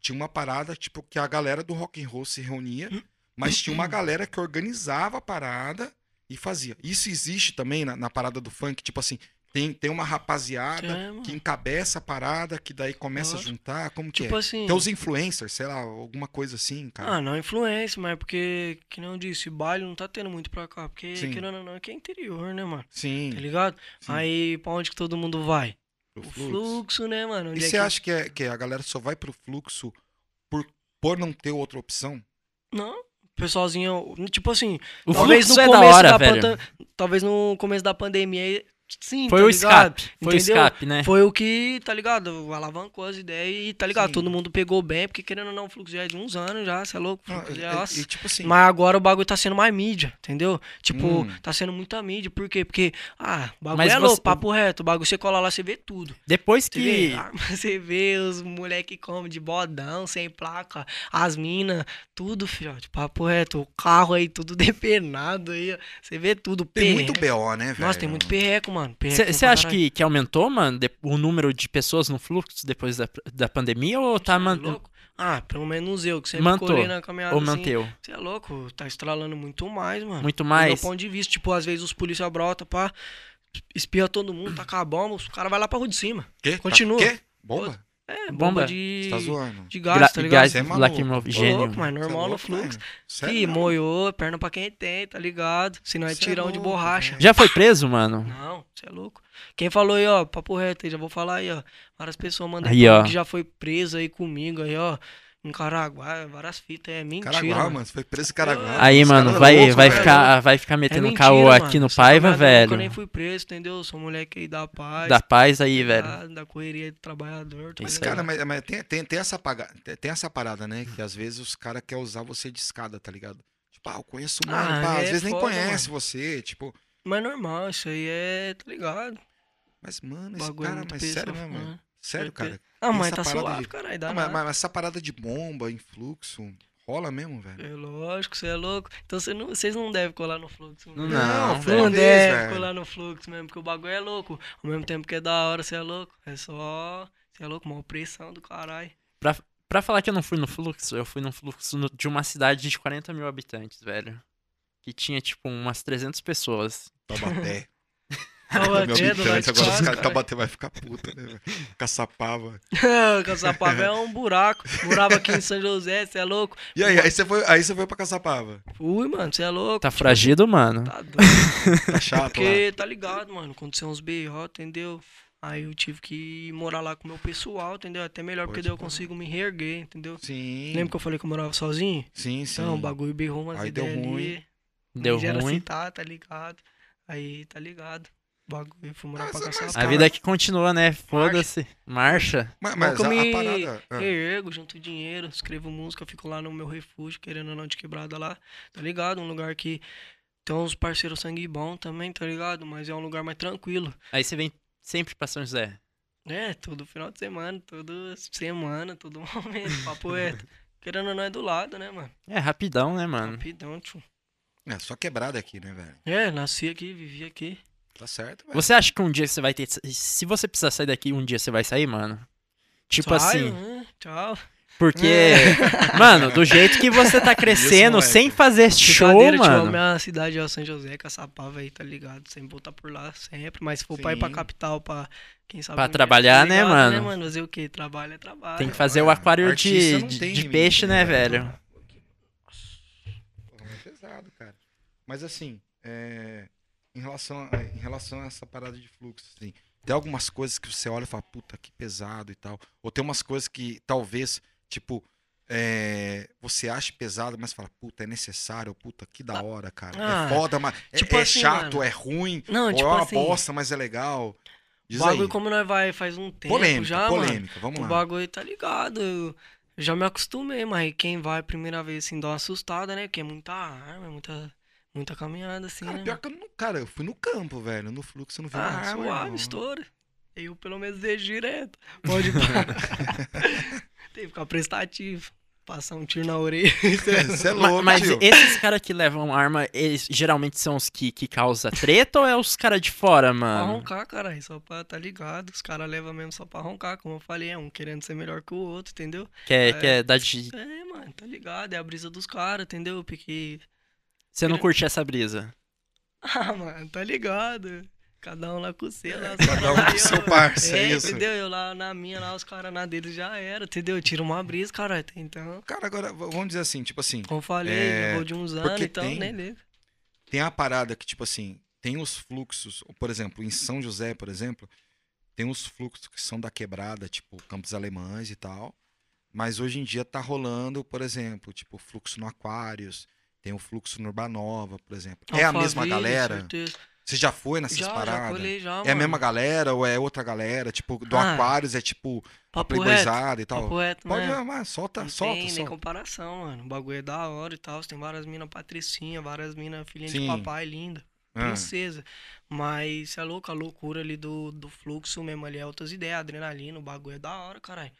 [SPEAKER 2] tinha uma parada, tipo, que a galera do rock and roll se reunia, mas tinha uma galera que organizava a parada e fazia. Isso existe também na, na parada do funk, tipo assim, tem, tem uma
[SPEAKER 3] Cê
[SPEAKER 2] rapaziada
[SPEAKER 3] é, mano.
[SPEAKER 2] que encabeça a parada, que daí começa a
[SPEAKER 3] Lógico.
[SPEAKER 2] juntar, como que
[SPEAKER 3] Tipo
[SPEAKER 2] é?
[SPEAKER 3] assim.
[SPEAKER 2] Tem os influencers, sei lá, alguma coisa assim, cara.
[SPEAKER 3] Ah, não influência, mas porque, que não disse, baile não tá tendo muito pra cá. Porque,
[SPEAKER 2] Sim.
[SPEAKER 1] Hum.
[SPEAKER 3] querendo ou não, aqui é interior, é né, mano?
[SPEAKER 2] Sim.
[SPEAKER 3] Tá ligado?
[SPEAKER 2] Sim.
[SPEAKER 3] Aí, pra onde que todo mundo vai?
[SPEAKER 2] Pro
[SPEAKER 3] é O fluxo, né, mano?
[SPEAKER 2] E
[SPEAKER 3] Onde é
[SPEAKER 2] você
[SPEAKER 3] que-
[SPEAKER 2] acha que, é, que a galera só vai pro fluxo por, por não ter outra opção?
[SPEAKER 3] Não, o pessoalzinho. Tipo assim,
[SPEAKER 1] O
[SPEAKER 3] talvez
[SPEAKER 1] fluxo
[SPEAKER 3] no
[SPEAKER 1] é da
[SPEAKER 3] começo
[SPEAKER 1] hora,
[SPEAKER 3] da
[SPEAKER 1] velho.
[SPEAKER 3] panda- Talvez no começo da pandemia, sim,
[SPEAKER 1] Foi
[SPEAKER 3] tá
[SPEAKER 1] o
[SPEAKER 3] ligado?
[SPEAKER 1] escape. Foi o
[SPEAKER 3] Entendeu?
[SPEAKER 1] escape, né?
[SPEAKER 3] Foi o que, tá ligado? Alavancou as ideias e, tá ligado?
[SPEAKER 2] Sim.
[SPEAKER 3] Todo mundo pegou bem, porque querendo ou não, o fluxo já é de uns anos já, você é louco?
[SPEAKER 2] Não,
[SPEAKER 1] Ah,
[SPEAKER 3] fluxo
[SPEAKER 2] e-
[SPEAKER 3] já,
[SPEAKER 2] e-
[SPEAKER 3] nossa.
[SPEAKER 2] e, tipo assim,
[SPEAKER 3] Mas agora o bagulho tá sendo mais mídia, entendeu? Tipo,
[SPEAKER 2] Hum.
[SPEAKER 3] tá sendo muita mídia. Por quê? Porque, ah, o bagulho
[SPEAKER 1] Mas
[SPEAKER 3] é
[SPEAKER 1] você-
[SPEAKER 3] louco, papo reto. O bagulho você cola lá, você vê tudo.
[SPEAKER 1] Depois
[SPEAKER 3] Você, vê,
[SPEAKER 1] que.
[SPEAKER 3] arma, você vê os moleque como de bodão, sem placa, as minas, tudo, filhote. Papo reto, o carro aí, tudo (laughs) depenado aí, ó. Você vê tudo.
[SPEAKER 2] tem
[SPEAKER 3] perreco.
[SPEAKER 2] muito BO, né, velho?
[SPEAKER 3] Nossa, tem muito perreco, mano. perreco
[SPEAKER 1] Você
[SPEAKER 3] pra
[SPEAKER 1] acha
[SPEAKER 3] caralho.
[SPEAKER 1] que, que aumentou, mano, de- o número de pessoas no fluxo depois da, da pandemia ou tá man-
[SPEAKER 3] é louco? Ah, pelo menos eu, que sempre
[SPEAKER 1] Mantou.
[SPEAKER 3] colei na caminhada
[SPEAKER 1] ou
[SPEAKER 3] assim.
[SPEAKER 1] manteu?
[SPEAKER 3] Você é louco, tá estralando muito mais, mano.
[SPEAKER 1] Muito
[SPEAKER 3] Do meu
[SPEAKER 1] mais.
[SPEAKER 3] ponto de vista, tipo, às vezes os polícia brota, pá, espirra todo mundo, taca a bomba, os caras vai lá pra rua de cima.
[SPEAKER 2] Quê?
[SPEAKER 3] Continua.
[SPEAKER 2] Tá, quê? Bomba?
[SPEAKER 3] É, bomba,
[SPEAKER 1] Bomba.
[SPEAKER 3] de,
[SPEAKER 2] Você tá zoando?
[SPEAKER 3] de
[SPEAKER 1] Gra-
[SPEAKER 3] gás, tá ligado?
[SPEAKER 1] gás
[SPEAKER 2] Você é maluco.
[SPEAKER 1] lacrimogênio.
[SPEAKER 3] Ô, louco, mas
[SPEAKER 2] Cê é
[SPEAKER 3] normal no
[SPEAKER 2] louco,
[SPEAKER 3] fluxo.
[SPEAKER 2] velho? Cê é
[SPEAKER 3] Ih,
[SPEAKER 2] louco.
[SPEAKER 3] moiou, perna pra quem tem, tá ligado? Se não é
[SPEAKER 2] Cê é
[SPEAKER 3] tirão de
[SPEAKER 2] louco,
[SPEAKER 3] borracha.
[SPEAKER 1] Já foi preso, mano?
[SPEAKER 3] Não, você é louco. Quem falou aí, ó, papo reto aí, já vou falar aí, ó. Várias pessoas mandam
[SPEAKER 1] Aí,
[SPEAKER 3] pra mim
[SPEAKER 1] ó.
[SPEAKER 3] que já foi presa aí comigo aí, ó. Em Caraguá, várias fitas, é mentira.
[SPEAKER 2] Caraguá,
[SPEAKER 3] mano.
[SPEAKER 2] mano. Você foi preso em Caraguá.
[SPEAKER 1] Aí,
[SPEAKER 2] Os
[SPEAKER 1] mano,
[SPEAKER 2] caras
[SPEAKER 1] vai,
[SPEAKER 2] loucos,
[SPEAKER 1] vai,
[SPEAKER 2] velho.
[SPEAKER 1] ficar, vai ficar metendo
[SPEAKER 3] É mentira,
[SPEAKER 1] caô
[SPEAKER 3] mano.
[SPEAKER 1] aqui no
[SPEAKER 3] Você tá
[SPEAKER 1] Paiva,
[SPEAKER 3] maluco, Eu nem
[SPEAKER 1] velho.
[SPEAKER 3] fui preso, entendeu? Eu sou moleque aí da paz,
[SPEAKER 1] Da paz aí, velho.
[SPEAKER 3] da, da correria do trabalhador. tá
[SPEAKER 1] Isso
[SPEAKER 3] ligado?
[SPEAKER 2] Cara, mas, mas tem, tem, tem essa paga- tem, tem essa parada, né? Que às vezes os caras querem usar você de escada, tá ligado? Tipo, ah, eu conheço o mano,
[SPEAKER 3] Ah,
[SPEAKER 2] pá, às
[SPEAKER 3] é
[SPEAKER 2] vezes nem
[SPEAKER 3] foda,
[SPEAKER 2] conhece você, tipo,
[SPEAKER 3] Mas é normal, isso aí é, tá ligado?
[SPEAKER 2] mas mano,
[SPEAKER 3] O
[SPEAKER 2] esse
[SPEAKER 3] bagulho é
[SPEAKER 2] cara,
[SPEAKER 3] muito
[SPEAKER 2] mas
[SPEAKER 3] pessoal,
[SPEAKER 2] sério mesmo, mano?
[SPEAKER 3] né?
[SPEAKER 2] Sério,
[SPEAKER 3] Certeza.
[SPEAKER 2] cara?
[SPEAKER 3] Ah, mas
[SPEAKER 2] essa
[SPEAKER 3] tá
[SPEAKER 2] parada
[SPEAKER 3] suave,
[SPEAKER 2] de-
[SPEAKER 3] caralho, dá
[SPEAKER 2] Não, mas,
[SPEAKER 3] nada.
[SPEAKER 2] mas essa parada de bomba, em fluxo, rola mesmo,
[SPEAKER 3] (laughs)
[SPEAKER 2] velho?
[SPEAKER 3] É lógico, você é louco. Então você não, vocês não devem colar no fluxo.
[SPEAKER 1] Não,
[SPEAKER 3] mano.
[SPEAKER 1] velho.
[SPEAKER 3] não
[SPEAKER 2] talvez,
[SPEAKER 3] deve
[SPEAKER 2] velho.
[SPEAKER 3] colar no fluxo mesmo, porque o bagulho é louco. Ao mesmo tempo que é da hora, você é louco. É só. Você é louco, uma opressão do caralho.
[SPEAKER 1] Pra falar que eu não fui no fluxo, eu fui no fluxo no- de uma cidade de 40 mil habitantes, velho. Que tinha, tipo, umas 300 pessoas.
[SPEAKER 2] Taubaté.
[SPEAKER 3] Taubaté,
[SPEAKER 2] Meu
[SPEAKER 3] do lado
[SPEAKER 2] habitante, agora
[SPEAKER 3] de
[SPEAKER 2] os
[SPEAKER 3] fora,
[SPEAKER 2] caras
[SPEAKER 3] cara.
[SPEAKER 2] Taubaté vai ficar puta, né, velho? Caçapava.
[SPEAKER 3] (laughs) Caçapava é um buraco. Morava aqui em São José, você é louco.
[SPEAKER 2] E aí, aí você foi, aí você foi pra Caçapava?
[SPEAKER 3] Fui, mano, você é louco.
[SPEAKER 1] Tá foragido, mano?
[SPEAKER 3] Tá doido.
[SPEAKER 2] Tá chato lá?
[SPEAKER 3] Porque tá ligado, mano. Aconteceu uns BO, entendeu? Aí eu tive que ir morar lá com o meu pessoal, entendeu? Até melhor, porque
[SPEAKER 2] Pode
[SPEAKER 3] daí eu
[SPEAKER 2] crer.
[SPEAKER 3] consigo me reerguer, entendeu?
[SPEAKER 2] Sim.
[SPEAKER 3] Lembra que eu falei que eu morava sozinho?
[SPEAKER 2] Sim, sim.
[SPEAKER 3] Então, o bagulho berrou umas
[SPEAKER 2] Aí deu
[SPEAKER 3] ideias
[SPEAKER 2] ruim.
[SPEAKER 3] ali.
[SPEAKER 1] Deu
[SPEAKER 3] gera
[SPEAKER 1] ruim.
[SPEAKER 3] citar, tá ligado? Aí, tá ligado. O bagulho, fui morar
[SPEAKER 2] Ah,
[SPEAKER 3] pra
[SPEAKER 2] mas-
[SPEAKER 3] caçar.
[SPEAKER 2] mas,
[SPEAKER 1] A vida que continua, né? Foda-se. Marcha.
[SPEAKER 2] Mas, mas
[SPEAKER 3] Nunca
[SPEAKER 2] a, a
[SPEAKER 3] me
[SPEAKER 2] parada. ah,
[SPEAKER 3] Reergo, é. junto dinheiro, escrevo música, fico lá no meu refúgio, querendo ou não, de quebrada lá, tá ligado? Um lugar que tem uns parceiros sangue bom também, tá ligado? Mas é um lugar mais tranquilo.
[SPEAKER 1] Aí você vem sempre pra São José.
[SPEAKER 3] É, todo final de semana, toda semana, todo (laughs) momento, papo reto. Querendo ou não, é do lado, né, mano?
[SPEAKER 1] É, rapidão, né, mano?
[SPEAKER 3] Rapidão, tio.
[SPEAKER 2] É só quebrada aqui, né, velho?
[SPEAKER 3] É, nasci aqui, vivi aqui.
[SPEAKER 2] Tá certo, velho.
[SPEAKER 1] Você acha que um dia você vai ter. Se você precisar sair daqui, um dia você vai sair, mano? Tipo
[SPEAKER 3] Saio,
[SPEAKER 1] assim,
[SPEAKER 3] né? Tchau.
[SPEAKER 1] (laughs) porque. Mano, do jeito que você tá crescendo,
[SPEAKER 2] moleque.
[SPEAKER 1] sem fazer show,
[SPEAKER 3] Brincadeira, tio,
[SPEAKER 1] mano.
[SPEAKER 3] minha cidade é o São José, Caçapava aí, tá ligado? Sempre voltar por lá, sempre. Mas se for pra ir pra
[SPEAKER 2] Sim.
[SPEAKER 3] capital, pra quem sabe...
[SPEAKER 1] Pra
[SPEAKER 3] um dia,
[SPEAKER 1] trabalhar,
[SPEAKER 3] tá
[SPEAKER 1] né,
[SPEAKER 3] ligado,
[SPEAKER 1] mano?
[SPEAKER 3] né, mano? Fazer o quê? Trabalho é trabalho.
[SPEAKER 1] Tem que fazer o
[SPEAKER 2] Ah,
[SPEAKER 1] aquário
[SPEAKER 2] artista
[SPEAKER 1] de,
[SPEAKER 2] não
[SPEAKER 1] de-
[SPEAKER 2] tem
[SPEAKER 1] de
[SPEAKER 2] limite,
[SPEAKER 1] peixe, né,
[SPEAKER 2] né,
[SPEAKER 1] velho?
[SPEAKER 2] Porra, mas é pesado, cara. Mas assim, é, em, relação a, em relação a essa parada de fluxo, assim, tem algumas coisas que você olha e fala, puta, que pesado e tal. Ou tem umas coisas que talvez, tipo, é, você ache pesado, mas fala, puta, é necessário, puta, que da hora, cara.
[SPEAKER 3] Ah,
[SPEAKER 2] é foda, mas é,
[SPEAKER 3] tipo
[SPEAKER 2] é
[SPEAKER 3] assim,
[SPEAKER 2] chato,
[SPEAKER 3] mano.
[SPEAKER 2] é ruim,
[SPEAKER 3] Não,
[SPEAKER 2] ou
[SPEAKER 3] tipo
[SPEAKER 2] é uma
[SPEAKER 3] assim,
[SPEAKER 2] bosta, mas é legal.
[SPEAKER 3] O
[SPEAKER 2] Diz
[SPEAKER 3] bagulho
[SPEAKER 2] aí.
[SPEAKER 3] como nós vai faz um tempo
[SPEAKER 2] polêmica,
[SPEAKER 3] já, mano.
[SPEAKER 2] polêmica, vamos
[SPEAKER 3] O
[SPEAKER 2] lá.
[SPEAKER 3] bagulho tá ligado, eu já me acostumei, mas quem vai a primeira vez, assim, dá uma assustada, né? Porque é muita arma, é muita, muita caminhada, assim,
[SPEAKER 2] Cara,
[SPEAKER 3] né,
[SPEAKER 2] pior que eu não. Cara, eu fui no campo, velho. No fluxo eu não vi uma
[SPEAKER 3] Ah,
[SPEAKER 2] arma,
[SPEAKER 3] suave,
[SPEAKER 2] irmão. (laughs)
[SPEAKER 3] estoura. Eu pelo menos dei direto. Pode ir pra-
[SPEAKER 2] (laughs)
[SPEAKER 3] Tem que ficar prestativo. Passar um tiro na orelha.
[SPEAKER 2] Você é
[SPEAKER 1] Ma-
[SPEAKER 2] louco,
[SPEAKER 1] Mas
[SPEAKER 2] tio.
[SPEAKER 1] esses caras que levam arma, eles geralmente são os que, que causam treta ou é os caras de fora,
[SPEAKER 3] pra
[SPEAKER 1] mano?
[SPEAKER 3] roncar, caralho. Só pra tá ligado. Os caras levam mesmo só pra roncar. Como eu falei, é um querendo ser melhor que o outro, entendeu?
[SPEAKER 1] Que é, que é da de.
[SPEAKER 3] É, mano, tá ligado. É a brisa dos caras, entendeu? Porque. (laughs)
[SPEAKER 1] Você não curte essa brisa.
[SPEAKER 3] Ah, mano, tá ligado. Cada um lá com o seu, lá, os
[SPEAKER 2] Cada
[SPEAKER 3] caras
[SPEAKER 2] um
[SPEAKER 3] lá,
[SPEAKER 2] com
[SPEAKER 3] eu- (laughs)
[SPEAKER 2] seu parça, é
[SPEAKER 3] É,
[SPEAKER 2] isso.
[SPEAKER 3] entendeu? Eu lá na minha, lá os caras na deles já era, entendeu? Tira uma brisa, caralho. Então,
[SPEAKER 2] Cara, agora, v- vamos dizer assim, tipo assim,
[SPEAKER 3] como eu falei,
[SPEAKER 2] É,
[SPEAKER 3] levou de uns anos,
[SPEAKER 2] porque
[SPEAKER 3] então
[SPEAKER 2] tem-
[SPEAKER 3] nem liga.
[SPEAKER 2] tem a parada que, tipo assim, tem os fluxos, por exemplo, em São José, por exemplo, Tem uns fluxos que são da quebrada, tipo campos alemães e tal. Mas hoje em dia tá rolando, por exemplo, tipo fluxo no Aquários, tem o fluxo no Urbanova, por exemplo. é a mesma
[SPEAKER 3] Alphaville,
[SPEAKER 2] galera?
[SPEAKER 3] certeza.
[SPEAKER 2] Você já foi nessas
[SPEAKER 3] Já, já
[SPEAKER 2] paradas?
[SPEAKER 3] colhei
[SPEAKER 2] é
[SPEAKER 3] já,
[SPEAKER 2] a
[SPEAKER 3] mano.
[SPEAKER 2] mesma galera ou é outra galera? Tipo, do
[SPEAKER 1] Ah.
[SPEAKER 2] Aquários é tipo a
[SPEAKER 3] Papo reto,
[SPEAKER 2] playboyzada e tal.
[SPEAKER 3] papo reto,
[SPEAKER 2] Pode,
[SPEAKER 3] né?
[SPEAKER 2] mas solta,
[SPEAKER 3] Não
[SPEAKER 2] solta,
[SPEAKER 3] tem nem
[SPEAKER 2] solta.
[SPEAKER 3] comparação, mano. O bagulho é da hora e tal. Você tem várias minas patricinha, várias minas filhinha
[SPEAKER 2] Sim.
[SPEAKER 3] de papai, linda.
[SPEAKER 2] Ah.
[SPEAKER 3] Princesa. Mas você é louco, a loucura ali do, do fluxo mesmo ali é outras ideias, adrenalina, o bagulho é da hora, caralho.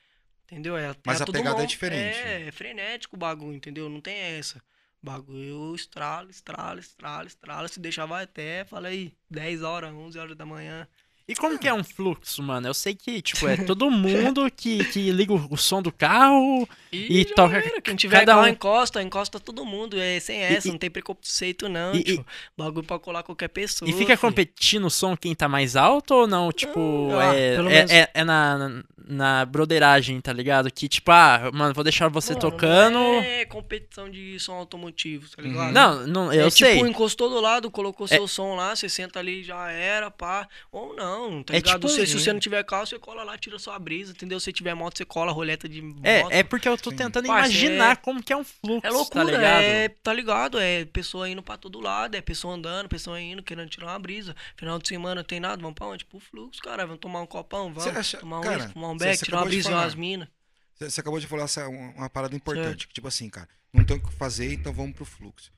[SPEAKER 3] Entendeu? É,
[SPEAKER 2] Mas
[SPEAKER 3] é
[SPEAKER 2] a
[SPEAKER 3] tudo
[SPEAKER 2] pegada é
[SPEAKER 3] mão-
[SPEAKER 2] diferente,
[SPEAKER 3] É, é frenético o bagulho, entendeu? Não tem essa. Bagulho estrala, estrala, estrala, estrala. Se deixar vai até, fala aí, 10 horas, 11 horas da manhã.
[SPEAKER 1] E como que é um fluxo, mano? Eu sei que, tipo, é todo mundo que, que liga o, o som do carro.
[SPEAKER 3] E,
[SPEAKER 1] E
[SPEAKER 3] já
[SPEAKER 1] toca-
[SPEAKER 3] era. Quem tiver
[SPEAKER 1] cada
[SPEAKER 3] carro
[SPEAKER 1] um-
[SPEAKER 3] encosta, encosta todo mundo. É sem essa,
[SPEAKER 1] e-
[SPEAKER 3] não tem preconceito não,
[SPEAKER 1] e-
[SPEAKER 3] tio. Bagulho pra colar qualquer pessoa.
[SPEAKER 1] e fica
[SPEAKER 3] fi.
[SPEAKER 1] competindo o som quem tá mais alto ou não? Tipo,
[SPEAKER 3] Ah,
[SPEAKER 1] é,
[SPEAKER 3] pelo
[SPEAKER 1] é-
[SPEAKER 3] menos-
[SPEAKER 1] é- é na, na broderagem, tá ligado? Que, tipo, ah, mano, vou deixar você
[SPEAKER 3] Mano,
[SPEAKER 1] tocando.
[SPEAKER 3] Não é competição de som automotivo, tá ligado?
[SPEAKER 2] Uhum.
[SPEAKER 1] Não, não, eu
[SPEAKER 3] é,
[SPEAKER 1] sei. É
[SPEAKER 3] Tipo, encostou do lado, colocou seu som lá, você senta ali já era, pá. Ou não, tá
[SPEAKER 1] É
[SPEAKER 3] ligado?
[SPEAKER 1] tipo
[SPEAKER 3] Você-
[SPEAKER 1] um-
[SPEAKER 3] se você não tiver carro, você cola lá, tira sua brisa, entendeu? Se tiver moto, você cola a roleta de moto.
[SPEAKER 1] É, é porque eu tô
[SPEAKER 3] assim.
[SPEAKER 2] Sim.
[SPEAKER 1] tentando
[SPEAKER 3] Parça,
[SPEAKER 1] imaginar
[SPEAKER 3] é-
[SPEAKER 1] como que é um fluxo,
[SPEAKER 3] É loucura,
[SPEAKER 1] tá ligado?
[SPEAKER 3] é, tá ligado? É pessoa indo pra todo lado, é pessoa andando, pessoa indo, querendo tirar uma brisa. Final de semana não tem nada, vamos pra onde? Pro fluxo, cara. Vamos tomar um copão, vamos
[SPEAKER 2] Cê acha-
[SPEAKER 3] tomar um
[SPEAKER 2] cara,
[SPEAKER 3] uísque, tomar um
[SPEAKER 2] cê-
[SPEAKER 3] beck,
[SPEAKER 2] cê
[SPEAKER 3] tirar uma
[SPEAKER 2] acabou de
[SPEAKER 3] brisa,
[SPEAKER 2] falar.
[SPEAKER 3] umas minas.
[SPEAKER 2] Você você acabou de falar essa, uma, uma parada importante, que tipo assim, cara, não tem o que fazer, então vamos pro fluxo.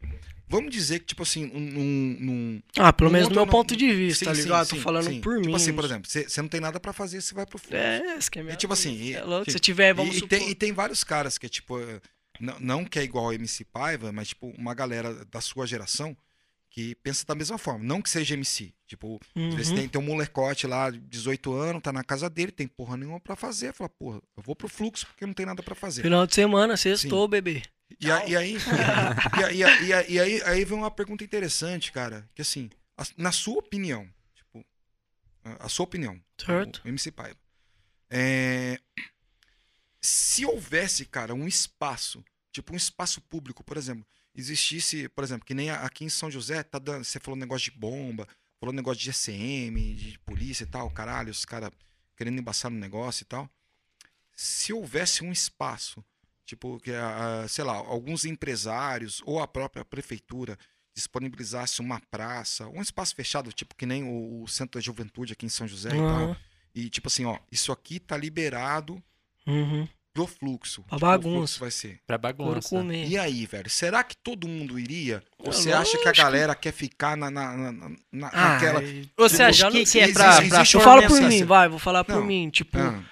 [SPEAKER 2] Vamos dizer que, tipo assim, um- num. num-
[SPEAKER 3] Ah, pelo
[SPEAKER 2] num
[SPEAKER 3] menos do
[SPEAKER 2] outro
[SPEAKER 3] meu
[SPEAKER 2] não-
[SPEAKER 3] ponto de vista,
[SPEAKER 2] Sim,
[SPEAKER 3] tá
[SPEAKER 2] sim,
[SPEAKER 3] ligado? Tô
[SPEAKER 2] sim,
[SPEAKER 3] falando
[SPEAKER 2] sim.
[SPEAKER 3] por mim.
[SPEAKER 2] Tipo assim, por exemplo, você você não tem nada pra fazer, você vai pro fluxo.
[SPEAKER 3] É, esse que é meu.
[SPEAKER 2] E tipo assim, e-
[SPEAKER 3] é louco,
[SPEAKER 2] sim.
[SPEAKER 3] se tiver, vamos
[SPEAKER 2] e, e
[SPEAKER 3] supor.
[SPEAKER 2] tem, e tem vários caras que é tipo. eh, Não, não que é igual ao MC Paiva, mas tipo, uma galera da sua geração que pensa da mesma forma. Não que seja MC. Tipo, às vezes
[SPEAKER 3] Uhum.
[SPEAKER 2] tem, tem um molecote lá, 18 anos, tá na casa dele, tem porra nenhuma pra fazer. Fala, porra, eu vou pro fluxo porque não tem nada pra fazer.
[SPEAKER 3] Final de semana, sextou, bebê.
[SPEAKER 2] E, a- e aí, e, a- e, a- e, a- e aí, aí vem uma pergunta interessante, cara. Que assim, a- na sua opinião, tipo, a, a sua opinião,
[SPEAKER 3] Certo?
[SPEAKER 2] o MC Paiva. É, se houvesse, cara, um espaço, tipo um espaço público, por exemplo, existisse, por exemplo, que nem a- aqui em São José, tá dando, você falou negócio de bomba, falou negócio de GCM, de polícia e tal, caralho, os caras querendo embaçar no negócio e tal. Se houvesse um espaço, tipo, que, a- a, sei lá, alguns empresários ou a própria prefeitura disponibilizasse uma praça, um espaço fechado, tipo que nem o, o Centro da Juventude aqui em São José e tal,
[SPEAKER 3] Aham.
[SPEAKER 2] e tipo assim, ó, isso aqui tá liberado
[SPEAKER 3] Uhum.
[SPEAKER 2] pro fluxo. Tipo,
[SPEAKER 3] Pra
[SPEAKER 2] o
[SPEAKER 3] bagunça. É.
[SPEAKER 2] fluxo vai ser.
[SPEAKER 1] Pra
[SPEAKER 3] Couro
[SPEAKER 1] bagunça.
[SPEAKER 3] comer.
[SPEAKER 2] E aí, velho, será que todo mundo iria? Ou
[SPEAKER 3] É
[SPEAKER 2] você acha que a
[SPEAKER 3] lógico.
[SPEAKER 2] galera quer ficar na, na, na, na- na-
[SPEAKER 3] Ah,
[SPEAKER 2] naquela.
[SPEAKER 3] e-
[SPEAKER 1] Você
[SPEAKER 3] Eu
[SPEAKER 1] acha
[SPEAKER 3] já
[SPEAKER 1] que,
[SPEAKER 3] não
[SPEAKER 1] que
[SPEAKER 3] sei.
[SPEAKER 1] é pra,
[SPEAKER 2] Existe-
[SPEAKER 1] pra
[SPEAKER 2] existe
[SPEAKER 3] Eu
[SPEAKER 2] Por
[SPEAKER 3] falo por
[SPEAKER 1] fomentar-
[SPEAKER 2] mensagem.
[SPEAKER 3] mim, vai, vou falar por
[SPEAKER 2] Não.
[SPEAKER 3] mim. Tipo,
[SPEAKER 2] Ah,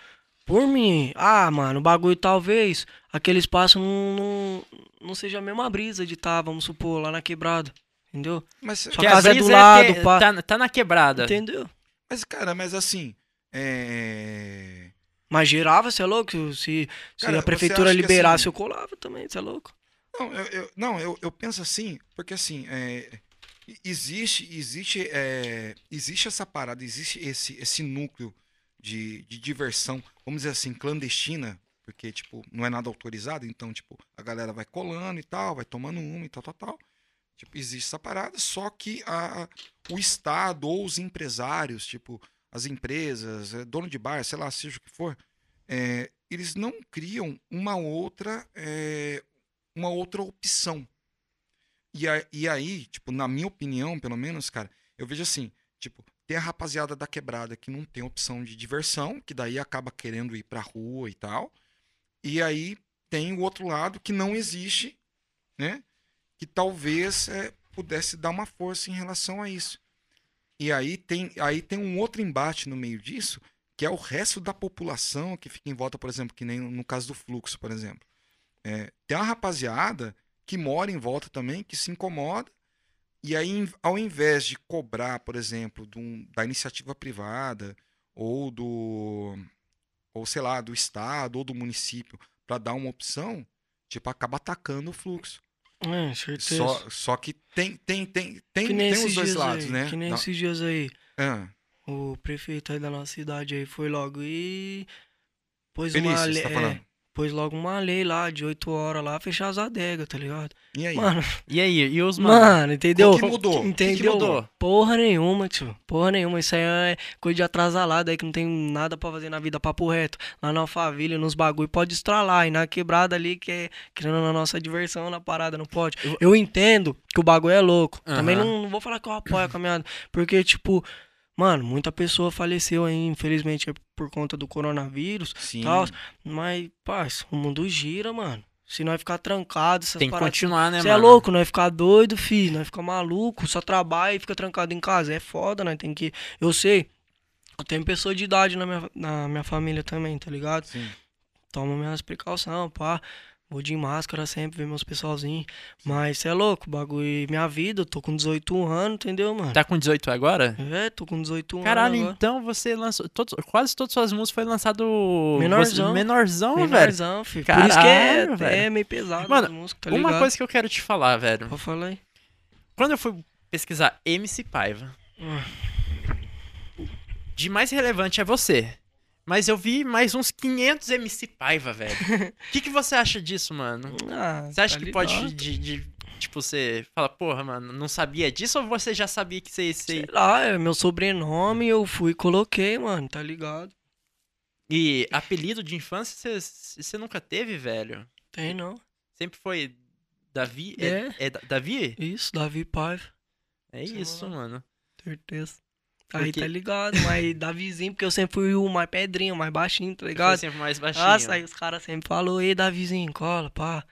[SPEAKER 3] por mim. Ah, mano, o bagulho talvez aquele espaço não, não, não seja a mesma brisa de tá, vamos supor, lá na quebrada. Entendeu?
[SPEAKER 2] mas,
[SPEAKER 3] Sua
[SPEAKER 1] que a
[SPEAKER 3] casa é do
[SPEAKER 1] brisa
[SPEAKER 3] lado,
[SPEAKER 1] ter-
[SPEAKER 3] pá.
[SPEAKER 1] tá, tá na quebrada.
[SPEAKER 3] Entendeu?
[SPEAKER 2] mas, cara, mas assim. É.
[SPEAKER 3] Mas girava, você é louco? Se, se
[SPEAKER 2] Cara,
[SPEAKER 3] a
[SPEAKER 2] você
[SPEAKER 3] prefeitura
[SPEAKER 2] acha que
[SPEAKER 3] liberasse,
[SPEAKER 2] assim-
[SPEAKER 3] eu colava também, você é louco?
[SPEAKER 2] Não, eu, eu- não eu, eu penso assim, porque assim, é, e- existe, existe, é, existe essa parada, existe esse, esse núcleo de, de diversão, vamos dizer assim, clandestina, porque, tipo, não é nada autorizado, então, tipo, a galera vai colando e tal, vai tomando uma e tal, tal, tal. Tipo, existe essa parada, só que a, o Estado ou os empresários, tipo, as empresas, eh, dono de bar, sei lá, seja o que for, eh, eles não criam uma outra, eh, uma outra opção. E, a- e aí, tipo, na minha opinião, pelo menos, cara, eu vejo assim, tipo, tem a rapaziada da quebrada que não tem opção de diversão, que daí acaba querendo ir pra rua e tal. E aí tem o outro lado que não existe, né? Que talvez eh, pudesse dar uma força em relação a isso. E aí tem, aí tem um outro embate no meio disso, que é o resto da população que fica em volta, por exemplo, que nem no caso do fluxo, por exemplo. É, tem uma rapaziada que mora em volta também, que se incomoda, e aí em- ao invés de cobrar, por exemplo, de um- da iniciativa privada, ou do, ou sei lá, do estado, ou do município, para dar uma opção, tipo, acaba atacando o fluxo.
[SPEAKER 3] É, certeza.
[SPEAKER 2] Só, só que tem, tem, tem, tem,
[SPEAKER 3] que
[SPEAKER 2] tem
[SPEAKER 3] nem esses
[SPEAKER 2] os dois
[SPEAKER 3] dias
[SPEAKER 2] lados,
[SPEAKER 3] aí,
[SPEAKER 2] né?
[SPEAKER 3] Que nem
[SPEAKER 2] Da-
[SPEAKER 3] esses dias aí.
[SPEAKER 2] Ah,
[SPEAKER 3] O prefeito aí da nossa cidade aí foi logo e pôs uma
[SPEAKER 2] Felício,
[SPEAKER 3] lei.
[SPEAKER 2] você
[SPEAKER 3] é.
[SPEAKER 2] tá falando.
[SPEAKER 3] Pôs logo uma lei lá, de 8 horas lá, fechar as adegas, tá ligado?
[SPEAKER 2] E aí?
[SPEAKER 3] Mano,
[SPEAKER 1] E aí, e os
[SPEAKER 3] mano,
[SPEAKER 1] mano?
[SPEAKER 3] entendeu?
[SPEAKER 2] o que mudou? O que que
[SPEAKER 3] Entendeu?
[SPEAKER 1] mudou?
[SPEAKER 3] Porra nenhuma, tio. Porra nenhuma. Isso aí é coisa de atrasalado aí que não tem nada pra fazer na vida, papo reto. Lá na Alphaville, nos bagulho, pode estralar. E na quebrada ali, que é criando a nossa diversão na parada, não pode. Eu entendo que o bagulho é louco. Também
[SPEAKER 1] Aham.
[SPEAKER 3] não, não vou falar que eu apoio a caminhada. Porque, tipo, mano, muita pessoa faleceu aí, infelizmente, é por conta do coronavírus
[SPEAKER 2] Sim.
[SPEAKER 3] tal. Mas, parça, o mundo gira, mano. Se nós ficar trancado, essas
[SPEAKER 1] Tem que
[SPEAKER 3] paradas
[SPEAKER 1] continuar, né,
[SPEAKER 3] você é
[SPEAKER 1] mano?
[SPEAKER 3] louco, nós ficar doido, filho, nós ficar maluco, só trabalha e fica trancado em casa. É foda, né? Tem que. Eu sei. Eu tenho pessoa de idade na minha, na minha família também, tá ligado?
[SPEAKER 2] Sim.
[SPEAKER 3] Toma minhas precauções, pá. Vou de máscara sempre, ver meus pessoalzinhos. Mas você é louco, bagulho. Minha vida, eu tô com 18 anos, entendeu, mano?
[SPEAKER 1] Tá com 18 agora?
[SPEAKER 3] É, tô com 18
[SPEAKER 1] Caralho,
[SPEAKER 3] anos. agora.
[SPEAKER 1] então você lançou. todos- quase todas suas músicas foi lançado.
[SPEAKER 3] Menorzão.
[SPEAKER 1] você- menorzão, então, velho.
[SPEAKER 3] Menorzão, filho. Por isso que é,
[SPEAKER 1] Caralho,
[SPEAKER 3] é
[SPEAKER 1] velho.
[SPEAKER 3] meio pesado
[SPEAKER 1] Mano,
[SPEAKER 3] as músicas, tá ligado?
[SPEAKER 1] Uma coisa que eu quero te falar, velho.
[SPEAKER 3] Pode falar aí.
[SPEAKER 1] Quando eu fui pesquisar MC Paiva, de mais relevante é você. Mas eu vi mais uns 500 MC Paiva,
[SPEAKER 3] (laughs)
[SPEAKER 1] velho. O que, que você acha disso, mano?
[SPEAKER 3] Ah,
[SPEAKER 1] Você acha
[SPEAKER 3] tá
[SPEAKER 1] que pode,
[SPEAKER 3] ligado.
[SPEAKER 1] de, de- tipo, você fala, porra, mano, não sabia disso ou você já sabia que você... você...
[SPEAKER 3] Sei lá, é meu sobrenome, eu fui e coloquei, mano, tá ligado?
[SPEAKER 1] E apelido de infância você- você, você nunca teve, velho?
[SPEAKER 3] Tem não.
[SPEAKER 1] Sempre foi Davi? É, é Da- Davi?
[SPEAKER 3] Isso, Davi Paiva,
[SPEAKER 1] É
[SPEAKER 3] Sei
[SPEAKER 1] isso,
[SPEAKER 3] lá.
[SPEAKER 1] mano.
[SPEAKER 3] certeza. Aí
[SPEAKER 1] Porque-
[SPEAKER 3] tá ligado,
[SPEAKER 1] (laughs)
[SPEAKER 3] mas Davizinho, porque eu sempre fui o mais pedrinho, o mais baixinho, tá
[SPEAKER 1] Foi
[SPEAKER 3] ligado?
[SPEAKER 1] sempre mais baixinho.
[SPEAKER 3] Nossa, aí os caras sempre falaram, ei Davizinho, cola, pá.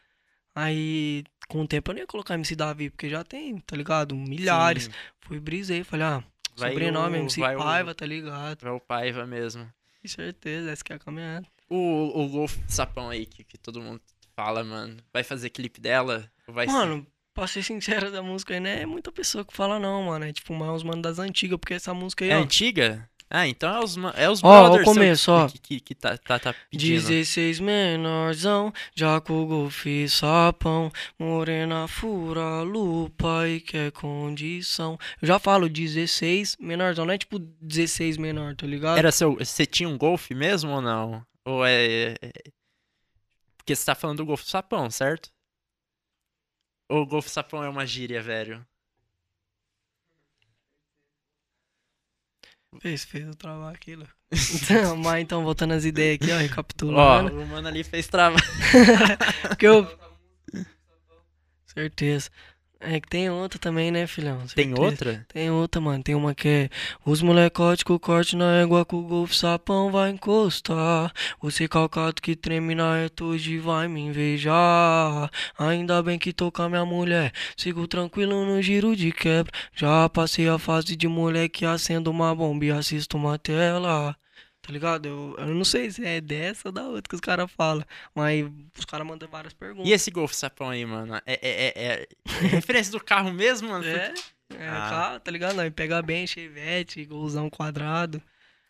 [SPEAKER 3] Aí, com o tempo eu não ia colocar MC Davi, porque já tem, tá ligado? Milhares.
[SPEAKER 1] Sim,
[SPEAKER 3] Fui brisei, falei, ah,
[SPEAKER 1] Vai
[SPEAKER 3] sobrenome
[SPEAKER 1] o-
[SPEAKER 3] MC
[SPEAKER 1] vai o-
[SPEAKER 3] Paiva, tá ligado?
[SPEAKER 1] é o Paiva mesmo.
[SPEAKER 3] Com certeza, essa que é a caminhada.
[SPEAKER 1] O, o Golf Sapão aí, que, que todo mundo fala, mano. Vai fazer clipe dela? Ou Vai ser-
[SPEAKER 3] Mano, pra ser sincero, da música aí não é muita pessoa que fala não, mano. É tipo mais os manos das antigas, porque essa música aí,
[SPEAKER 1] é
[SPEAKER 3] ó.
[SPEAKER 1] antiga? Ah, então é os, ma- é os
[SPEAKER 3] Ó, ó o
[SPEAKER 1] brothers seu
[SPEAKER 3] começo,
[SPEAKER 1] que-
[SPEAKER 3] ó.
[SPEAKER 1] que, que, que tá, tá, tá pedindo.
[SPEAKER 3] 16 menorzão, já com golfe sapão, morena fura lupa e quer condição. Eu já falo 16 menorzão, não é tipo 16 menor, tá ligado?
[SPEAKER 1] Era seu, você tinha um Golf mesmo ou não? Ou é... é- Porque você tá falando do Golf Sapão, certo? Ou o Golf Sapão é uma gíria, velho?
[SPEAKER 3] Fez, fez o trabalho
[SPEAKER 1] (laughs)
[SPEAKER 3] aqui, louco. Então, mas então, voltando às ideias aqui, ó,
[SPEAKER 1] Ó,
[SPEAKER 3] recapitulando.
[SPEAKER 1] o mano ali fez trava.
[SPEAKER 3] Porque eu... Certeza. É que tem outra também, né, filhão?
[SPEAKER 1] Tem
[SPEAKER 3] Certeza.
[SPEAKER 1] outra?
[SPEAKER 3] (laughs) Tem outra, mano. Tem uma que é. Os molecote com corte na égua com o golfe sapão vai encostar. Você calcado que treme na reta hoje vai me invejar. Ainda bem que tô com a minha mulher. Sigo tranquilo no giro de quebra. Já passei a fase de moleque acendo uma bomba e assisto uma tela. Tá ligado? Eu, eu não sei se é dessa ou da outra que os caras falam. Mas os caras mandam várias perguntas.
[SPEAKER 1] E esse Golf Sapão aí, mano? É, é, é, é-
[SPEAKER 3] (laughs)
[SPEAKER 1] é referência do carro mesmo, mano?
[SPEAKER 3] É, é
[SPEAKER 1] Ah.
[SPEAKER 3] carro, tá ligado? Aí pega bem, Chevette, golzão quadrado.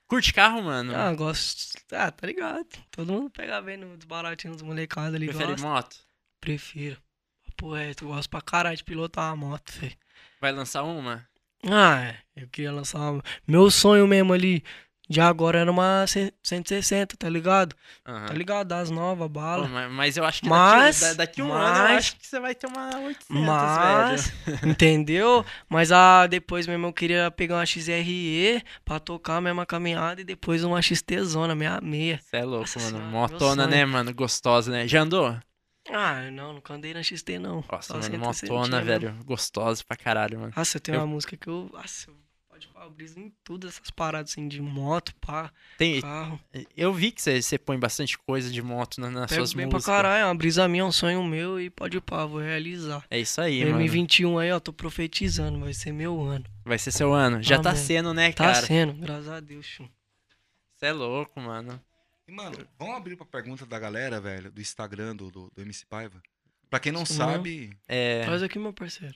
[SPEAKER 1] Curte carro, mano?
[SPEAKER 3] Ah, gosto. Ah, tá ligado. Todo mundo pega bem nos baratinhos dos molecados ali.
[SPEAKER 1] Prefere
[SPEAKER 3] gosta.
[SPEAKER 1] moto?
[SPEAKER 3] Prefiro. Papo reto, gosto pra caralho de pilotar uma moto, velho.
[SPEAKER 1] Vai lançar uma?
[SPEAKER 3] Ah, é, eu queria lançar uma. Meu sonho mesmo ali, de agora, era uma cen- 160, tá ligado?
[SPEAKER 1] Aham.
[SPEAKER 3] Tá ligado? Das novas
[SPEAKER 1] Pô,
[SPEAKER 3] balas.
[SPEAKER 1] ma- mas eu acho que
[SPEAKER 3] Mas-
[SPEAKER 1] daqui, da- daqui um ano eu
[SPEAKER 3] mas-
[SPEAKER 1] acho que você vai ter uma 800,
[SPEAKER 3] Mas,
[SPEAKER 1] velho. (laughs)
[SPEAKER 3] entendeu? Mas ah, depois mesmo eu queria pegar uma XRE pra tocar a mesma caminhada e depois uma XT Zona, meia meia.
[SPEAKER 1] Você é louco,
[SPEAKER 3] Nossa
[SPEAKER 1] mano.
[SPEAKER 3] senhora,
[SPEAKER 1] motona,
[SPEAKER 3] meu
[SPEAKER 1] né, mano? Gostosa, né? Já andou?
[SPEAKER 3] Ah, não, nunca andei na XT não.
[SPEAKER 1] Nossa,
[SPEAKER 3] Só
[SPEAKER 1] mano,
[SPEAKER 3] 160
[SPEAKER 1] motona,
[SPEAKER 3] mesmo.
[SPEAKER 1] velho. Gostosa pra caralho, mano.
[SPEAKER 3] Nossa, eu tenho
[SPEAKER 1] Eu-
[SPEAKER 3] uma música que eu. Nossa, eu- pode falar, eu briso em todas essas paradas assim, de moto, pá,
[SPEAKER 1] Tem,
[SPEAKER 3] carro.
[SPEAKER 1] eu vi que você, você põe bastante coisa de moto na- nas
[SPEAKER 3] Pego
[SPEAKER 1] suas
[SPEAKER 3] bem
[SPEAKER 1] músicas.
[SPEAKER 3] pra caralho, é uma brisa minha, é um sonho meu e pode pá, vou realizar.
[SPEAKER 1] É isso aí, mano.
[SPEAKER 3] 2021 aí, ó, tô profetizando, vai ser meu ano.
[SPEAKER 1] Vai ser seu ano. Já tá
[SPEAKER 3] Amém.
[SPEAKER 1] sendo, né,
[SPEAKER 3] Tá
[SPEAKER 1] cara?
[SPEAKER 3] sendo, graças a Deus, chum.
[SPEAKER 1] Você é louco, mano.
[SPEAKER 2] E, mano, vamos abrir pra pergunta da galera, velho, do Instagram do, do, do MC Paiva. Pra quem não
[SPEAKER 3] Isso
[SPEAKER 2] sabe,
[SPEAKER 1] É.
[SPEAKER 3] Traz aqui, meu parceiro.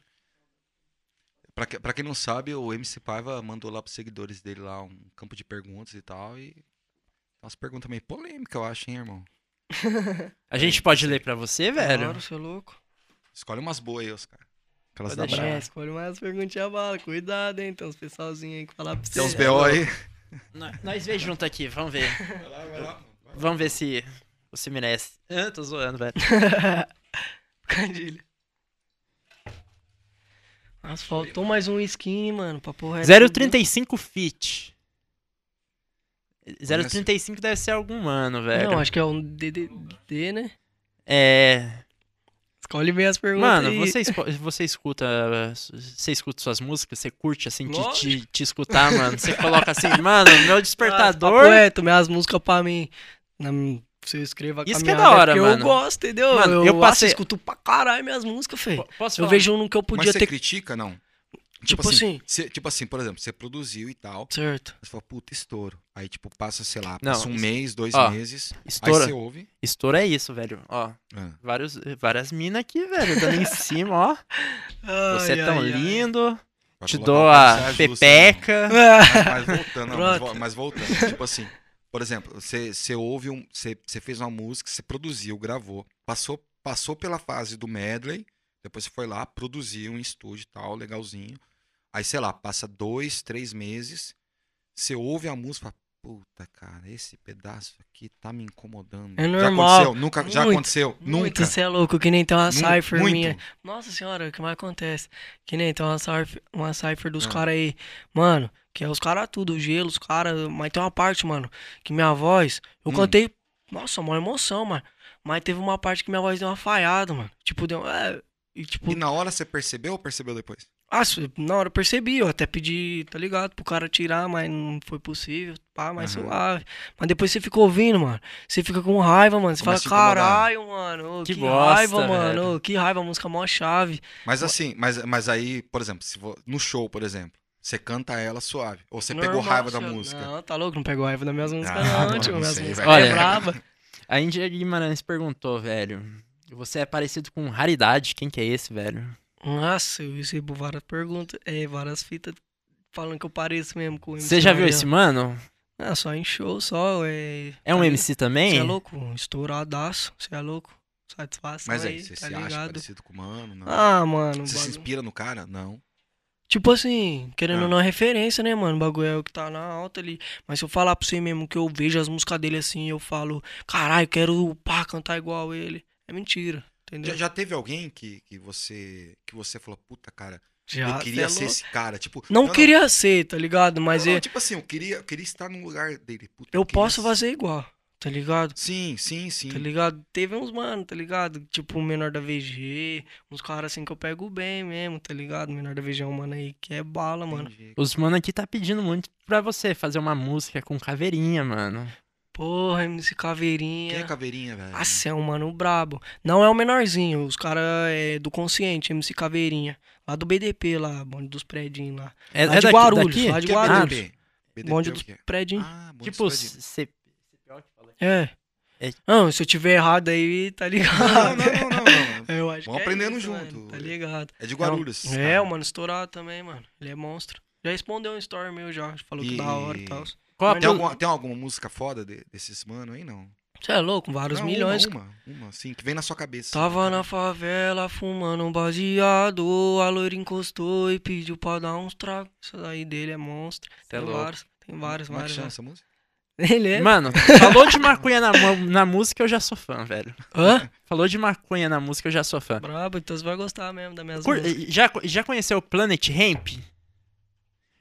[SPEAKER 2] pra, que- pra quem não sabe, o MC Paiva mandou lá pros seguidores dele lá um campo de perguntas e tal. E. Umas perguntas meio polêmicas, eu acho, hein, irmão?
[SPEAKER 1] A gente pode ler pra você, velho?
[SPEAKER 3] Claro, você é louco.
[SPEAKER 2] Escolhe umas boas aí, Oscar. Aquelas
[SPEAKER 1] Pode
[SPEAKER 2] da
[SPEAKER 1] deixar.
[SPEAKER 2] Brava.
[SPEAKER 3] É, escolhe mais perguntinhas bala, cuidado, hein, tem uns pessoalzinhos aí que falar pra você.
[SPEAKER 2] Tem uns
[SPEAKER 3] (laughs)
[SPEAKER 2] BO aí.
[SPEAKER 1] Nó- Nós vê junto aqui, vamos ver. Vamos ver se Você merece. Ah, tô zoando, (laughs) velho.
[SPEAKER 3] Candilha. Nossa, faltou mais um skin, mano, pra porra.
[SPEAKER 1] 0,35 fit. 0,35 deve ser algum ano, velho.
[SPEAKER 3] Não, acho que é um DDD, né?
[SPEAKER 1] É.
[SPEAKER 3] Escolhe bem as perguntas
[SPEAKER 1] Mano,
[SPEAKER 3] aí.
[SPEAKER 1] você, é esco- você escuta. Você escuta suas músicas, você curte assim te, te,
[SPEAKER 3] Lógico.
[SPEAKER 1] te escutar, mano. Você coloca (laughs) assim, mano, meu
[SPEAKER 3] Ah,
[SPEAKER 1] despertador.
[SPEAKER 3] papo reto, minhas músicas pra mim. Na, se eu escrevo a
[SPEAKER 1] Isso que é
[SPEAKER 3] caminhada,
[SPEAKER 1] da hora,
[SPEAKER 3] porque
[SPEAKER 1] mano.
[SPEAKER 3] eu gosto, entendeu?
[SPEAKER 1] Mano, eu
[SPEAKER 3] eu
[SPEAKER 1] passei-
[SPEAKER 3] passei... escuto pra caralho minhas músicas, fê.
[SPEAKER 1] Po- Posso
[SPEAKER 3] Eu
[SPEAKER 1] falar?
[SPEAKER 3] vejo um que eu podia
[SPEAKER 2] Mas você
[SPEAKER 3] ter...
[SPEAKER 2] critica, não?
[SPEAKER 3] Tipo assim.
[SPEAKER 2] cê- tipo assim, por exemplo, você produziu e tal.
[SPEAKER 3] Certo.
[SPEAKER 2] Você fala, puta, estouro. Aí, tipo, passa, sei lá,
[SPEAKER 1] Não,
[SPEAKER 2] passa um
[SPEAKER 1] isso-
[SPEAKER 2] mês, dois
[SPEAKER 1] ó,
[SPEAKER 2] meses. Aí
[SPEAKER 1] Estoura.
[SPEAKER 2] você ouve.
[SPEAKER 1] Estoura é isso, velho. Ó,
[SPEAKER 2] Ah,
[SPEAKER 1] vários, várias minas aqui, velho. Dando em (laughs) cima, ó. Você é tão lindo.
[SPEAKER 2] vai
[SPEAKER 1] Te
[SPEAKER 2] colocar
[SPEAKER 1] dou
[SPEAKER 2] uma
[SPEAKER 1] a
[SPEAKER 2] coisa justa, né?
[SPEAKER 1] pepeca.
[SPEAKER 2] Mas, mas voltando, não, mas,
[SPEAKER 3] Pronto.
[SPEAKER 2] vo- mas voltando, tipo assim, por exemplo, você, você ouve um, você, você fez uma música, você produziu, gravou, passou, passou pela fase do medley, depois você foi lá, produziu um estúdio e tal, legalzinho. Aí, sei lá, passa dois, três meses, você ouve a música, e fala, puta, cara, esse pedaço aqui tá me incomodando.
[SPEAKER 3] É
[SPEAKER 2] Já
[SPEAKER 3] normal.
[SPEAKER 2] aconteceu? Nunca, já
[SPEAKER 3] Muito,
[SPEAKER 2] aconteceu?
[SPEAKER 3] (laughs) Muito,
[SPEAKER 2] Nunca.
[SPEAKER 3] você é louco, que nem tem uma
[SPEAKER 2] Nu-
[SPEAKER 3] cipher
[SPEAKER 2] muito.
[SPEAKER 3] minha. Nossa senhora, o que mais acontece? Que nem tem uma cipher, uma cipher dos
[SPEAKER 2] Ah.
[SPEAKER 3] caras aí. Mano, que é os caras tudo, o gelo, os caras. Mas tem uma parte, mano, que minha voz. Eu
[SPEAKER 2] Hum.
[SPEAKER 3] cantei. Nossa, uma emoção, mano. Mas teve uma parte que minha voz deu uma falhada, mano. Tipo, deu. É, e tipo,
[SPEAKER 2] E na hora você percebeu ou percebeu depois?
[SPEAKER 3] ah, se- na hora eu percebi, eu até pedi, tá ligado, pro cara tirar, mas não foi possível, pá, mas
[SPEAKER 2] Aham.
[SPEAKER 3] suave. Mas depois você fica ouvindo, mano, você fica com raiva, mano, você fala,
[SPEAKER 2] Começa a incomodar.
[SPEAKER 3] caralho, mano, ô,
[SPEAKER 1] Que
[SPEAKER 3] que,
[SPEAKER 1] bosta,
[SPEAKER 3] raiva, mano,
[SPEAKER 1] velho."
[SPEAKER 3] ô, que raiva, a música é mó chave.
[SPEAKER 2] Mas assim, mas, mas aí, por exemplo, se vo- no show, por exemplo, você canta ela suave. Ou você pegou
[SPEAKER 3] Normal,
[SPEAKER 2] raiva da
[SPEAKER 3] senhor.
[SPEAKER 2] música.
[SPEAKER 3] Não, tá louco, não pegou raiva das minhas músicas
[SPEAKER 2] Ah,
[SPEAKER 3] não,
[SPEAKER 2] não,
[SPEAKER 3] tio,
[SPEAKER 2] não
[SPEAKER 3] minhas
[SPEAKER 2] sei,
[SPEAKER 3] músicas
[SPEAKER 2] velho.
[SPEAKER 3] é
[SPEAKER 1] Olha.
[SPEAKER 3] brava.
[SPEAKER 1] A Índia Guimarães perguntou, velho. Você é parecido com raridade. Quem que é esse, velho?
[SPEAKER 3] Nossa, eu recebo várias perguntas, é, várias fitas falando que eu pareço mesmo com o MC
[SPEAKER 1] Você já viu
[SPEAKER 3] Mariano.
[SPEAKER 1] esse mano?
[SPEAKER 3] Ah, só em show, só, é...
[SPEAKER 1] É um
[SPEAKER 3] tá
[SPEAKER 1] MC também?
[SPEAKER 3] Você é louco? Estouradaço. Você é louco? Satisfação
[SPEAKER 2] Mas aí,
[SPEAKER 3] aí,
[SPEAKER 2] você
[SPEAKER 3] tá
[SPEAKER 2] se acha
[SPEAKER 3] ligado?
[SPEAKER 2] parecido com o mano? Não.
[SPEAKER 3] Ah, mano.
[SPEAKER 2] você se
[SPEAKER 3] bagulho-
[SPEAKER 2] inspira no cara? Não.
[SPEAKER 3] Tipo assim, querendo
[SPEAKER 2] Ah.
[SPEAKER 3] ou não é referência, né, mano? O bagulho é o que tá na alta ali. Mas se eu falar pra você mesmo que eu vejo as músicas dele assim, eu falo, caralho, quero pá, cantar igual ele. É mentira,
[SPEAKER 2] Já,
[SPEAKER 3] entendeu?
[SPEAKER 2] já teve alguém que, que você que você falou, puta, cara, eu
[SPEAKER 3] Já,
[SPEAKER 2] queria
[SPEAKER 3] cê é
[SPEAKER 2] ser
[SPEAKER 3] louco.
[SPEAKER 2] esse cara. Tipo,
[SPEAKER 3] Não queria ser, tá ligado? Mas
[SPEAKER 2] não,
[SPEAKER 3] é-
[SPEAKER 2] não, Tipo assim, eu queria, eu queria estar no lugar dele. Puta,
[SPEAKER 3] eu
[SPEAKER 2] queria
[SPEAKER 3] posso
[SPEAKER 2] ser-
[SPEAKER 3] fazer igual, tá ligado?
[SPEAKER 2] Sim, sim, sim.
[SPEAKER 3] Tá ligado? Teve uns mano, tá ligado? Tipo o menor da VG, uns caras assim que eu pego bem mesmo, tá ligado? O menor da VG é um mano aí que é bala, mano.
[SPEAKER 2] Entendi.
[SPEAKER 1] Os mano aqui tá pedindo muito pra você fazer uma música com caveirinha, mano.
[SPEAKER 3] Porra, MC
[SPEAKER 2] Quem é
[SPEAKER 3] Caveirinha.
[SPEAKER 2] caveirinha, velho?
[SPEAKER 3] Nossa, é um mano brabo. Não é o menorzinho, os caras é do Consciente, MC Caveirinha. Lá do BDP, lá, bonde dos prédinhos lá.
[SPEAKER 1] É, é
[SPEAKER 3] Lá de
[SPEAKER 1] daqui,
[SPEAKER 3] Guarulhos,
[SPEAKER 1] daqui?
[SPEAKER 3] lá de
[SPEAKER 2] Que é
[SPEAKER 3] Guarulhos.
[SPEAKER 2] BDP? BDP
[SPEAKER 3] Bonde
[SPEAKER 2] é o
[SPEAKER 3] dos
[SPEAKER 2] quê?
[SPEAKER 3] prédinhos.
[SPEAKER 2] Ah, bonde
[SPEAKER 1] Tipo,
[SPEAKER 2] dos prédios.
[SPEAKER 1] você...
[SPEAKER 2] Ah.
[SPEAKER 3] É.
[SPEAKER 1] É.
[SPEAKER 3] Não, se eu tiver errado aí, tá
[SPEAKER 2] Não, não, não, não,
[SPEAKER 3] ligado?
[SPEAKER 2] não, não.
[SPEAKER 3] Eu
[SPEAKER 2] Vamos
[SPEAKER 3] acho que é
[SPEAKER 2] aprendendo
[SPEAKER 3] isso, mano,
[SPEAKER 2] junto.
[SPEAKER 3] tá ligado?
[SPEAKER 2] É de Guarulhos.
[SPEAKER 3] É,
[SPEAKER 2] cara.
[SPEAKER 3] o mano estourado também, mano. Ele é monstro. Já respondeu um story meu já, falou que da hora e
[SPEAKER 2] E-
[SPEAKER 3] tal.
[SPEAKER 1] Qual a
[SPEAKER 3] Mas
[SPEAKER 2] Tem
[SPEAKER 1] po-
[SPEAKER 2] alguma, tem alguma música foda de- desses mano aí, não?
[SPEAKER 3] Você é louco, vários
[SPEAKER 2] Não,
[SPEAKER 3] milhões.
[SPEAKER 2] Uma, uma, uma, sim, que vem na sua cabeça. é
[SPEAKER 3] Tava na favela fumando um baseado, a loira encostou e pediu pra dar uns tragos. Isso daí dele é monstro.
[SPEAKER 1] Cê é
[SPEAKER 3] Tem
[SPEAKER 1] louco.
[SPEAKER 3] vários, tem vários,
[SPEAKER 2] Como é que
[SPEAKER 3] vários.
[SPEAKER 2] chama
[SPEAKER 3] vários.
[SPEAKER 2] essa
[SPEAKER 3] (laughs)
[SPEAKER 2] música?
[SPEAKER 3] Ele é.
[SPEAKER 1] Mano, falou de maconha na, mu- na música, eu já sou fã, velho.
[SPEAKER 3] Hã?
[SPEAKER 1] Falou de maconha na música, eu já sou fã.
[SPEAKER 3] Brabo, então você vai gostar mesmo da minha
[SPEAKER 1] Cur-
[SPEAKER 3] músicas.
[SPEAKER 1] já, co- já conheceu o Planet Hemp?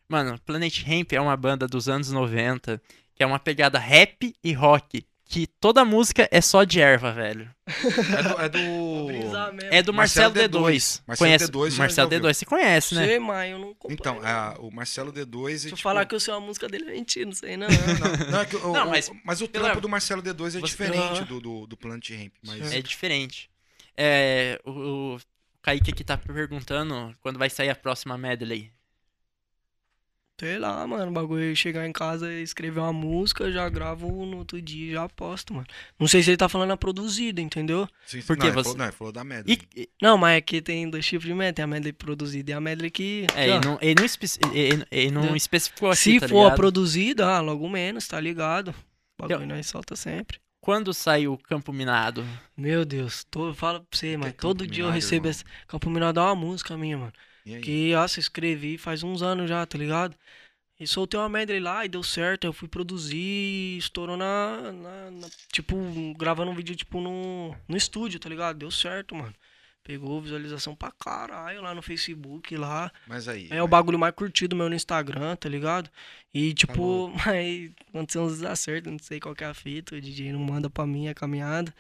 [SPEAKER 1] Mano, Planet Hemp é uma banda dos anos 90 que é uma pegada rap e rock. Que toda música é só de erva, velho.
[SPEAKER 2] É do. É do...
[SPEAKER 3] Brisar mesmo.
[SPEAKER 1] É do Marcelo, D2.
[SPEAKER 2] Marcelo D2.
[SPEAKER 1] Marcelo
[SPEAKER 2] Marcelo
[SPEAKER 1] conhece,
[SPEAKER 2] D2 já
[SPEAKER 1] Marcelo
[SPEAKER 2] já ouviu.
[SPEAKER 1] D2, você conhece, né?
[SPEAKER 3] Sei, mas eu não acompanho,
[SPEAKER 2] Então,
[SPEAKER 3] não.
[SPEAKER 2] a- o Marcelo D2.
[SPEAKER 3] Se eu
[SPEAKER 2] tipo...
[SPEAKER 3] falar que eu sei uma música dele, é mentira, não sei
[SPEAKER 2] (laughs)
[SPEAKER 3] não.
[SPEAKER 2] Não, não, é que o-
[SPEAKER 1] Não,
[SPEAKER 2] o-
[SPEAKER 1] mas-
[SPEAKER 2] mas, o
[SPEAKER 1] pela-
[SPEAKER 2] trampo do Marcelo D2 é
[SPEAKER 1] Você-
[SPEAKER 2] diferente
[SPEAKER 3] Aham.
[SPEAKER 2] do, do, do Planet Ramp. Mas...
[SPEAKER 1] É diferente. É, o, o Kaique aqui tá perguntando quando vai sair a próxima medley.
[SPEAKER 3] Sei lá, mano, o bagulho é chegar em casa e escrever uma música, já gravo no outro dia e já posto, mano. Não sei se ele tá falando a produzida, entendeu?
[SPEAKER 2] Sim, sim,
[SPEAKER 1] Porque
[SPEAKER 2] não, ele
[SPEAKER 1] você-
[SPEAKER 2] falou, não, ele falou da é merda.
[SPEAKER 1] E, e-
[SPEAKER 3] Não, mas aqui tem dois tipos de medley, tem a medley produzida e a medley que...
[SPEAKER 1] é, ele não, ele não, espe- ele- ele não
[SPEAKER 3] Entendeu?
[SPEAKER 1] especificou aqui,
[SPEAKER 3] Ah. Se
[SPEAKER 1] tá
[SPEAKER 3] for a
[SPEAKER 1] ligado?
[SPEAKER 3] produzida, ah, logo menos, tá ligado? O bagulho nós solta sempre.
[SPEAKER 1] Quando sai o Campo Minado?
[SPEAKER 3] Meu Deus, tô, eu falo pra você, mas
[SPEAKER 2] Campo
[SPEAKER 3] todo dia eu
[SPEAKER 2] Minado,
[SPEAKER 3] recebo
[SPEAKER 2] irmão?
[SPEAKER 3] essa. Campo Minado é uma música minha, mano.
[SPEAKER 2] E aí?
[SPEAKER 3] Que, nossa, eu escrevi faz uns anos já, tá ligado? E soltei uma medley lá e deu certo. Eu fui produzir e estourou na, na- na- Tipo, gravando um vídeo, tipo, no, no estúdio, tá ligado? Deu certo, mano. Pegou visualização pra caralho lá no Facebook, lá.
[SPEAKER 4] Mas aí. Tá
[SPEAKER 3] É o
[SPEAKER 4] vai.
[SPEAKER 3] bagulho mais curtido meu no Instagram, tá ligado? E tipo, (laughs) mas aconteceu uns desacertos, não sei qual que é a fita, o DJ não manda pra mim a caminhada.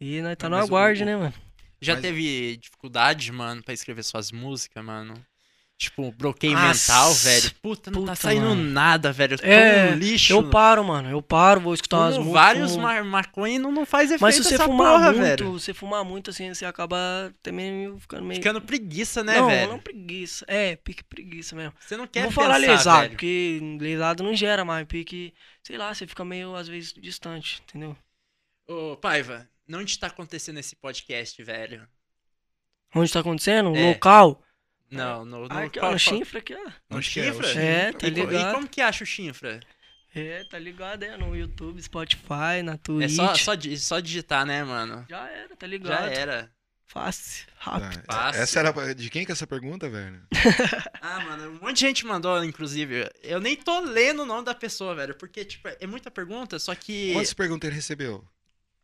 [SPEAKER 3] E nós tá
[SPEAKER 4] Ah,
[SPEAKER 3] no
[SPEAKER 4] mas o-
[SPEAKER 3] aguarde,
[SPEAKER 4] o-
[SPEAKER 3] né, mano?
[SPEAKER 1] Já
[SPEAKER 4] Mas-
[SPEAKER 1] teve dificuldade, mano, pra escrever suas músicas, mano? Tipo, bloqueio
[SPEAKER 3] Ah,
[SPEAKER 1] mental,
[SPEAKER 3] s-
[SPEAKER 1] velho. Puta, não tá
[SPEAKER 3] puta,
[SPEAKER 1] saindo
[SPEAKER 3] mano.
[SPEAKER 1] nada, velho. Eu tô
[SPEAKER 3] É,
[SPEAKER 1] um lixo.
[SPEAKER 3] Eu paro, mano, eu paro, vou escutar umas
[SPEAKER 1] Fumo
[SPEAKER 3] músicas.
[SPEAKER 1] vários
[SPEAKER 3] um-
[SPEAKER 1] mar maconha e não, não faz efeito
[SPEAKER 3] Mas se você
[SPEAKER 1] essa
[SPEAKER 3] fumar
[SPEAKER 1] porra,
[SPEAKER 3] muito,
[SPEAKER 1] velho.
[SPEAKER 3] se fumar muito assim, você acaba também meio- ficando meio.
[SPEAKER 1] Ficando preguiça, né,
[SPEAKER 3] não,
[SPEAKER 1] velho?
[SPEAKER 3] não preguiça. É, pique preguiça mesmo.
[SPEAKER 1] Você não
[SPEAKER 3] Não
[SPEAKER 1] quer
[SPEAKER 3] vou falar
[SPEAKER 1] pensar,
[SPEAKER 3] lesado,
[SPEAKER 1] velho.
[SPEAKER 3] porque lesado não gera mais, pique, sei lá, você fica meio às vezes distante, entendeu?
[SPEAKER 1] Ô, Paiva, não te tá acontecendo esse podcast, velho?
[SPEAKER 3] Onde tá acontecendo? O
[SPEAKER 1] É.
[SPEAKER 3] local?
[SPEAKER 1] Não, no... no
[SPEAKER 3] Ah,
[SPEAKER 1] qual-
[SPEAKER 3] aqui, ó,
[SPEAKER 1] qual-
[SPEAKER 3] no chifre aqui, ó.
[SPEAKER 1] no
[SPEAKER 4] Onde que é? O
[SPEAKER 1] chifra?
[SPEAKER 4] chifre?
[SPEAKER 3] É, tá
[SPEAKER 1] E, co- e
[SPEAKER 3] ligado?
[SPEAKER 1] como que acha o chinfra?
[SPEAKER 3] É, tá ligado, é. No YouTube, Spotify, na Twitch.
[SPEAKER 1] É só, só, di- só digitar, né, mano?
[SPEAKER 3] Já era,
[SPEAKER 1] Já
[SPEAKER 3] tá ligado?
[SPEAKER 1] era.
[SPEAKER 3] Fácil,
[SPEAKER 2] Tá,
[SPEAKER 3] rápido.
[SPEAKER 1] Fácil.
[SPEAKER 2] Essa era pra- de quem que é essa pergunta, velho?
[SPEAKER 1] Ah, mano, um monte de gente mandou, inclusive. Eu nem tô lendo o nome da pessoa, velho. Porque, tipo, é muita pergunta, só que.
[SPEAKER 2] Quantas perguntas ele recebeu?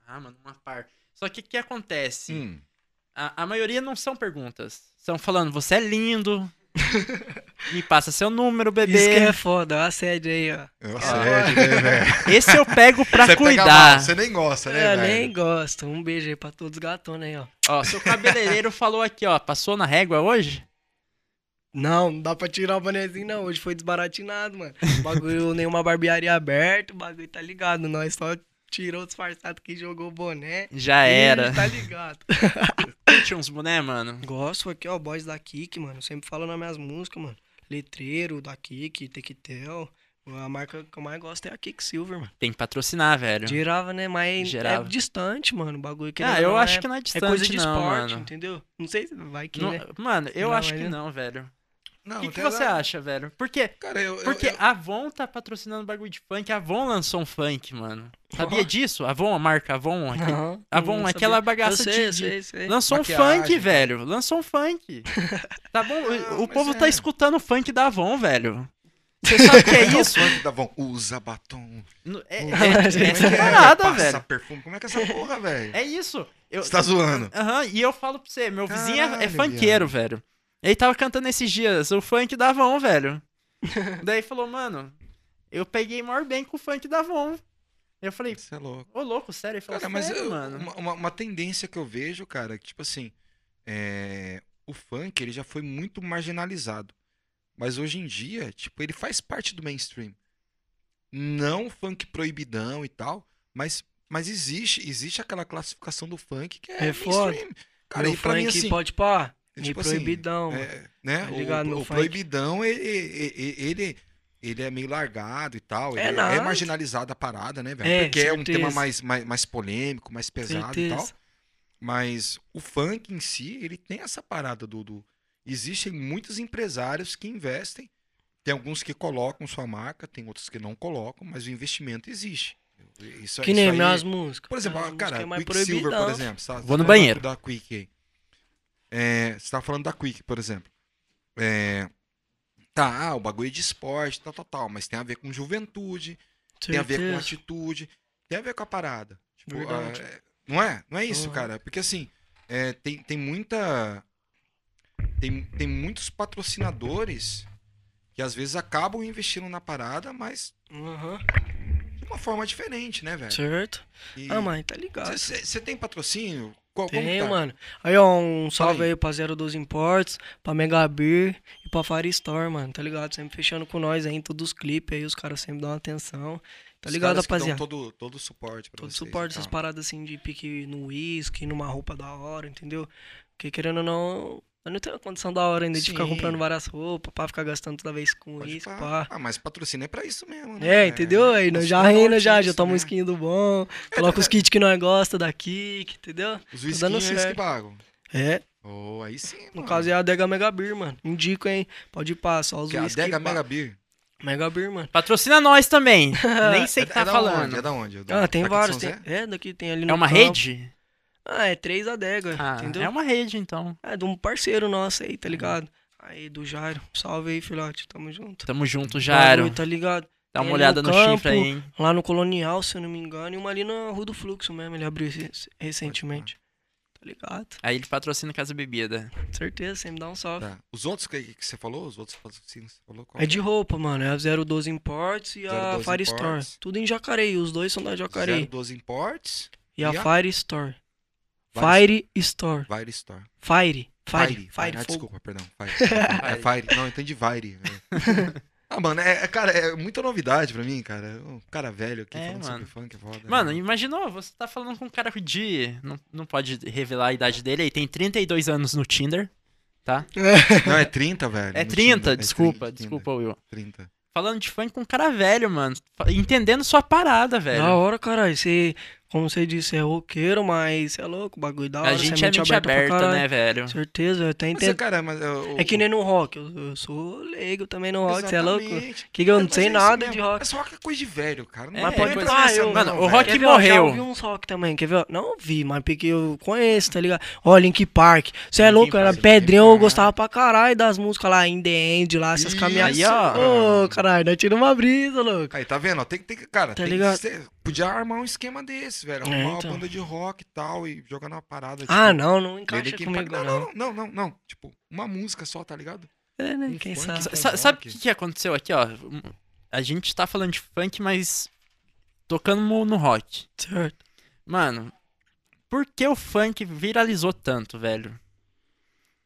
[SPEAKER 1] Ah, mano, uma par. Só que o que acontece?
[SPEAKER 2] Hum.
[SPEAKER 1] A, a maioria não são perguntas. São falando, você é lindo. me passa seu número,
[SPEAKER 3] Isso que é
[SPEAKER 1] bebê.
[SPEAKER 3] foda, ó, a sede aí, ó.
[SPEAKER 2] Nossa, é, velho.
[SPEAKER 1] (laughs) Esse eu pego pra
[SPEAKER 2] Você pega mal,
[SPEAKER 1] cuidar.
[SPEAKER 2] Você nem gosta, né,
[SPEAKER 3] Eu
[SPEAKER 2] velho?
[SPEAKER 3] É, nem gosto. Um beijo aí pra todos os gatones aí, ó.
[SPEAKER 1] Ó, seu cabeleireiro falou aqui, ó. Passou na régua hoje?
[SPEAKER 3] Não, não dá pra tirar o bonezinho, não. Hoje foi desbaratinado, mano. O bagulho, (laughs) nenhuma barbearia aberta, o bagulho tá ligado. Nós só tirou o disfarçado que jogou o boné.
[SPEAKER 1] Já
[SPEAKER 3] E
[SPEAKER 1] era.
[SPEAKER 3] Tá ligado.
[SPEAKER 1] Curte uns boné, mano.
[SPEAKER 3] Gosto aqui, ó, boys da Kik, mano. Sempre falo nas minhas músicas, mano. Letreiro da Kik, Tectel. A marca que eu mais gosto é a Kik Silver, mano.
[SPEAKER 1] Tem que patrocinar, velho.
[SPEAKER 3] Girava, né? Mas
[SPEAKER 1] Girava.
[SPEAKER 3] é distante, mano. O bagulho que
[SPEAKER 1] Ah, eu acho que não é distante,
[SPEAKER 3] É coisa de
[SPEAKER 1] não,
[SPEAKER 3] esporte,
[SPEAKER 1] mano.
[SPEAKER 3] entendeu? Não sei, se vai que,
[SPEAKER 1] Não-
[SPEAKER 3] né?
[SPEAKER 1] mano, eu
[SPEAKER 3] Não,
[SPEAKER 1] acho que
[SPEAKER 3] ele-
[SPEAKER 1] não, velho.
[SPEAKER 2] Não,
[SPEAKER 1] O que,
[SPEAKER 2] Ah, não
[SPEAKER 1] que
[SPEAKER 2] tem
[SPEAKER 1] você
[SPEAKER 2] nada-
[SPEAKER 1] acha, velho? Por quê?
[SPEAKER 2] Cara, eu. eu-
[SPEAKER 1] Porque
[SPEAKER 2] eu-
[SPEAKER 1] a Avon tá patrocinando bagulho de funk. A Avon lançou um funk, mano. Sabia disso? Avon, a marca Avon. aqui-
[SPEAKER 3] Não,
[SPEAKER 1] Avon,
[SPEAKER 3] não
[SPEAKER 1] ah, aquela
[SPEAKER 3] sabia.
[SPEAKER 1] bagaça
[SPEAKER 3] eu sei,
[SPEAKER 1] de-
[SPEAKER 3] Eu
[SPEAKER 1] de-
[SPEAKER 3] sei, eu sei.
[SPEAKER 1] Lançou um
[SPEAKER 4] Maquiagem,
[SPEAKER 1] funk,
[SPEAKER 4] tá?
[SPEAKER 1] velho. Lançou um
[SPEAKER 2] (laughs)
[SPEAKER 1] funk. Tá bom? O-
[SPEAKER 2] Não,
[SPEAKER 1] o
[SPEAKER 2] mas
[SPEAKER 1] povo
[SPEAKER 2] é.
[SPEAKER 1] tá escutando o funk da Avon, velho. Você
[SPEAKER 2] (laughs)
[SPEAKER 1] sabe o que é
[SPEAKER 2] Não,
[SPEAKER 1] isso?
[SPEAKER 2] funk da Von, usa batom.
[SPEAKER 1] No-
[SPEAKER 2] (laughs)
[SPEAKER 1] É,
[SPEAKER 2] Como
[SPEAKER 1] é,
[SPEAKER 2] que
[SPEAKER 1] é
[SPEAKER 2] é?
[SPEAKER 1] essa parada,
[SPEAKER 2] Passa
[SPEAKER 1] velho.
[SPEAKER 2] perfume. Como é que é essa porra, velho?
[SPEAKER 1] É isso. Eu,
[SPEAKER 2] Você tá zoando.
[SPEAKER 1] Aham, e eu falo pra você, meu vizinho é- é,
[SPEAKER 2] Caralho,
[SPEAKER 1] funkeiro, velho. Ele tava cantando esses dias o funk da Avon,
[SPEAKER 3] (laughs)
[SPEAKER 1] velho. Daí falou, mano, eu peguei maior bem com o funk da Avon. Eu falei,
[SPEAKER 2] Você é louco.
[SPEAKER 1] ô louco, sério? Ele falou,
[SPEAKER 2] Cara, mas
[SPEAKER 1] sério,
[SPEAKER 2] eu-
[SPEAKER 1] mano.
[SPEAKER 2] Uma, uma- uma tendência que eu vejo, cara, que tipo assim, é, o funk ele já foi muito marginalizado. Mas hoje em dia, tipo, ele faz parte do mainstream. Não o funk proibidão e tal, mas, mas existe, existe aquela classificação do funk que é,
[SPEAKER 3] É foda.
[SPEAKER 2] mainstream. Cara,
[SPEAKER 3] Meu
[SPEAKER 2] e pra mim
[SPEAKER 3] funk
[SPEAKER 2] assim,
[SPEAKER 3] pode pá.
[SPEAKER 2] é
[SPEAKER 3] Me
[SPEAKER 2] tipo assim,
[SPEAKER 3] proibidão,
[SPEAKER 2] é,
[SPEAKER 3] mano.
[SPEAKER 2] né?
[SPEAKER 3] Tá
[SPEAKER 2] O-
[SPEAKER 3] ligado? Meu
[SPEAKER 2] O, o
[SPEAKER 3] funk.
[SPEAKER 2] proibidão, ele, ele, ele- ele é meio largado e tal.
[SPEAKER 3] É
[SPEAKER 2] ele
[SPEAKER 3] nada.
[SPEAKER 2] marginalizado a parada, né, velho?
[SPEAKER 3] É,
[SPEAKER 2] Porque é um tema
[SPEAKER 3] certeza.
[SPEAKER 2] mais, mais, mais polêmico, mais pesado e tal.
[SPEAKER 3] Certeza.
[SPEAKER 2] Mas o funk em si, ele tem essa parada do, do- Existem muitos empresários que investem. Tem alguns que colocam sua marca, tem outros que não colocam, mas o investimento existe. Isso,
[SPEAKER 3] Que
[SPEAKER 2] Então, isso
[SPEAKER 3] nem
[SPEAKER 2] aí-
[SPEAKER 3] minhas músicas.
[SPEAKER 2] Por exemplo,
[SPEAKER 3] Minhas
[SPEAKER 2] a- cara,
[SPEAKER 3] músicas é mais
[SPEAKER 2] Quick Silver, por
[SPEAKER 3] proibidão.
[SPEAKER 2] exemplo. Tá,
[SPEAKER 1] Vou no
[SPEAKER 2] tá falando
[SPEAKER 1] banheiro.
[SPEAKER 2] Da Quick aí. É, você tá falando da Quick, por exemplo. É, tá, ah, o bagulho é de esporte, tal, tal, tal, mas tem a ver com juventude, tem a ver com
[SPEAKER 3] Certeza.
[SPEAKER 2] atitude, tem a ver com a parada. Tipo,
[SPEAKER 3] Verdade.
[SPEAKER 2] ah, é- não é? Não é isso,
[SPEAKER 3] Uhum.
[SPEAKER 2] cara. Porque assim, é, tem, tem muita. Tem, tem muitos patrocinadores que às vezes acabam investindo na parada, mas
[SPEAKER 3] Aham,
[SPEAKER 2] de uma forma diferente, né, velho?
[SPEAKER 3] certo.
[SPEAKER 2] Uhum. E-
[SPEAKER 3] Ah, mãe, tá ligado.
[SPEAKER 2] você tem patrocínio? Qual, como
[SPEAKER 3] Tem,
[SPEAKER 2] tá?
[SPEAKER 3] mano. Aí, ó, um
[SPEAKER 2] Fala
[SPEAKER 3] salve
[SPEAKER 2] aí.
[SPEAKER 3] aí pra 02 Imports, pra Mega Beer e pra Fire Store, mano, tá ligado? Sempre fechando com nós aí em todos os clipes aí, os caras sempre dão uma atenção. Tá
[SPEAKER 2] Os
[SPEAKER 3] ligado,
[SPEAKER 2] caras que dão
[SPEAKER 3] rapaziada?
[SPEAKER 2] Todo, todo o suporte pra
[SPEAKER 3] Todo
[SPEAKER 2] vocês então.
[SPEAKER 3] suporte,
[SPEAKER 2] e tal.
[SPEAKER 3] essas paradas assim de pique no uísque, numa roupa da hora, entendeu? Porque querendo ou não, eu não tenho a condição da hora ainda de ficar
[SPEAKER 2] Sim.
[SPEAKER 3] comprando várias roupas, pra ficar gastando toda vez com
[SPEAKER 2] Pode
[SPEAKER 3] uísque,
[SPEAKER 2] pá.
[SPEAKER 3] pá.
[SPEAKER 2] Ah, mas patrocínio é pra isso mesmo, né?
[SPEAKER 3] É, entendeu? Aí nós
[SPEAKER 2] Os
[SPEAKER 3] já reina
[SPEAKER 2] suporte,
[SPEAKER 3] já, já
[SPEAKER 2] isso,
[SPEAKER 3] toma um
[SPEAKER 2] né?
[SPEAKER 3] skin do bom, coloca os kits que nós gosta da Kik, entendeu?
[SPEAKER 2] Os
[SPEAKER 3] tá
[SPEAKER 2] whiskinhos
[SPEAKER 3] dando
[SPEAKER 2] eles que
[SPEAKER 3] certo.
[SPEAKER 2] pagam.
[SPEAKER 3] É,
[SPEAKER 2] Oh, aí sim, mano.
[SPEAKER 3] no caso é a Adega Mega Beer, mano. Indico, hein? Pode ir pá, só os
[SPEAKER 2] Que é a
[SPEAKER 3] whisky,
[SPEAKER 2] Dega
[SPEAKER 3] pá.
[SPEAKER 2] Mega Beer.
[SPEAKER 3] Mega Beer, mano.
[SPEAKER 1] Patrocina nós
[SPEAKER 3] (laughs)
[SPEAKER 1] também. Nem sei o que
[SPEAKER 2] É
[SPEAKER 1] tá
[SPEAKER 2] da
[SPEAKER 1] falando.
[SPEAKER 2] Onde? É da onde? É da
[SPEAKER 3] Ah,
[SPEAKER 2] onde?
[SPEAKER 3] tem
[SPEAKER 2] Daqui de
[SPEAKER 3] vários.
[SPEAKER 2] São
[SPEAKER 3] Tem,
[SPEAKER 2] José?
[SPEAKER 3] é, daqui tem ali
[SPEAKER 1] É
[SPEAKER 3] no
[SPEAKER 1] uma
[SPEAKER 3] campo.
[SPEAKER 1] rede?
[SPEAKER 3] Ah, é três adegas,
[SPEAKER 1] Ah,
[SPEAKER 3] entendeu?
[SPEAKER 1] é uma rede, então.
[SPEAKER 3] É, de um parceiro nosso aí, tá ligado? Aí, do Jairo. Salve aí, filhote. Tamo junto.
[SPEAKER 1] Tamo junto, Jairo.
[SPEAKER 3] Bagulho, Tá ligado?
[SPEAKER 1] Dá uma
[SPEAKER 3] ele
[SPEAKER 1] olhada no
[SPEAKER 3] no
[SPEAKER 1] chifre aí,
[SPEAKER 3] campo,
[SPEAKER 1] hein?
[SPEAKER 3] Lá no Colonial, se eu não me engano, e uma ali na Rua do Fluxo mesmo. Ele abriu esse- recentemente. Tá ligado?
[SPEAKER 1] Aí ele patrocina Casa Bebida.
[SPEAKER 3] Com certeza, você me dá um salve.
[SPEAKER 2] Tá. Os outros que, que você falou? Os outros patrocínios que você falou? Qual
[SPEAKER 3] É de roupa, mano. É a 012 Imports e a
[SPEAKER 2] 012
[SPEAKER 3] Fire Store.
[SPEAKER 2] Imports.
[SPEAKER 3] Tudo em Jacareí. Os dois são da Jacareí.
[SPEAKER 2] 012 Imports,
[SPEAKER 3] E a
[SPEAKER 2] e a-
[SPEAKER 3] Fire Store.
[SPEAKER 2] Fire
[SPEAKER 3] Fire Store.
[SPEAKER 2] Vire Store.
[SPEAKER 3] Fire. Fire.
[SPEAKER 2] Fire,
[SPEAKER 3] Fire.
[SPEAKER 2] ah,
[SPEAKER 3] Fogo.
[SPEAKER 2] desculpa,
[SPEAKER 3] (laughs)
[SPEAKER 2] perdão. Fire. é Fire. Não, eu entendi Vire. é. ah, mano, é, é, cara, é muita novidade pra mim, cara. Eu, Um cara velho aqui
[SPEAKER 1] É,
[SPEAKER 2] falando
[SPEAKER 1] mano.
[SPEAKER 2] sobre funk, é foda.
[SPEAKER 1] Mano, imaginou, você tá falando com um cara de. Não, não pode revelar a idade dele, ele tem 32 anos no Tinder.
[SPEAKER 2] Não, é 30, velho.
[SPEAKER 1] É
[SPEAKER 2] no
[SPEAKER 1] 30,
[SPEAKER 2] Tinder. É
[SPEAKER 1] desculpa,
[SPEAKER 2] 30,
[SPEAKER 1] desculpa, Will.
[SPEAKER 2] 30.
[SPEAKER 1] Falando de funk com um cara velho, mano. fa- Entendendo sua parada, velho.
[SPEAKER 3] Da hora, caralho. Você, como você disse, é roqueiro, mas você é louco. O bagulho da hora.
[SPEAKER 1] a
[SPEAKER 3] você
[SPEAKER 1] gente é mente
[SPEAKER 3] pra
[SPEAKER 1] aberta,
[SPEAKER 3] caralho.
[SPEAKER 1] né, velho?
[SPEAKER 3] Certeza, eu até
[SPEAKER 2] Mas é,
[SPEAKER 3] entendo.
[SPEAKER 2] cara, mas, eu-
[SPEAKER 3] É que nem no rock. Eu, eu sou leigo também no rock. Você é louco?
[SPEAKER 2] Exatamente.
[SPEAKER 3] Que eu não
[SPEAKER 2] Mas
[SPEAKER 3] sei
[SPEAKER 2] é isso
[SPEAKER 3] nada
[SPEAKER 2] mesmo.
[SPEAKER 3] de rock.
[SPEAKER 2] Mas rock é coisa de velho, cara. Não
[SPEAKER 1] É,
[SPEAKER 2] vai
[SPEAKER 1] coisa-
[SPEAKER 2] entrar
[SPEAKER 3] Ah,
[SPEAKER 2] nessa,
[SPEAKER 1] eu- Mano, o
[SPEAKER 2] não, velho.
[SPEAKER 1] É, rock-
[SPEAKER 3] Quer ver,
[SPEAKER 1] morreu.
[SPEAKER 3] ó, já ouvi uns rock também, quer ver? ó? Não ouvi, mas porque eu conheço, tá ligado? Ó, Link Park. Você é
[SPEAKER 2] Linkin
[SPEAKER 3] louco, era
[SPEAKER 2] Park,
[SPEAKER 3] Pedrinho,
[SPEAKER 2] Linkin
[SPEAKER 3] eu
[SPEAKER 2] Park.
[SPEAKER 3] gostava pra caralho das músicas lá, In The End, lá, essas
[SPEAKER 2] Isso,
[SPEAKER 3] caminhadas.
[SPEAKER 1] aí, ó.
[SPEAKER 3] Ô, caralho, nós tiramos uma brisa, louco.
[SPEAKER 2] Aí, tá vendo? ó, Tem que ter, cara,
[SPEAKER 3] Tá
[SPEAKER 2] tem que
[SPEAKER 3] ligado?
[SPEAKER 2] ser- podia armar um esquema desse, velho.
[SPEAKER 3] É,
[SPEAKER 2] Arrumar uma
[SPEAKER 3] então.
[SPEAKER 2] banda de rock e tal e jogar numa parada.
[SPEAKER 3] Ah,
[SPEAKER 1] é
[SPEAKER 2] tipo,
[SPEAKER 3] não, não
[SPEAKER 2] meio
[SPEAKER 3] encaixa
[SPEAKER 2] Linkin
[SPEAKER 3] comigo,
[SPEAKER 2] Park.
[SPEAKER 3] não.
[SPEAKER 2] não. Não, não, não, não. Tipo, uma música só, tá ligado?
[SPEAKER 3] É, né?
[SPEAKER 2] Um
[SPEAKER 3] Quem
[SPEAKER 2] funk
[SPEAKER 3] sabe?
[SPEAKER 2] só.
[SPEAKER 1] Sa-
[SPEAKER 2] rock.
[SPEAKER 1] sabe o que, que aconteceu aqui, ó? A gente tá falando de funk, mas tocando no no rock.
[SPEAKER 3] Certo.
[SPEAKER 1] Mano, por que o funk viralizou tanto, velho?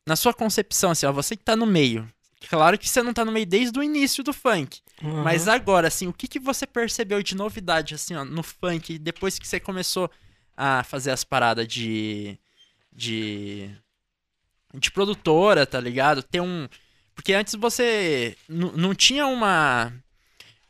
[SPEAKER 1] Na sua concepção, assim, ó, você que tá no meio. Claro que você não tá no meio desde o início do funk. Mas
[SPEAKER 3] Aham.
[SPEAKER 1] agora, assim, o que, que você percebeu de novidade, assim, ó, no funk, depois que você começou a fazer as paradas de. de. de produtora, tá ligado? Ter um. Porque antes você nu- não tinha uma.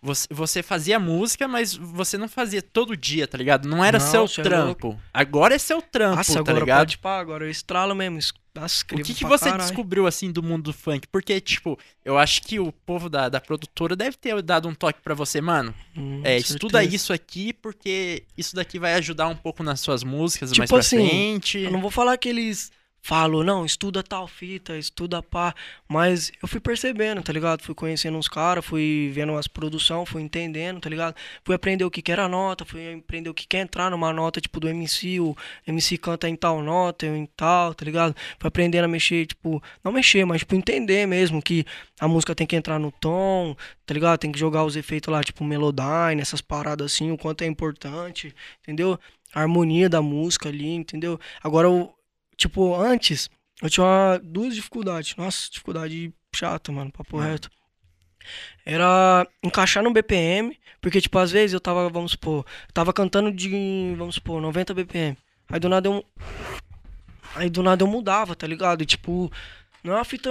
[SPEAKER 1] Você, você fazia música, mas você não fazia todo dia, tá ligado? Não era
[SPEAKER 3] Não,
[SPEAKER 1] seu
[SPEAKER 3] cê é
[SPEAKER 1] trampo. agora é seu trampo,
[SPEAKER 3] Nossa,
[SPEAKER 1] tá
[SPEAKER 3] agora
[SPEAKER 1] ligado?
[SPEAKER 3] pode pá, agora eu estralo mesmo. es-
[SPEAKER 1] O
[SPEAKER 3] Nossa, escrevo
[SPEAKER 1] que, que
[SPEAKER 3] pra
[SPEAKER 1] você
[SPEAKER 3] caralho.
[SPEAKER 1] descobriu, assim, do mundo do funk? Porque, tipo, eu acho que o povo da, da produtora deve ter dado um toque pra você, mano.
[SPEAKER 3] Hum,
[SPEAKER 1] É, estuda
[SPEAKER 3] certeza.
[SPEAKER 1] isso aqui, porque isso daqui vai ajudar um pouco nas suas músicas mais
[SPEAKER 3] Tipo
[SPEAKER 1] pra
[SPEAKER 3] assim,
[SPEAKER 1] frente.
[SPEAKER 3] Eu não vou falar que eles falam, não, estuda tal fita, estuda pá. Mas eu fui percebendo, tá ligado? Fui conhecendo uns caras, fui vendo as produções, fui entendendo, tá ligado? Fui aprender o que que era nota, fui aprender o que quer entrar numa nota, tipo, do MC, o MC canta em tal nota, eu em tal, tá ligado? Fui aprendendo a mexer, tipo, não mexer, mas, tipo, entender mesmo que a música tem que entrar no tom, tá ligado? Tem que jogar os efeitos lá, tipo, Melodyne, essas paradas assim, o quanto é importante, entendeu? A harmonia da música ali, entendeu? Agora, eu, tipo, antes, eu tinha uma- duas dificuldades. Nossa, dificuldade chata, mano, papo reto. Era encaixar no BPM, porque, tipo, às vezes eu tava, vamos supor, tava cantando de, vamos supor, 90 BPM. Aí do nada eu. Aí do nada eu mudava, tá ligado? E, tipo, não é uma fita,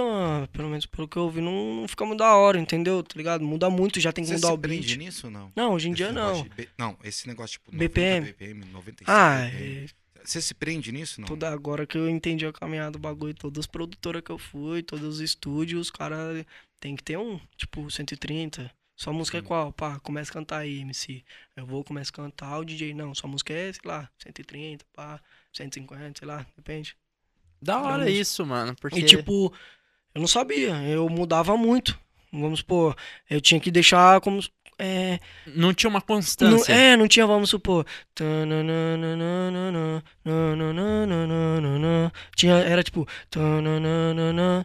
[SPEAKER 3] pelo menos pelo que eu ouvi, não, não fica muito da hora, entendeu? Tá ligado? Muda muito, já tem que
[SPEAKER 2] Você
[SPEAKER 3] mudar
[SPEAKER 2] se
[SPEAKER 3] o beat.
[SPEAKER 2] prende nisso ou não?
[SPEAKER 3] Não, hoje em dia
[SPEAKER 2] Esse
[SPEAKER 3] não.
[SPEAKER 2] negócio de B- Não, esse negócio tipo 90
[SPEAKER 3] BPM.
[SPEAKER 2] BPM, 95
[SPEAKER 3] Ah,
[SPEAKER 2] BPM.
[SPEAKER 3] é,
[SPEAKER 2] Você se prende nisso não?
[SPEAKER 3] toda agora que eu entendi a caminhada do bagulho, todas as produtoras que eu fui, todos os estúdios, os caras tem que ter um, tipo, 130. Sua música é qual? Pá, começa a cantar aí, MC. Eu vou, começa a cantar, o DJ, não, sua música é, sei lá, 130, pá, 150, sei lá, depende.
[SPEAKER 1] Da hora
[SPEAKER 3] Caramba.
[SPEAKER 1] isso, mano. Porque.
[SPEAKER 3] E tipo, eu não sabia, eu mudava muito. Vamos supor, eu tinha que deixar como. É,
[SPEAKER 1] não tinha uma
[SPEAKER 3] não,
[SPEAKER 1] constância.
[SPEAKER 3] é, não tinha, vamos supor. Tananana, nananana, Tinha, era tipo. tananana,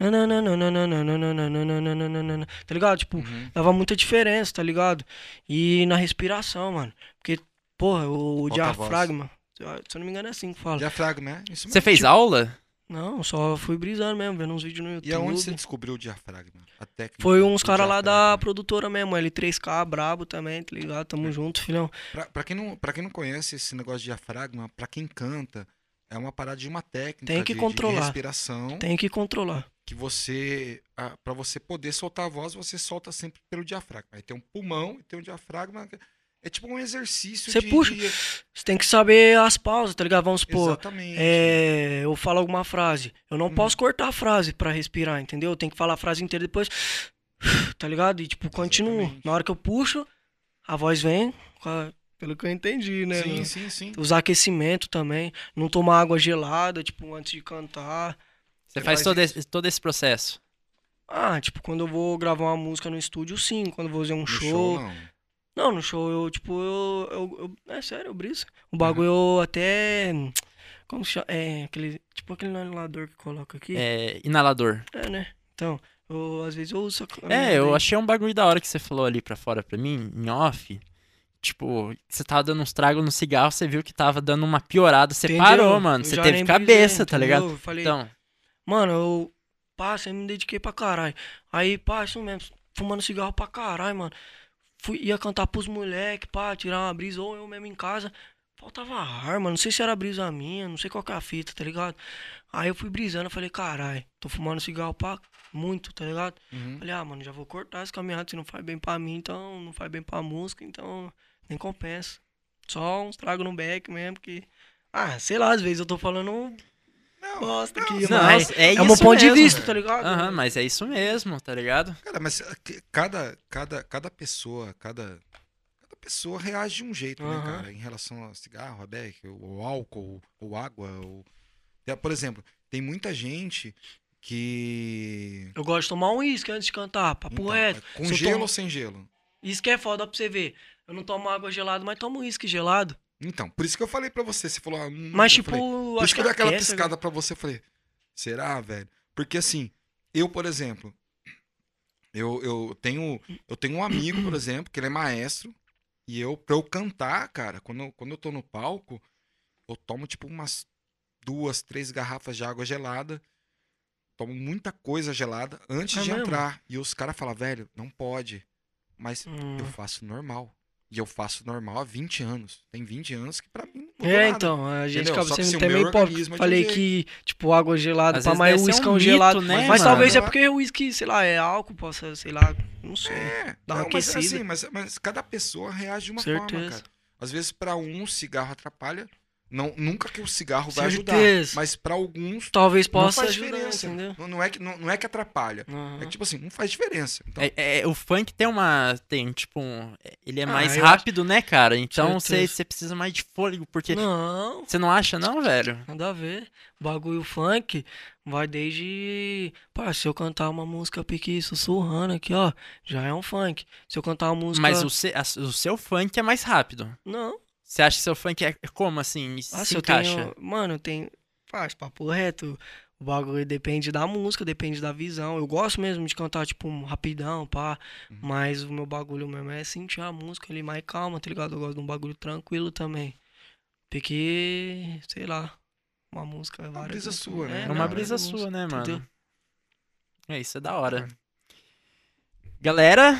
[SPEAKER 3] nananana, Tá ligado? Tipo,
[SPEAKER 2] Uhum.
[SPEAKER 3] dava muita diferença, tá ligado? E na respiração, mano. Porque, porra, o, o
[SPEAKER 2] Alta voz.
[SPEAKER 3] diafragma. Se eu não me engano é assim que fala.
[SPEAKER 2] Diafragma, é? Isso
[SPEAKER 1] Você
[SPEAKER 2] mesmo.
[SPEAKER 1] fez aula?
[SPEAKER 3] Não, só fui brisando mesmo, vendo uns vídeos no YouTube.
[SPEAKER 2] E aonde você descobriu o diafragma? A técnica
[SPEAKER 3] Foi
[SPEAKER 2] do
[SPEAKER 3] uns caras lá da
[SPEAKER 2] diafragma?
[SPEAKER 3] produtora mesmo, L3K, brabo também, tá ligado? Tamo junto, filhão.
[SPEAKER 2] Pra, pra quem não, pra quem não conhece esse negócio de diafragma, pra quem canta, é uma parada de uma técnica
[SPEAKER 3] Tem que
[SPEAKER 2] de,
[SPEAKER 3] controlar.
[SPEAKER 2] de respiração
[SPEAKER 3] Tem que controlar.
[SPEAKER 2] que você. ah, pra você poder soltar a voz, você solta sempre pelo diafragma. Aí tem um pulmão e tem um diafragma. É tipo um exercício
[SPEAKER 3] Você
[SPEAKER 2] de.
[SPEAKER 3] puxa.
[SPEAKER 2] de-
[SPEAKER 3] Você tem que saber as pausas, tá ligado? Vamos supor,
[SPEAKER 2] Exatamente.
[SPEAKER 3] é, eu falo alguma frase. Eu não
[SPEAKER 2] Uhum.
[SPEAKER 3] posso cortar a frase pra respirar, entendeu? Eu tenho que falar a frase inteira depois, (sighs) tá ligado? E tipo, continuo.
[SPEAKER 2] Exatamente.
[SPEAKER 3] Na hora que eu puxo, a voz vem, com a- pelo que eu entendi, né?
[SPEAKER 2] Sim,
[SPEAKER 3] mano?
[SPEAKER 2] sim, sim.
[SPEAKER 3] Usar aquecimento também, não tomar água gelada, tipo, antes de cantar.
[SPEAKER 1] Você faz
[SPEAKER 2] faz
[SPEAKER 1] todo esse, todo esse processo.
[SPEAKER 3] Ah, tipo, quando eu vou gravar uma música no estúdio, sim. Quando eu vou fazer um
[SPEAKER 2] No né?
[SPEAKER 3] show.
[SPEAKER 2] não.
[SPEAKER 3] Não, no show eu, tipo, eu. eu, eu- é sério, eu briso. O
[SPEAKER 1] Uhum.
[SPEAKER 3] bagulho eu até. Como se chama? É, aquele. Tipo aquele anulador que coloca aqui.
[SPEAKER 1] É, inalador.
[SPEAKER 3] É, né? Então, eu, às vezes eu uso. a
[SPEAKER 1] É,
[SPEAKER 3] merda
[SPEAKER 1] eu
[SPEAKER 3] aí.
[SPEAKER 1] achei um bagulho da hora que você falou ali pra fora pra mim, em off. Tipo, você tava dando uns tragos no cigarro, você viu que tava dando uma piorada, você
[SPEAKER 3] Entendeu?
[SPEAKER 1] parou, mano.
[SPEAKER 3] Eu
[SPEAKER 1] Você
[SPEAKER 3] já
[SPEAKER 1] teve
[SPEAKER 3] nem
[SPEAKER 1] cabeça,
[SPEAKER 3] brisei,
[SPEAKER 1] tá ligado?
[SPEAKER 3] entendeu? Eu falei,
[SPEAKER 1] Então,
[SPEAKER 3] mano, eu. Pá, eu me dediquei pra caralho. Aí, pá, isso mesmo. Fumando cigarro pra caralho, mano. Fui, ia cantar pros moleque, pá, tirar uma brisa, ou eu mesmo em casa. Faltava ar, mano. Não sei se era brisa minha, não sei qual que é a fita, tá ligado? Aí eu fui brisando, eu falei, caralho, tô fumando cigarro pra muito, tá ligado?
[SPEAKER 2] Uhum.
[SPEAKER 3] Falei, ah, mano, já vou cortar esse caminhado, se não faz bem pra mim, então não faz bem pra música, então nem compensa. Só uns trago no back mesmo, que. Ah, sei lá, às vezes eu tô falando
[SPEAKER 2] Não,
[SPEAKER 3] bosta aqui,
[SPEAKER 1] não,
[SPEAKER 3] mas
[SPEAKER 1] é,
[SPEAKER 3] é o meu
[SPEAKER 1] isso
[SPEAKER 3] ponto de
[SPEAKER 1] mesmo,
[SPEAKER 3] vista,
[SPEAKER 1] velho.
[SPEAKER 3] tá ligado?
[SPEAKER 1] Aham, mas é isso mesmo, tá ligado?
[SPEAKER 2] Cara, mas ah, que- cada, cada, cada pessoa, cada, cada pessoa reage de um jeito, né,
[SPEAKER 3] Aham.
[SPEAKER 2] cara? Em relação ao cigarro, a beck, ou álcool, ou água, ou... É, Por exemplo, tem muita gente que...
[SPEAKER 3] Eu gosto de tomar um uísque antes de cantar, papo
[SPEAKER 2] Então,
[SPEAKER 3] reto.
[SPEAKER 2] com
[SPEAKER 3] Se eu
[SPEAKER 2] gelo
[SPEAKER 3] tomo-
[SPEAKER 2] ou sem gelo?
[SPEAKER 3] Isso que é foda pra você ver. Eu não tomo água gelada, mas tomo uísque gelado.
[SPEAKER 2] Então, por isso que eu falei pra você, você falou... ah, hum,
[SPEAKER 3] Mas,
[SPEAKER 2] eu
[SPEAKER 3] tipo,
[SPEAKER 2] falei,
[SPEAKER 3] acho
[SPEAKER 2] por isso que eu dei aquela
[SPEAKER 3] aquece,
[SPEAKER 2] piscada pra você, eu falei, será, velho? Porque assim, eu, por exemplo, eu, eu tenho eu tenho um amigo,
[SPEAKER 3] (clears throat)
[SPEAKER 2] por exemplo, que ele é maestro, e eu, pra eu cantar, cara, quando, eu- quando eu tô no palco, eu tomo, tipo, umas duas, três garrafas de água gelada, tomo muita coisa gelada antes
[SPEAKER 3] É
[SPEAKER 2] de
[SPEAKER 3] mesmo?
[SPEAKER 2] entrar. E os caras falam, velho, não pode. Mas
[SPEAKER 3] Hum.
[SPEAKER 2] eu faço normal. E eu faço normal há 20 anos. Tem 20 anos que pra mim não mudou
[SPEAKER 3] É,
[SPEAKER 2] nada.
[SPEAKER 3] então, a gente
[SPEAKER 2] né? Entendeu?
[SPEAKER 3] acaba
[SPEAKER 2] Só que se
[SPEAKER 3] sendo
[SPEAKER 2] o
[SPEAKER 3] até
[SPEAKER 2] meu
[SPEAKER 3] meio hipócrita.
[SPEAKER 2] organismo é de um
[SPEAKER 3] Falei
[SPEAKER 2] jeito.
[SPEAKER 3] que, tipo, água gelada
[SPEAKER 1] Às
[SPEAKER 3] pra
[SPEAKER 1] vezes
[SPEAKER 3] mais
[SPEAKER 1] deve ser um
[SPEAKER 3] uiscão
[SPEAKER 1] mito,
[SPEAKER 3] gelado.
[SPEAKER 1] né,
[SPEAKER 3] mas
[SPEAKER 1] mano?
[SPEAKER 3] talvez é
[SPEAKER 2] Ela-
[SPEAKER 3] porque o uísque, sei lá, é álcool, possa, sei lá, não sei.
[SPEAKER 2] É,
[SPEAKER 3] Dá uma
[SPEAKER 2] não, mas,
[SPEAKER 3] aquecida.
[SPEAKER 2] assim, mas, mas cada pessoa reage de uma forma,
[SPEAKER 3] Certeza.
[SPEAKER 2] cara. Às vezes, pra um, o cigarro atrapalha. Não, nunca que o cigarro vai
[SPEAKER 3] Certeza.
[SPEAKER 2] ajudar. Mas pra alguns,
[SPEAKER 3] Talvez
[SPEAKER 2] não
[SPEAKER 3] possa
[SPEAKER 2] faz
[SPEAKER 3] ajudar,
[SPEAKER 2] diferença.
[SPEAKER 3] entendeu?
[SPEAKER 2] Não, não é que, não, não é que atrapalha. É
[SPEAKER 3] Aham.
[SPEAKER 2] que, tipo assim, não faz diferença. Então,
[SPEAKER 1] É, é, o funk tem uma. Tem, tipo, um- ele é
[SPEAKER 3] Ah,
[SPEAKER 1] mais
[SPEAKER 3] eu
[SPEAKER 1] rápido, né, cara? Então você
[SPEAKER 3] Certeza.
[SPEAKER 1] você precisa mais de fôlego, porque.
[SPEAKER 3] Não,
[SPEAKER 1] Você não acha, não, velho?
[SPEAKER 3] nada a ver. O bagulho funk vai desde. Pá, se eu cantar uma música pique sussurrando aqui, ó, já é um funk. Se eu cantar uma música.
[SPEAKER 1] Mas o, se- a- o seu funk é mais rápido.
[SPEAKER 3] Não,
[SPEAKER 1] Você acha que seu funk é é como assim? E
[SPEAKER 3] ah,
[SPEAKER 1] se
[SPEAKER 3] se eu
[SPEAKER 1] encaixa?
[SPEAKER 3] tenho. Mano, eu tenho. Faz papo reto. O bagulho depende da música, depende da visão. Eu gosto mesmo de cantar, tipo, um rapidão, pá.
[SPEAKER 2] Uhum.
[SPEAKER 3] Mas o meu bagulho mesmo é sentir a música ali mais calma, tá ligado? Eu gosto de um bagulho tranquilo também. Porque, sei lá, uma música.
[SPEAKER 2] uma
[SPEAKER 3] várias
[SPEAKER 2] brisa
[SPEAKER 3] músicas,
[SPEAKER 2] sua, né,
[SPEAKER 1] É
[SPEAKER 2] Não,
[SPEAKER 1] uma
[SPEAKER 2] é
[SPEAKER 1] brisa sua, né, mano?
[SPEAKER 3] entendeu?
[SPEAKER 1] É isso, é da hora. Galera,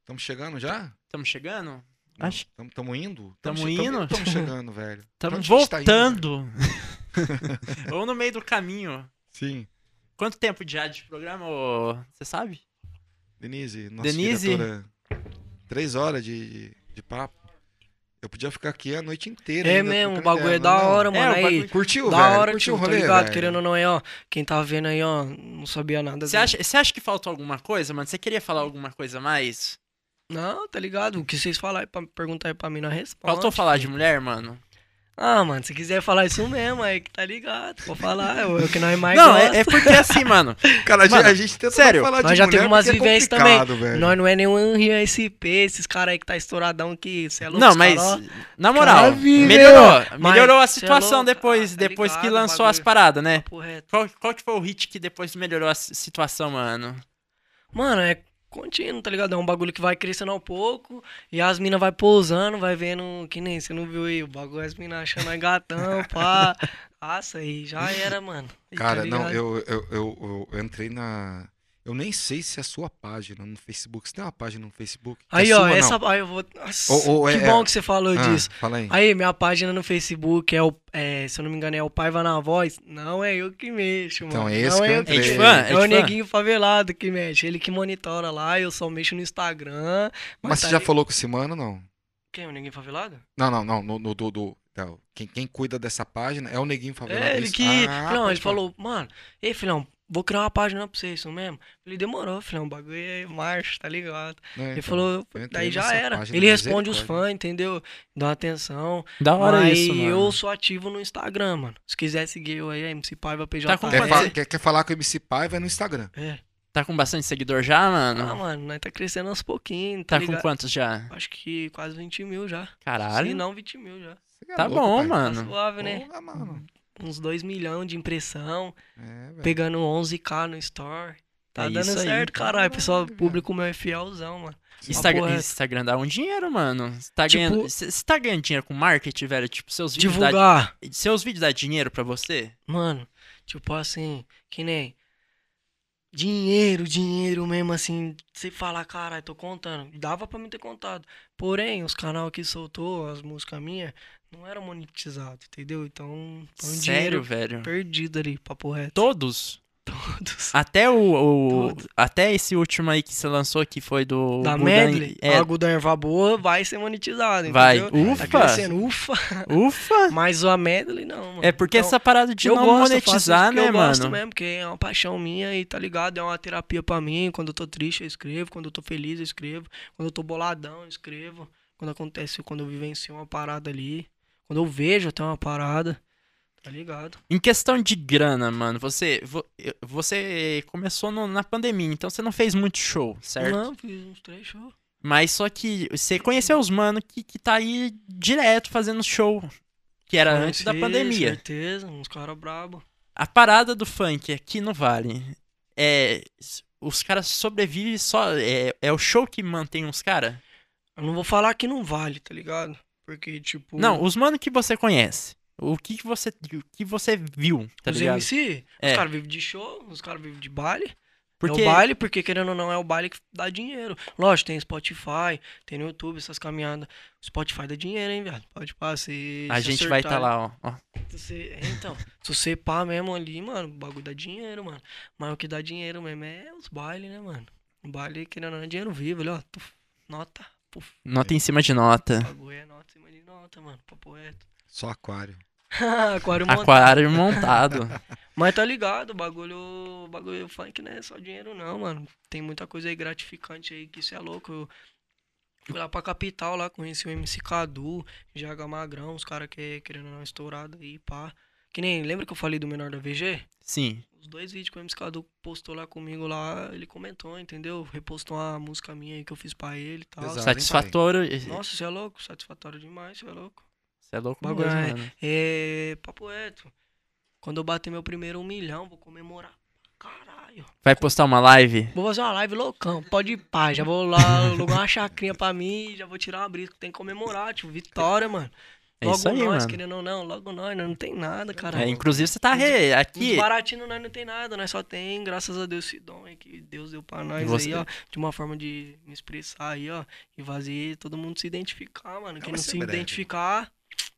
[SPEAKER 2] estamos chegando já?
[SPEAKER 1] estamos chegando?
[SPEAKER 2] Não,
[SPEAKER 1] Acho que
[SPEAKER 2] Tamo, tamo indo?
[SPEAKER 1] Tamo indo?
[SPEAKER 2] Estamos chegando,
[SPEAKER 3] (laughs)
[SPEAKER 2] velho. Pra
[SPEAKER 1] estamos
[SPEAKER 2] onde a gente tá
[SPEAKER 1] voltando.
[SPEAKER 2] indo, velho?
[SPEAKER 1] (laughs)
[SPEAKER 3] né?
[SPEAKER 1] Ou no meio do caminho.
[SPEAKER 2] Sim.
[SPEAKER 1] Quanto tempo já de programa, ô, você sabe?
[SPEAKER 2] Denise, nossa
[SPEAKER 1] Denise?
[SPEAKER 2] diretora. Três horas de, de, de papo. Eu podia ficar aqui a noite inteira.
[SPEAKER 3] É
[SPEAKER 2] ainda
[SPEAKER 3] mesmo, o
[SPEAKER 2] trocando ideia,
[SPEAKER 3] bagulho é da
[SPEAKER 2] mas não.
[SPEAKER 3] hora,
[SPEAKER 1] É,
[SPEAKER 3] mano.
[SPEAKER 1] o
[SPEAKER 3] aí,
[SPEAKER 1] bagulho-
[SPEAKER 2] Curtiu,
[SPEAKER 3] da
[SPEAKER 2] velho?
[SPEAKER 3] hora,
[SPEAKER 2] Curtiu
[SPEAKER 3] tio,
[SPEAKER 2] o rolê,
[SPEAKER 3] tá ligado?
[SPEAKER 2] velho?
[SPEAKER 3] Querendo ou não, é, ó. Quem tá vendo aí, ó, não sabia nada.
[SPEAKER 1] Você acha, você acha que faltou alguma coisa, mano? Você queria falar alguma coisa a mais?
[SPEAKER 3] Não, tá ligado? O que vocês falarem, aí, pra, perguntar aí pra mim, na resposta.
[SPEAKER 1] Faltou falar de mulher, mano?
[SPEAKER 3] Ah, mano, se quiser falar isso mesmo, aí que tá ligado. Vou falar, é o que nós mais
[SPEAKER 1] não,
[SPEAKER 3] gosta.
[SPEAKER 1] é, é
[SPEAKER 3] (laughs)
[SPEAKER 1] porque assim, mano.
[SPEAKER 2] Cara, a gente-
[SPEAKER 1] Mano,
[SPEAKER 2] a gente tenta
[SPEAKER 1] sério,
[SPEAKER 2] não falar de
[SPEAKER 3] nós já
[SPEAKER 2] mulher
[SPEAKER 3] teve umas
[SPEAKER 2] porque é
[SPEAKER 3] vivências também.
[SPEAKER 2] complicado, Velho.
[SPEAKER 3] Nós não é nenhum Rio SP, esses caras aí que tá estouradão que cê é louco,
[SPEAKER 1] Não,
[SPEAKER 3] os
[SPEAKER 1] mas,
[SPEAKER 3] cara, ó.
[SPEAKER 1] na moral,
[SPEAKER 3] Cara, vive,
[SPEAKER 1] melhorou.
[SPEAKER 3] Mas
[SPEAKER 1] Melhorou a
[SPEAKER 3] cê é
[SPEAKER 1] situação
[SPEAKER 3] louco,
[SPEAKER 1] depois,
[SPEAKER 3] tá
[SPEAKER 1] depois que
[SPEAKER 3] ligado,
[SPEAKER 1] lançou
[SPEAKER 3] bagulho.
[SPEAKER 1] as paradas, né?
[SPEAKER 3] Papo reto.
[SPEAKER 1] Qual, qual que foi o hit que depois melhorou a si- situação, mano?
[SPEAKER 3] Mano, é contínuo, tá ligado? É um bagulho que vai crescendo ao pouco e as minas vai pousando, vai vendo que nem você não viu aí. O bagulho as minas achando aí gatão, pá.
[SPEAKER 1] (laughs)
[SPEAKER 3] Nossa, aí já era, mano. E tá
[SPEAKER 2] Cara, não,
[SPEAKER 3] ligado?
[SPEAKER 2] eu, eu, eu, eu entrei na. Eu nem sei se é a sua página no Facebook. Você tem uma página no Facebook? Que
[SPEAKER 3] Aí,
[SPEAKER 2] é
[SPEAKER 3] ó,
[SPEAKER 2] sua,
[SPEAKER 3] essa.
[SPEAKER 2] Não.
[SPEAKER 3] Aí eu vou. Nossa,
[SPEAKER 2] Ô, ô, é-
[SPEAKER 3] que
[SPEAKER 2] é-
[SPEAKER 3] bom que você falou
[SPEAKER 2] Ah,
[SPEAKER 3] disso.
[SPEAKER 2] Fala aí.
[SPEAKER 3] Aí, minha página no Facebook é o. é, se eu não me engano, é o Paiva na Voz. Não é eu que mexo, mano.
[SPEAKER 2] Então, é esse
[SPEAKER 3] não
[SPEAKER 2] que eu
[SPEAKER 3] é eu
[SPEAKER 1] É de
[SPEAKER 2] entrei.
[SPEAKER 1] fã?
[SPEAKER 3] É,
[SPEAKER 1] É de
[SPEAKER 3] o
[SPEAKER 1] fã?
[SPEAKER 3] neguinho favelado que mexe. Ele que monitora lá, eu só mexo no Instagram.
[SPEAKER 2] Mas,
[SPEAKER 3] Mas
[SPEAKER 2] você
[SPEAKER 3] tá
[SPEAKER 2] já
[SPEAKER 3] li-
[SPEAKER 2] falou com esse mano ou não?
[SPEAKER 3] Quem é o neguinho favelado?
[SPEAKER 2] Não, não, não. No, no- do, do, não. Quem, quem cuida dessa página é o Neguinho Favelado.
[SPEAKER 3] É, ele
[SPEAKER 2] isso?
[SPEAKER 3] que.
[SPEAKER 2] Ah,
[SPEAKER 3] não,
[SPEAKER 2] pode
[SPEAKER 3] ele
[SPEAKER 2] falar.
[SPEAKER 3] falou, mano, ei, filhão, vou criar uma página pra vocês, isso mesmo? Eu Falei, demorou, filhão, o bagulho é marcha, tá ligado?
[SPEAKER 5] Né,
[SPEAKER 3] Ele
[SPEAKER 5] então,
[SPEAKER 3] falou,
[SPEAKER 5] eu entrei
[SPEAKER 3] daí já
[SPEAKER 5] nessa
[SPEAKER 3] era.
[SPEAKER 5] página,
[SPEAKER 3] Ele responde os
[SPEAKER 5] misericórdia.
[SPEAKER 3] fãs, entendeu? Dá uma atenção.
[SPEAKER 1] Da hora
[SPEAKER 3] Mas
[SPEAKER 1] isso, mano.
[SPEAKER 3] eu sou ativo no Instagram, mano. Se quiser seguir eu aí, é MC Paiva PJ.
[SPEAKER 1] Tá com
[SPEAKER 5] Quer,
[SPEAKER 1] Pode
[SPEAKER 5] fa-
[SPEAKER 1] ser.
[SPEAKER 5] quer, quer falar com o MC Pai, vai no Instagram.
[SPEAKER 3] É.
[SPEAKER 1] Tá com bastante seguidor já, mano?
[SPEAKER 3] Ah, mano, nós tá crescendo aos pouquinhos,
[SPEAKER 1] tá
[SPEAKER 3] tá,
[SPEAKER 1] com
[SPEAKER 3] ligado?
[SPEAKER 1] quantos já?
[SPEAKER 3] Acho que quase 20 mil já.
[SPEAKER 1] Caralho.
[SPEAKER 3] Se não, 20 mil já.
[SPEAKER 5] Cê é
[SPEAKER 1] tá
[SPEAKER 5] louco, pai.
[SPEAKER 1] bom,
[SPEAKER 3] Tá
[SPEAKER 1] mano.
[SPEAKER 3] suave, né?
[SPEAKER 5] Porra, mano.
[SPEAKER 3] Uns 2 milhões de impressão,
[SPEAKER 5] É, velho.
[SPEAKER 3] pegando 11k no store. Tá
[SPEAKER 1] É
[SPEAKER 3] dando
[SPEAKER 1] isso aí.
[SPEAKER 3] certo, caralho. Pessoal,
[SPEAKER 5] Caralho,
[SPEAKER 3] público meu é fielzão, mano.
[SPEAKER 1] Instagram,
[SPEAKER 3] reto.
[SPEAKER 1] Instagram dá um dinheiro, mano. Você tá,
[SPEAKER 3] Tipo-
[SPEAKER 1] ganhando, cê- cê tá ganhando dinheiro com marketing, velho? Tipo, seus vídeos dá,
[SPEAKER 3] Divulgar.
[SPEAKER 1] seus vídeos dá dinheiro pra você?
[SPEAKER 3] Mano, tipo assim, que nem. Dinheiro, dinheiro mesmo, assim. Você fala, caralho, tô contando. Dava pra mim ter contado. Porém, os canal que soltou, as músicas minhas, não eram monetizados, entendeu? Então, foi um
[SPEAKER 1] Sério,
[SPEAKER 3] dinheiro
[SPEAKER 1] velho?
[SPEAKER 3] perdido ali, papo reto.
[SPEAKER 1] Todos? (laughs)
[SPEAKER 3] Todos.
[SPEAKER 1] Até o, o-
[SPEAKER 3] Todos.
[SPEAKER 1] até esse último aí que você lançou que foi do
[SPEAKER 3] Da
[SPEAKER 1] Gudan-
[SPEAKER 3] Medley,
[SPEAKER 1] é,
[SPEAKER 3] algo da erva boa vai ser monetizado,
[SPEAKER 1] vai.
[SPEAKER 3] entendeu? Tá
[SPEAKER 1] Ufa.
[SPEAKER 3] crescendo, ufa.
[SPEAKER 1] Ufa.
[SPEAKER 3] Mas a Medley não, mano.
[SPEAKER 1] É porque
[SPEAKER 3] Então,
[SPEAKER 1] essa parada de
[SPEAKER 3] eu
[SPEAKER 1] não
[SPEAKER 3] gosto, eu faço isso
[SPEAKER 1] monetizar,
[SPEAKER 3] porque
[SPEAKER 1] né,
[SPEAKER 3] eu gosto
[SPEAKER 1] mano?
[SPEAKER 3] mesmo, porque é uma paixão minha e tá ligado? É uma terapia pra mim. Quando eu tô triste, eu escrevo. Quando eu tô feliz, eu escrevo. Quando eu tô boladão, eu escrevo. Quando acontece, quando eu vivencio uma parada ali. Quando eu vejo até uma parada. Tá ligado?
[SPEAKER 1] Em questão de grana, mano, você vo- eu- você começou no- na pandemia, então você não fez muito show, certo?
[SPEAKER 3] Não, fiz uns três shows.
[SPEAKER 1] Mas só que você conheceu os mano que, que tá aí direto fazendo show, que era antes da
[SPEAKER 3] Conheci,
[SPEAKER 1] pandemia.
[SPEAKER 3] certeza, uns caras brabo.
[SPEAKER 1] A parada do funk aqui no Vale é. Os caras sobrevivem só. É, é o show que mantém os caras?
[SPEAKER 3] Eu não vou falar que não vale, tá ligado? Porque, tipo.
[SPEAKER 1] Não, os mano que você conhece. O que, que você o que você viu, tá
[SPEAKER 3] os
[SPEAKER 1] ligado?
[SPEAKER 3] MC,
[SPEAKER 1] É.
[SPEAKER 3] os caras vivem de show, os caras vivem de baile.
[SPEAKER 1] Porque
[SPEAKER 3] É o baile, porque querendo ou não, é o baile que dá dinheiro. Lógico, tem Spotify, tem no YouTube, essas caminhadas. Spotify dá dinheiro, hein, velho? Pode passar.
[SPEAKER 1] a gente vai estar lá, ó, ó.
[SPEAKER 3] Então, se você pá mesmo ali, mano, o bagulho dá dinheiro, mano. Mas o que dá dinheiro mesmo é os bailes, né, mano? O baile, querendo ou não, é dinheiro vivo, ali, ó. Tuf, nota. Puf,
[SPEAKER 1] Nota em cima de nota.
[SPEAKER 3] bagulho é nota, cima de nota, mano. Papo reto. (laughs)
[SPEAKER 5] Só aquário.
[SPEAKER 3] Aquário montado.
[SPEAKER 1] Aquário
[SPEAKER 3] (laughs)
[SPEAKER 1] montado.
[SPEAKER 3] Mas tá ligado, o bagulho, o bagulho funk não é só dinheiro não, mano. Tem muita coisa aí gratificante aí que isso é louco. Eu fui lá pra capital lá, conheci o MC Cadu, GH Magrão, os caras que querendo dar uma estourada aí, pá. Que nem, lembra que eu falei do menor da VG?
[SPEAKER 1] Sim.
[SPEAKER 3] Os dois vídeos que o MC Cadu postou lá comigo lá, ele comentou, entendeu? Repostou uma música minha aí que eu fiz pra ele e tal.
[SPEAKER 5] Exato. Tá,
[SPEAKER 1] Satisfatório.
[SPEAKER 3] Nossa, isso é louco, satisfatório demais, isso é louco.
[SPEAKER 1] Você é louco
[SPEAKER 3] Bagulho,
[SPEAKER 1] mesmo,
[SPEAKER 3] é.
[SPEAKER 1] mano.
[SPEAKER 3] É, papo reto. Quando eu bater meu primeiro um milhão, vou comemorar. Caralho.
[SPEAKER 1] Vai postar uma live?
[SPEAKER 3] Vou fazer uma live loucão, pode ir pá. Já vou lá alugar uma chacrinha pra mim, já vou tirar uma brisa, que tem que comemorar, tipo, vitória, mano.
[SPEAKER 1] É
[SPEAKER 3] Logo
[SPEAKER 1] isso aí,
[SPEAKER 3] nós,
[SPEAKER 1] mano.
[SPEAKER 3] querendo ou não, logo nós, nós não tem nada, cara.
[SPEAKER 1] É, inclusive você tá re- aqui.
[SPEAKER 3] Os baratinhos nós não tem nada, nós só tem, graças a Deus, esse dom aí que Deus deu pra nós
[SPEAKER 1] Você-
[SPEAKER 3] aí, ó. De uma forma de me expressar aí, ó. E fazer todo mundo se identificar, mano.
[SPEAKER 5] vai
[SPEAKER 3] Quem não
[SPEAKER 5] ser
[SPEAKER 3] se
[SPEAKER 5] é breve.
[SPEAKER 3] identificar,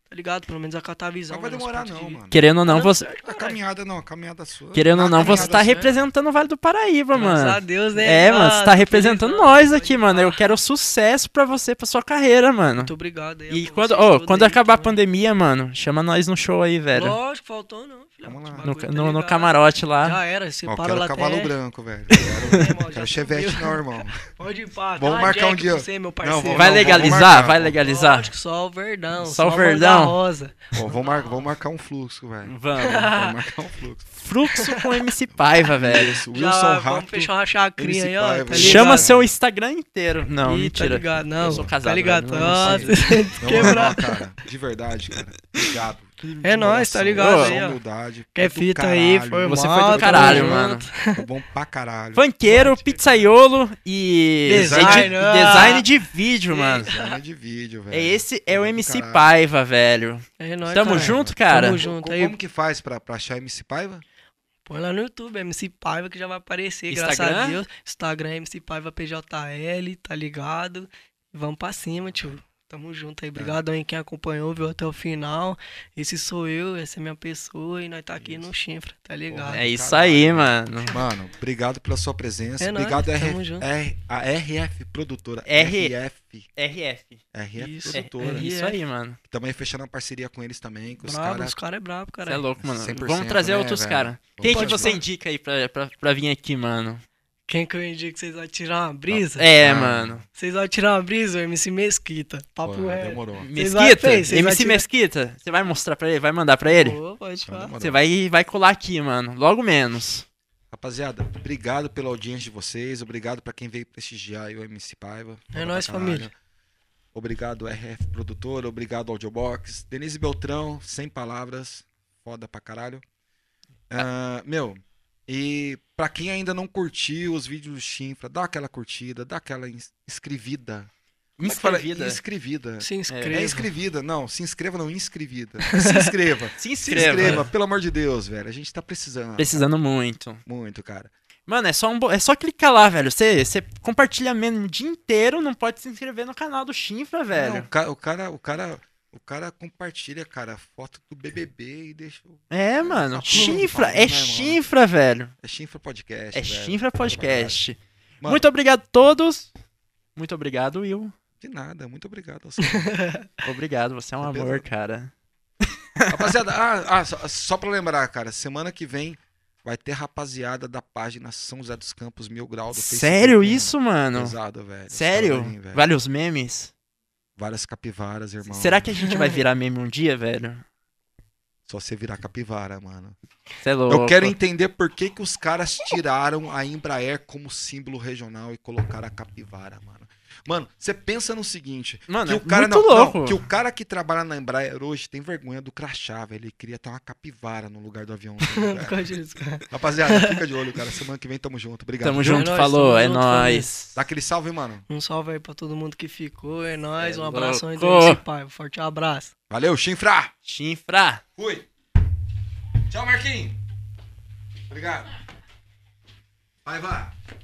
[SPEAKER 3] tá ligado? Pelo menos acatar a visão.
[SPEAKER 5] Não vai
[SPEAKER 3] né, do nosso
[SPEAKER 5] demorar
[SPEAKER 3] ponto
[SPEAKER 5] não,
[SPEAKER 3] de-
[SPEAKER 5] mano.
[SPEAKER 1] Querendo ou não,
[SPEAKER 3] Tá dando
[SPEAKER 1] você.
[SPEAKER 3] certo,
[SPEAKER 5] A
[SPEAKER 3] caralho.
[SPEAKER 5] caminhada não, a caminhada sua.
[SPEAKER 1] Querendo ou
[SPEAKER 5] A
[SPEAKER 1] não, você
[SPEAKER 5] caminhada
[SPEAKER 1] tá
[SPEAKER 5] sua é-
[SPEAKER 1] representando o Vale do Paraíba,
[SPEAKER 3] Graças a
[SPEAKER 1] mano.
[SPEAKER 3] Deus, né?
[SPEAKER 1] É, mano, você
[SPEAKER 3] Ah,
[SPEAKER 1] tá
[SPEAKER 3] tô
[SPEAKER 1] representando
[SPEAKER 3] felizão,
[SPEAKER 1] nós
[SPEAKER 3] pode
[SPEAKER 1] aqui,
[SPEAKER 3] ir
[SPEAKER 1] mano. é
[SPEAKER 3] lá.
[SPEAKER 1] Eu quero sucesso pra você, pra sua carreira, mano.
[SPEAKER 3] Muito obrigado aí.
[SPEAKER 1] E
[SPEAKER 3] a
[SPEAKER 1] quando,
[SPEAKER 3] vocês
[SPEAKER 1] ô,
[SPEAKER 3] todos
[SPEAKER 1] quando
[SPEAKER 3] aí,
[SPEAKER 1] acabar a
[SPEAKER 3] tá?
[SPEAKER 1] pandemia, mano, chama nós no show aí, velho.
[SPEAKER 3] Lógico, faltou não, filha.
[SPEAKER 5] Vamos lá.
[SPEAKER 1] No,
[SPEAKER 3] Bagulho
[SPEAKER 1] ca-
[SPEAKER 3] tá
[SPEAKER 1] no, no
[SPEAKER 3] ligado.
[SPEAKER 1] camarote lá.
[SPEAKER 3] Já era, você
[SPEAKER 5] Ó,
[SPEAKER 3] parou
[SPEAKER 5] quero
[SPEAKER 3] lá
[SPEAKER 5] cavalo
[SPEAKER 3] (laughs) até...
[SPEAKER 5] branco, velho. Quero,
[SPEAKER 3] É, irmão, já
[SPEAKER 5] quero
[SPEAKER 3] subiu.
[SPEAKER 5] chevette não, irmão.
[SPEAKER 3] Pode ir pá,
[SPEAKER 5] Vamos
[SPEAKER 3] dá uma
[SPEAKER 5] marcar um
[SPEAKER 3] jack
[SPEAKER 5] dia.
[SPEAKER 3] pra Você, meu parceiro.
[SPEAKER 5] vamos-
[SPEAKER 1] Vai
[SPEAKER 5] não,
[SPEAKER 1] legalizar,
[SPEAKER 5] marcar,
[SPEAKER 1] vai
[SPEAKER 5] pô.
[SPEAKER 1] legalizar.
[SPEAKER 3] Lógico, só o verdão.
[SPEAKER 1] Só o
[SPEAKER 3] a Amanda
[SPEAKER 1] verdão.
[SPEAKER 3] Rosa.
[SPEAKER 5] Bom, vamos, mar vamos marcar um fluxo,
[SPEAKER 3] (laughs)
[SPEAKER 5] velho.
[SPEAKER 1] Vamos.
[SPEAKER 5] Vamos marcar um fluxo.
[SPEAKER 1] Fluxo com MC Paiva, velho.
[SPEAKER 5] Isso,
[SPEAKER 3] Já,
[SPEAKER 5] Wilson
[SPEAKER 3] vamos
[SPEAKER 5] Rato.
[SPEAKER 3] fechar uma chacrinha
[SPEAKER 5] MC
[SPEAKER 3] aí, ó.
[SPEAKER 5] Paiva.
[SPEAKER 3] Tá ligado?
[SPEAKER 1] Chama seu Instagram inteiro. Não,
[SPEAKER 3] Ih, Tá
[SPEAKER 1] mentira.
[SPEAKER 3] ligado, não.
[SPEAKER 1] Eu sou casado,
[SPEAKER 3] Tá ligado,
[SPEAKER 1] velho, não
[SPEAKER 3] nossa.
[SPEAKER 1] é
[SPEAKER 5] Não,
[SPEAKER 3] Quebrar.
[SPEAKER 5] não, cara. De verdade, cara. Obrigado.
[SPEAKER 3] É nóis, tá ligado
[SPEAKER 1] Ô,
[SPEAKER 3] aí,
[SPEAKER 5] Só
[SPEAKER 3] ó.
[SPEAKER 5] humildade. é
[SPEAKER 3] Quer
[SPEAKER 5] do
[SPEAKER 3] fita aí,
[SPEAKER 5] caralho.
[SPEAKER 3] foi
[SPEAKER 1] Você
[SPEAKER 3] mal, tá
[SPEAKER 1] foi do
[SPEAKER 3] tamo
[SPEAKER 1] caralho,
[SPEAKER 3] junto.
[SPEAKER 1] mano.
[SPEAKER 5] Tá bom pra caralho.
[SPEAKER 1] Funkeiro, pizzaiolo e
[SPEAKER 3] Design,
[SPEAKER 1] edi-
[SPEAKER 3] ah.
[SPEAKER 1] design de vídeo, mano.
[SPEAKER 5] Design de vídeo, velho.
[SPEAKER 1] É esse é o
[SPEAKER 5] Do
[SPEAKER 1] MC
[SPEAKER 5] caralho.
[SPEAKER 1] Paiva, velho.
[SPEAKER 3] (laughs) É nóis,
[SPEAKER 1] Tamo
[SPEAKER 3] cara.
[SPEAKER 1] junto, cara.
[SPEAKER 3] Tamo
[SPEAKER 5] Co-
[SPEAKER 3] junto
[SPEAKER 5] Como,
[SPEAKER 3] aí.
[SPEAKER 5] que faz pra, pra achar MC Paiva?
[SPEAKER 3] Põe lá no YouTube, MC Paiva, que já vai aparecer, graças a
[SPEAKER 1] Instagram?
[SPEAKER 3] Deus. Instagram, MC Paiva PJL, tá ligado? Vamos pra cima, tio. Tamo junto aí. Obrigado aí quem acompanhou, viu até o final. Esse sou eu, essa é minha pessoa e nós tá aqui no chifre, tá ligado?
[SPEAKER 1] É isso aí, mano.
[SPEAKER 2] Mano, obrigado pela sua presença.
[SPEAKER 3] É nóis,
[SPEAKER 2] obrigado,
[SPEAKER 3] tamo junto.
[SPEAKER 2] R, a RF Produtora.
[SPEAKER 1] R-
[SPEAKER 2] RF.
[SPEAKER 1] RF.
[SPEAKER 2] RF
[SPEAKER 3] Isso.
[SPEAKER 2] Produtora.
[SPEAKER 1] É isso aí, mano.
[SPEAKER 2] Também fechando a parceria com eles também, com os
[SPEAKER 3] brabo,
[SPEAKER 2] caras.
[SPEAKER 3] os caras é brabo,
[SPEAKER 1] Você é
[SPEAKER 3] cara.
[SPEAKER 1] louco, mano.
[SPEAKER 2] 100%,
[SPEAKER 1] Vamos trazer
[SPEAKER 2] né,
[SPEAKER 1] outros
[SPEAKER 2] velho?
[SPEAKER 1] caras. Quem que
[SPEAKER 3] Pode
[SPEAKER 1] você
[SPEAKER 3] falar.
[SPEAKER 1] indica aí pra, pra, pra vir aqui, mano?
[SPEAKER 3] Quem que eu indico que vocês vão tirar uma brisa?
[SPEAKER 1] É,
[SPEAKER 2] Ah,
[SPEAKER 1] mano.
[SPEAKER 3] Vocês vão tirar uma brisa, o MC Mesquita. Papo é
[SPEAKER 2] Pô,
[SPEAKER 3] reto.
[SPEAKER 2] demorou.
[SPEAKER 3] Vocês vai-
[SPEAKER 1] Mesquita?
[SPEAKER 3] fez, vocês vai
[SPEAKER 1] MC
[SPEAKER 3] tirar-
[SPEAKER 1] Mesquita? Você vai mostrar pra ele? Vai mandar pra ele?
[SPEAKER 3] Pô, pode
[SPEAKER 2] Então,
[SPEAKER 3] falar.
[SPEAKER 2] demorou.
[SPEAKER 1] Você vai, vai colar aqui, mano. Logo menos.
[SPEAKER 2] Rapaziada, obrigado pela audiência de vocês. Obrigado pra quem veio prestigiar o MC Paiva. Foda
[SPEAKER 3] É nóis,
[SPEAKER 2] pra caralho.
[SPEAKER 3] família.
[SPEAKER 2] Obrigado, RF Produtora. Obrigado, Audiobox. Denise Beltrão, sem palavras. Foda pra caralho. Ah, meu, e pra quem ainda não curtiu os vídeos do Chinfra, dá aquela curtida, dá aquela ins- inscrevida.
[SPEAKER 1] Me
[SPEAKER 2] Como é que fala?
[SPEAKER 1] inscrevida.
[SPEAKER 2] Inscrevida.
[SPEAKER 3] Se
[SPEAKER 2] É
[SPEAKER 3] inscreva. (laughs)
[SPEAKER 2] inscrevida, não. Se inscreva, não. Inscrevida. Se inscreva.
[SPEAKER 1] Se
[SPEAKER 2] Se
[SPEAKER 1] inscreva.
[SPEAKER 2] inscreva, pelo amor de Deus, velho. A gente tá
[SPEAKER 1] (laughs)
[SPEAKER 2] precisando
[SPEAKER 1] Precisando muito.
[SPEAKER 2] muito, cara.
[SPEAKER 1] Mano, é só, um bo- é só clicar lá, velho. Você, você compartilha mesmo o dia inteiro, não pode se inscrever no canal do Chinfra, velho.
[SPEAKER 2] Não, o ca- o cara, o cara, o cara compartilha, cara, a foto do BBB e deixa. o-
[SPEAKER 1] É, mano.
[SPEAKER 2] Tá
[SPEAKER 1] Chinfra,
[SPEAKER 2] tudo
[SPEAKER 1] é
[SPEAKER 2] falando, né, mano?
[SPEAKER 1] Chinfra, velho.
[SPEAKER 2] É Chinfra Podcast.
[SPEAKER 1] É
[SPEAKER 2] velho. É
[SPEAKER 1] Chinfra Podcast.
[SPEAKER 2] Mano,
[SPEAKER 1] Muito obrigado a todos. Muito obrigado, Will.
[SPEAKER 2] De nada, muito obrigado. aos-
[SPEAKER 1] Obrigado, você é um
[SPEAKER 2] Beleza.
[SPEAKER 1] amor, cara.
[SPEAKER 2] (laughs) rapaziada, ah, ah, só, só pra lembrar, cara, semana que vem vai ter rapaziada da página São José dos Campos Mil Grau do Facebook,
[SPEAKER 1] Sério
[SPEAKER 2] mano.
[SPEAKER 1] isso, mano?
[SPEAKER 2] Pesado, velho.
[SPEAKER 1] Sério?
[SPEAKER 2] Story, velho.
[SPEAKER 1] Vale os memes?
[SPEAKER 2] Várias capivaras, irmão.
[SPEAKER 1] Será que a gente vai virar meme um dia, velho?
[SPEAKER 2] Só você virar capivara, mano.
[SPEAKER 1] Você é louco.
[SPEAKER 2] Eu quero entender por que, que os caras tiraram a Embraer como símbolo regional e colocaram a capivara, mano. Mano, você pensa no seguinte.
[SPEAKER 1] Mano,
[SPEAKER 2] que
[SPEAKER 1] é
[SPEAKER 2] o cara
[SPEAKER 1] muito
[SPEAKER 2] não- não,
[SPEAKER 1] louco.
[SPEAKER 2] que o cara que trabalha na Embraer hoje tem vergonha do crachá, velho. Ele queria ter uma capivara no lugar do avião.
[SPEAKER 1] (laughs)
[SPEAKER 3] Por causa disso, cara.
[SPEAKER 2] Rapaziada, fica de olho, cara. Semana que vem tamo junto. Obrigado.
[SPEAKER 1] Tamo
[SPEAKER 2] Viu?
[SPEAKER 1] junto,
[SPEAKER 3] nóis,
[SPEAKER 1] falou,
[SPEAKER 3] tamo
[SPEAKER 1] é
[SPEAKER 3] junto,
[SPEAKER 1] nóis.
[SPEAKER 2] Dá aquele salve, mano.
[SPEAKER 3] Um salve aí pra todo mundo que ficou. É nóis.
[SPEAKER 1] É
[SPEAKER 3] um abraço aí do
[SPEAKER 1] louco.
[SPEAKER 3] MC Pai. Um forte abraço.
[SPEAKER 2] Valeu, chinfra!
[SPEAKER 1] Chinfra.
[SPEAKER 2] Fui! Tchau, Marquinhos! Obrigado. Vai, vai.